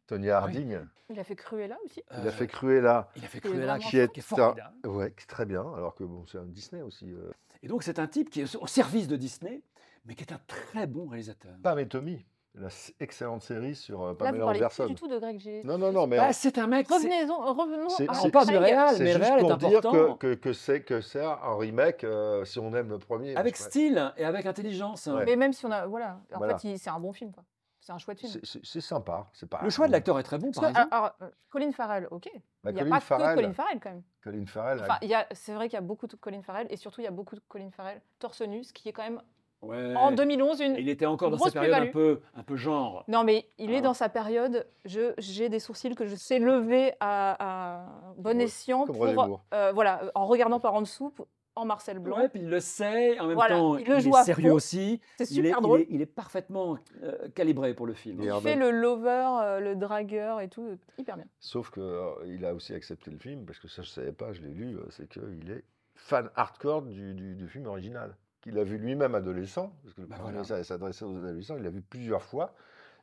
[SPEAKER 3] Tonya Harding,
[SPEAKER 2] Il a fait Cruella aussi.
[SPEAKER 3] il a
[SPEAKER 1] Euh,
[SPEAKER 3] fait Cruella.
[SPEAKER 1] il a fait
[SPEAKER 2] Il est
[SPEAKER 1] Cruella,
[SPEAKER 2] vraiment
[SPEAKER 1] qui est, qui est
[SPEAKER 3] fort.
[SPEAKER 1] formidable.
[SPEAKER 3] Ouais, c'est très bien. Alors que bon, c'est un Disney aussi. euh.
[SPEAKER 1] Et donc, c'est un type qui est au service de Disney, mais qui est un très bon réalisateur.
[SPEAKER 3] Pam et Tommy, la s- excellente série sur euh,
[SPEAKER 2] Là,
[SPEAKER 3] Pamela
[SPEAKER 2] vous parlez
[SPEAKER 3] Anderson.
[SPEAKER 2] pas du tout de Greg Gillespie.
[SPEAKER 3] Non, non, non, mais
[SPEAKER 1] Bah, c'est un mec. c'est-
[SPEAKER 2] Revenez-en, revenons
[SPEAKER 3] c'est-
[SPEAKER 2] à
[SPEAKER 1] on
[SPEAKER 3] c'est-
[SPEAKER 1] parle du
[SPEAKER 2] Craig.
[SPEAKER 1] réal,
[SPEAKER 3] c'est
[SPEAKER 1] mais le
[SPEAKER 3] juste
[SPEAKER 1] réal est
[SPEAKER 3] pour dire
[SPEAKER 1] important.
[SPEAKER 3] que, que, que c'est que c'est un remake euh, si on aime le premier.
[SPEAKER 1] Avec
[SPEAKER 3] Ouais.
[SPEAKER 1] style et avec intelligence. hein.
[SPEAKER 3] Ouais.
[SPEAKER 2] Mais même si on a. Voilà. En
[SPEAKER 3] Voilà.
[SPEAKER 2] fait, il- c'est un bon film, quoi. C'est un chouette film.
[SPEAKER 3] C'est- c'est c'est sympa. C'est pas
[SPEAKER 1] Le choix de l'acteur est très bon,
[SPEAKER 2] Parce
[SPEAKER 1] par
[SPEAKER 2] que,
[SPEAKER 1] exemple.
[SPEAKER 2] alors, alors, Colin Farrell, ok.
[SPEAKER 3] Bah,
[SPEAKER 2] il n'y a
[SPEAKER 3] Colin
[SPEAKER 2] pas
[SPEAKER 3] Farrell.
[SPEAKER 2] que Colin Farrell, quand même.
[SPEAKER 3] Colin Farrell.
[SPEAKER 2] Enfin, il y a- c'est vrai qu'il y a beaucoup de Colin Farrell, et surtout, il y a beaucoup de Colin Farrell torse nu, ce qui est quand même,
[SPEAKER 1] Ouais.
[SPEAKER 2] ah, en 2011, une...
[SPEAKER 1] Et Il était encore dans
[SPEAKER 2] Grosse
[SPEAKER 1] cette période un
[SPEAKER 2] plus-value.
[SPEAKER 1] peu, un peu genre.
[SPEAKER 2] Non, mais il est
[SPEAKER 1] Ah.
[SPEAKER 2] dans sa période. Je j'ai des sourcils que je sais lever à, à bon
[SPEAKER 3] Comme-
[SPEAKER 2] escient
[SPEAKER 3] comme René
[SPEAKER 2] pour
[SPEAKER 3] Moore.
[SPEAKER 2] euh, voilà en regardant par en dessous pour- en Marcel Blanc.
[SPEAKER 1] Ouais, puis il le sait, en même
[SPEAKER 2] Voilà,
[SPEAKER 1] temps,
[SPEAKER 2] il
[SPEAKER 1] il,
[SPEAKER 2] le joue à
[SPEAKER 1] est sérieux
[SPEAKER 2] fond.
[SPEAKER 1] aussi.
[SPEAKER 2] C'est
[SPEAKER 1] Il est,
[SPEAKER 2] super
[SPEAKER 1] il
[SPEAKER 2] drôle.
[SPEAKER 1] est- il est parfaitement euh, calibré pour le film.
[SPEAKER 3] Et
[SPEAKER 2] Il
[SPEAKER 3] en
[SPEAKER 2] fait
[SPEAKER 3] même-
[SPEAKER 2] le lover, euh, le dragueur et tout, euh, hyper bien.
[SPEAKER 3] Sauf que euh, il a aussi accepté le film parce que ça je savais pas, je l'ai lu, euh, c'est qu'il est fan hardcore du, du- du film original qu'il a vu lui-même adolescent parce que le
[SPEAKER 1] Bah
[SPEAKER 3] premier
[SPEAKER 1] voilà.
[SPEAKER 3] ça s'adressait aux adolescents, il l'a vu plusieurs fois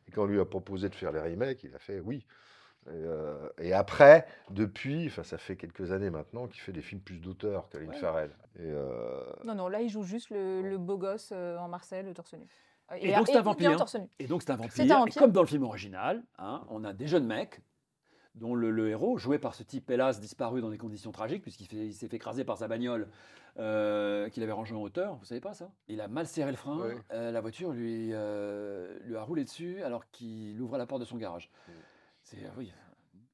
[SPEAKER 3] et quand on lui a proposé de faire les remakes, il a fait oui. Et, euh, et après, depuis, enfin ça fait quelques années maintenant qu'il fait des films plus d'auteur, Colin
[SPEAKER 1] Ouais.
[SPEAKER 3] Farrell. Et euh,
[SPEAKER 2] Non, non, là il joue juste le, le beau gosse euh, en Marcel, le torse nu. Euh,
[SPEAKER 1] Et donc, c'est un vampire,
[SPEAKER 2] bien
[SPEAKER 1] hein.
[SPEAKER 2] torse nu.
[SPEAKER 1] Et donc, c'est un vampire.
[SPEAKER 2] C'est un vampire.
[SPEAKER 1] Et comme dans le film original, hein, on a des jeunes mecs dont le, le héros, joué par ce type hélas disparu dans des conditions tragiques, puisqu'il fait- il s'est fait écraser par sa bagnole euh, qu'il avait rangée en hauteur, vous savez pas ça Il a mal serré le frein,
[SPEAKER 3] Oui.
[SPEAKER 1] euh, la voiture lui, euh, lui a roulé dessus alors qu'il ouvrait la porte de son garage.
[SPEAKER 3] Oui.
[SPEAKER 1] C'est, euh, oui,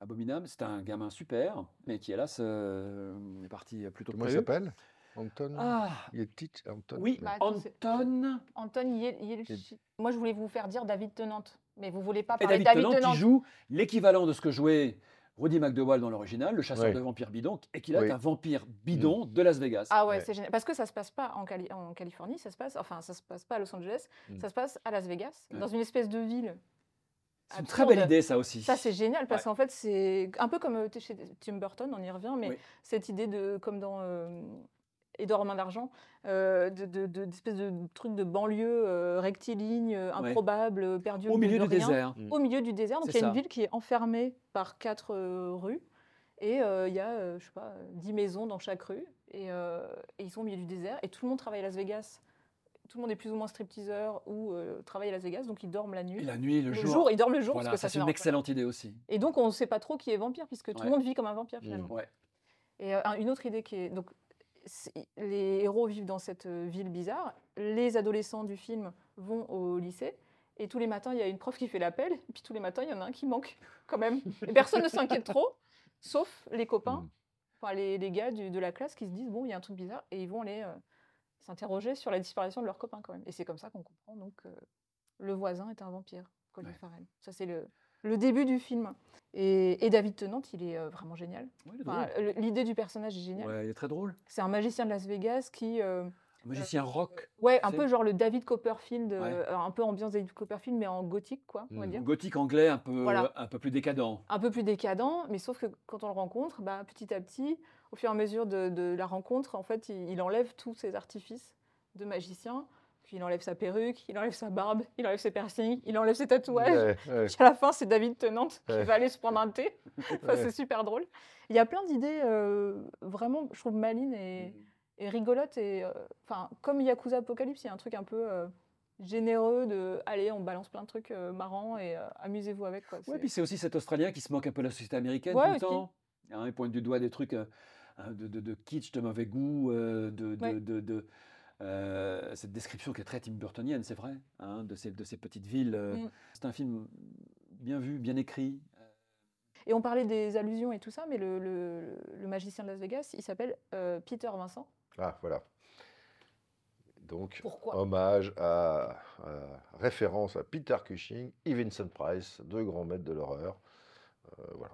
[SPEAKER 1] abominable, c'est un gamin super, mais qui hélas euh, est parti plus tôt que
[SPEAKER 3] comment il
[SPEAKER 1] prévu.
[SPEAKER 3] s'appelle Anton.
[SPEAKER 1] Ah,
[SPEAKER 3] Il est petit, Anton.
[SPEAKER 1] oui,
[SPEAKER 2] Bah, attends, c'est-
[SPEAKER 1] Anton
[SPEAKER 2] Anton Yel- Yelchin. Moi je voulais vous faire dire Ah, David Tenante, mais vous voulez pas
[SPEAKER 1] et
[SPEAKER 2] parler de
[SPEAKER 1] David,
[SPEAKER 2] David
[SPEAKER 1] Tennant qui
[SPEAKER 2] Tenante.
[SPEAKER 1] joue l'équivalent de ce que jouait Rudy McDowell dans l'original, le chasseur
[SPEAKER 3] Oui.
[SPEAKER 1] de vampires bidon, et qui là
[SPEAKER 3] Oui. Mm.
[SPEAKER 1] est un vampire bidon de Las Vegas.
[SPEAKER 2] Ah ouais,
[SPEAKER 3] Ouais.
[SPEAKER 2] c'est génial. Parce que ça se passe pas en, Cali- en Californie, ça se passe, enfin, ça se passe pas à Los Angeles,
[SPEAKER 3] Mm.
[SPEAKER 2] ça se passe à Las Vegas,
[SPEAKER 1] Ouais.
[SPEAKER 2] dans une espèce de ville.
[SPEAKER 1] c'est une
[SPEAKER 2] absurde.
[SPEAKER 1] très belle idée, ça aussi.
[SPEAKER 2] ah, Ça, c'est génial parce
[SPEAKER 1] Ouais.
[SPEAKER 2] qu'en fait, c'est un peu comme euh, t'es chez Tim Burton, on y revient, mais
[SPEAKER 1] Oui.
[SPEAKER 2] cette idée de, comme dans euh, Edouard Romain d'Argent, euh, de- de- de- d'espèce de, truc de banlieue euh, rectiligne, euh,
[SPEAKER 1] Ouais.
[SPEAKER 2] improbable, euh, perdue
[SPEAKER 1] au milieu
[SPEAKER 2] de
[SPEAKER 1] du
[SPEAKER 2] rien,
[SPEAKER 1] désert.
[SPEAKER 3] Mm.
[SPEAKER 2] Au milieu du désert, donc
[SPEAKER 1] C'est
[SPEAKER 2] il y a une
[SPEAKER 1] ça.
[SPEAKER 2] ville qui est enfermée par quatre euh, rues. Et euh, il y a, euh, je sais pas, dix maisons dans chaque rue. Et, euh, et ils sont au milieu du désert. Et tout le monde travaille à Las Vegas. Tout le monde est plus ou moins stripteaseur ou euh, travaille à Las Vegas. Donc ils dorment la nuit.
[SPEAKER 1] Et la nuit, le,
[SPEAKER 2] le, jour. ils dorment le jour.
[SPEAKER 1] Voilà,
[SPEAKER 2] parce que
[SPEAKER 1] ça,
[SPEAKER 2] ça,
[SPEAKER 1] c'est
[SPEAKER 2] fait
[SPEAKER 1] une
[SPEAKER 2] marrant.
[SPEAKER 1] excellente idée aussi.
[SPEAKER 2] Et donc, on ne sait pas trop qui est vampire, puisque tout
[SPEAKER 1] Ouais.
[SPEAKER 2] le monde vit comme un vampire,
[SPEAKER 3] Mm.
[SPEAKER 2] finalement.
[SPEAKER 1] Ouais.
[SPEAKER 2] Et euh, un- une autre idée qui est... Donc, c'est- les héros vivent dans cette euh, ville bizarre. Les adolescents du film vont au lycée. Et tous les matins, il y a une prof qui fait l'appel. Et puis tous les matins, il y en a un qui manque, quand même. Et personne ne s'inquiète trop, sauf les copains,
[SPEAKER 3] Mm.
[SPEAKER 2] enfin les, les gars du- de la classe qui se disent, bon, il y a un truc bizarre. Et ils vont aller euh, s'interroger sur la disparition de leurs copains, quand même. Et c'est comme ça qu'on comprend, donc, euh, le voisin est un vampire, Colin
[SPEAKER 1] Ouais.
[SPEAKER 2] Farrell. Ça, c'est le, le début du film. Et, et David Tennant, il est euh, vraiment génial.
[SPEAKER 1] Ouais, il est
[SPEAKER 2] Enfin,
[SPEAKER 1] drôle.
[SPEAKER 2] le- L'idée du personnage est géniale.
[SPEAKER 1] Ouais, il est très drôle.
[SPEAKER 2] C'est un magicien de Las Vegas qui. euh,
[SPEAKER 1] Un Magicien rock,
[SPEAKER 2] ouais, un
[SPEAKER 1] C'est-
[SPEAKER 2] peu genre le David Copperfield, euh,
[SPEAKER 1] Ouais. Mhm.
[SPEAKER 2] alors un peu ambiance David Copperfield, mais en gothique, quoi, on va
[SPEAKER 3] Mm.
[SPEAKER 2] dire.
[SPEAKER 1] gothique anglais, un peu,
[SPEAKER 2] Voilà.
[SPEAKER 1] un peu plus décadent.
[SPEAKER 2] Un peu plus décadent, mais sauf que quand on le rencontre, bah, petit à petit, au fur et à mesure de, de la rencontre, en fait, il, il enlève tous ses artifices de magicien. Puis il enlève sa perruque, il enlève sa barbe, il enlève ses piercings, il enlève ses tatouages.
[SPEAKER 3] Ouais, ouais.
[SPEAKER 2] Puis à la fin, c'est David Tennante qui
[SPEAKER 3] Ouais.
[SPEAKER 2] va aller se prendre un thé. Enfin,
[SPEAKER 3] Ouais.
[SPEAKER 2] C'est super drôle. Il y a plein d'idées euh, vraiment, je trouve, malines et,
[SPEAKER 1] Mhm.
[SPEAKER 2] et rigolotes. Et, euh, enfin, comme Yakuza Apocalypse, il y a un truc un peu euh, généreux de allez, on balance plein de trucs euh, marrants et euh, amusez-vous avec. Quoi.
[SPEAKER 1] Ouais,
[SPEAKER 2] C'est-
[SPEAKER 1] puis c'est aussi cet Australien qui se moque un peu de la société américaine
[SPEAKER 2] Ouais,
[SPEAKER 1] tout le
[SPEAKER 2] aussi.
[SPEAKER 1] temps. Hein, il pointe du doigt des trucs euh, hein, de, de- de kitsch, de mauvais goût, euh, de, de-
[SPEAKER 2] Ouais.
[SPEAKER 1] de- de, euh, cette description qui est très Tim Burtonienne, c'est vrai, hein, de, ces, de ces petites villes. euh.
[SPEAKER 2] Mm.
[SPEAKER 1] C'est un film bien vu, bien écrit.
[SPEAKER 2] Et on parlait des allusions et tout ça, mais le, le- le magicien de Las Vegas, il s'appelle euh, Peter Vincent.
[SPEAKER 3] Ah, voilà. Donc,
[SPEAKER 2] Pourquoi
[SPEAKER 3] hommage à, à- référence à Peter Cushing et Vincent Price, deux grands maîtres de l'horreur. Euh, voilà.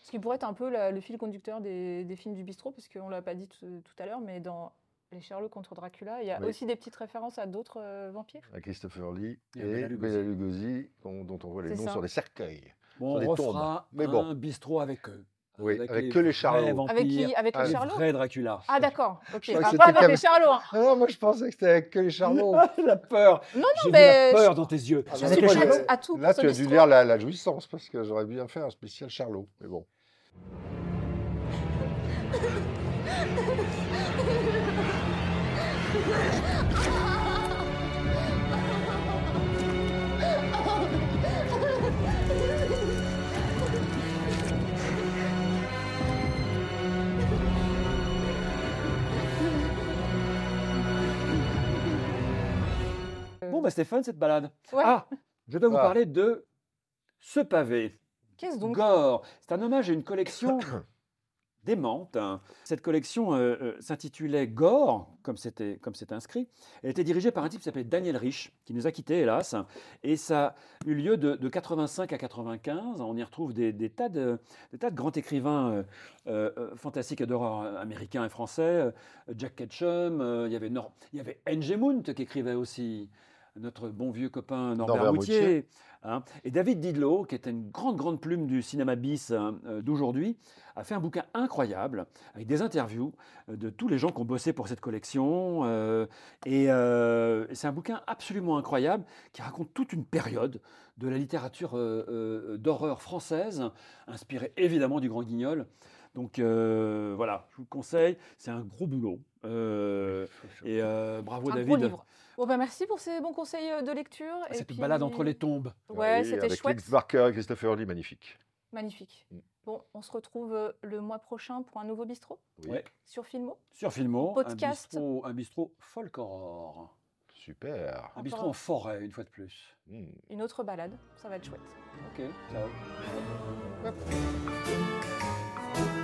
[SPEAKER 2] Ce qui pourrait être un peu la- le fil conducteur des, des films du bistrot, parce qu'on ne l'a pas dit tout, tout à l'heure, mais dans Les Sherlock contre Dracula, il y a
[SPEAKER 3] Oui.
[SPEAKER 2] aussi des petites références à d'autres euh, vampires.
[SPEAKER 3] À Christopher Lee
[SPEAKER 1] Et
[SPEAKER 3] et,
[SPEAKER 1] à Bela Lugosi.
[SPEAKER 3] Bela Lugosi, qu'on- dont on voit les
[SPEAKER 2] C'est
[SPEAKER 3] noms
[SPEAKER 2] ça.
[SPEAKER 3] sur les cercueils.
[SPEAKER 1] Bon,
[SPEAKER 3] Sur des
[SPEAKER 1] on refera
[SPEAKER 3] tombes, mais bon.
[SPEAKER 1] un bistrot avec eux.
[SPEAKER 3] Oui, avec que les
[SPEAKER 1] vrais
[SPEAKER 3] Charlots.
[SPEAKER 2] Avec qui
[SPEAKER 1] vampires, Ah,
[SPEAKER 2] Avec les
[SPEAKER 3] avec
[SPEAKER 1] les
[SPEAKER 2] Charlots
[SPEAKER 1] vrais Dracula.
[SPEAKER 2] Ah d'accord, ok.
[SPEAKER 3] crois que
[SPEAKER 2] Ah,
[SPEAKER 3] c'était
[SPEAKER 2] pas avec les
[SPEAKER 3] Cam-
[SPEAKER 2] Charlots. hein.
[SPEAKER 3] Ah non, moi je pensais que c'était avec que les Charlots.
[SPEAKER 1] la peur
[SPEAKER 2] Non, non,
[SPEAKER 1] J'ai
[SPEAKER 2] mais...
[SPEAKER 1] vu la peur dans tes yeux.
[SPEAKER 3] Ah,
[SPEAKER 2] Je
[SPEAKER 3] mais
[SPEAKER 2] suis
[SPEAKER 3] moi,
[SPEAKER 2] prête
[SPEAKER 3] j'ai-
[SPEAKER 2] à tout.
[SPEAKER 3] Là,
[SPEAKER 2] pour
[SPEAKER 3] tu
[SPEAKER 2] ce
[SPEAKER 3] as dû
[SPEAKER 2] bistrot.
[SPEAKER 3] lire la, la jouissance, parce que j'aurais bien fait un spécial Charlot. Mais bon.
[SPEAKER 1] Bon, bah Stéphane, cette balade.
[SPEAKER 2] Ouais.
[SPEAKER 1] Ah, je dois vous
[SPEAKER 3] Ah.
[SPEAKER 1] parler de ce pavé.
[SPEAKER 2] Qu'est-ce donc
[SPEAKER 1] Gore. C'est un hommage à une collection démente. hein. Cette collection euh, euh, s'intitulait Gore, comme c'était comme c'est inscrit. Elle était dirigée par un type qui s'appelait Daniel Rich, qui nous a quittés, hélas. Et ça a eu lieu de, de 85 à 95. On y retrouve des, des tas, de, des tas de grands écrivains euh, euh, euh, fantastiques et d'horreur euh, américains et français. Euh, Jack Ketchum, euh, il, y avait Nor- il y avait N.G. Mount qui écrivait aussi. Notre bon vieux copain Norbert,
[SPEAKER 3] Norbert
[SPEAKER 1] Moutier.
[SPEAKER 3] Moutier.
[SPEAKER 1] Hein. Et David Didlow, qui était une grande, grande plume du cinéma bis hein, euh, d'aujourd'hui, a fait un bouquin incroyable avec des interviews euh, de tous les gens qui ont bossé pour cette collection. euh, et euh, et c'est un bouquin absolument incroyable qui raconte toute une période de la littérature euh, euh, d'horreur française, inspirée évidemment du Grand Guignol. Donc euh, voilà, je vous le conseille, c'est un gros boulot. Euh, et euh, bravo
[SPEAKER 2] un
[SPEAKER 1] David. Ah,
[SPEAKER 2] gros livre Bon bah merci pour ces bons conseils euh, de lecture. et
[SPEAKER 1] Cette
[SPEAKER 2] puis-
[SPEAKER 1] balade entre les tombes.
[SPEAKER 2] Ouais,
[SPEAKER 3] Et
[SPEAKER 2] c'était
[SPEAKER 3] avec
[SPEAKER 2] chouette.
[SPEAKER 3] Nick Barker et Christopher Lee, magnifique.
[SPEAKER 2] Magnifique.
[SPEAKER 3] Mm.
[SPEAKER 2] Bon, on se retrouve euh, le mois prochain pour un nouveau bistrot
[SPEAKER 3] Oui.
[SPEAKER 1] Ouais.
[SPEAKER 2] sur Filmo.
[SPEAKER 1] Sur Filmo,
[SPEAKER 2] Podcast.
[SPEAKER 1] un bistrot, un bistrot folk horror.
[SPEAKER 3] Super.
[SPEAKER 1] Un bistrot en forêt, une fois de plus.
[SPEAKER 3] Hmm.
[SPEAKER 2] Une autre balade, ça va être chouette.
[SPEAKER 1] Ok, ciao.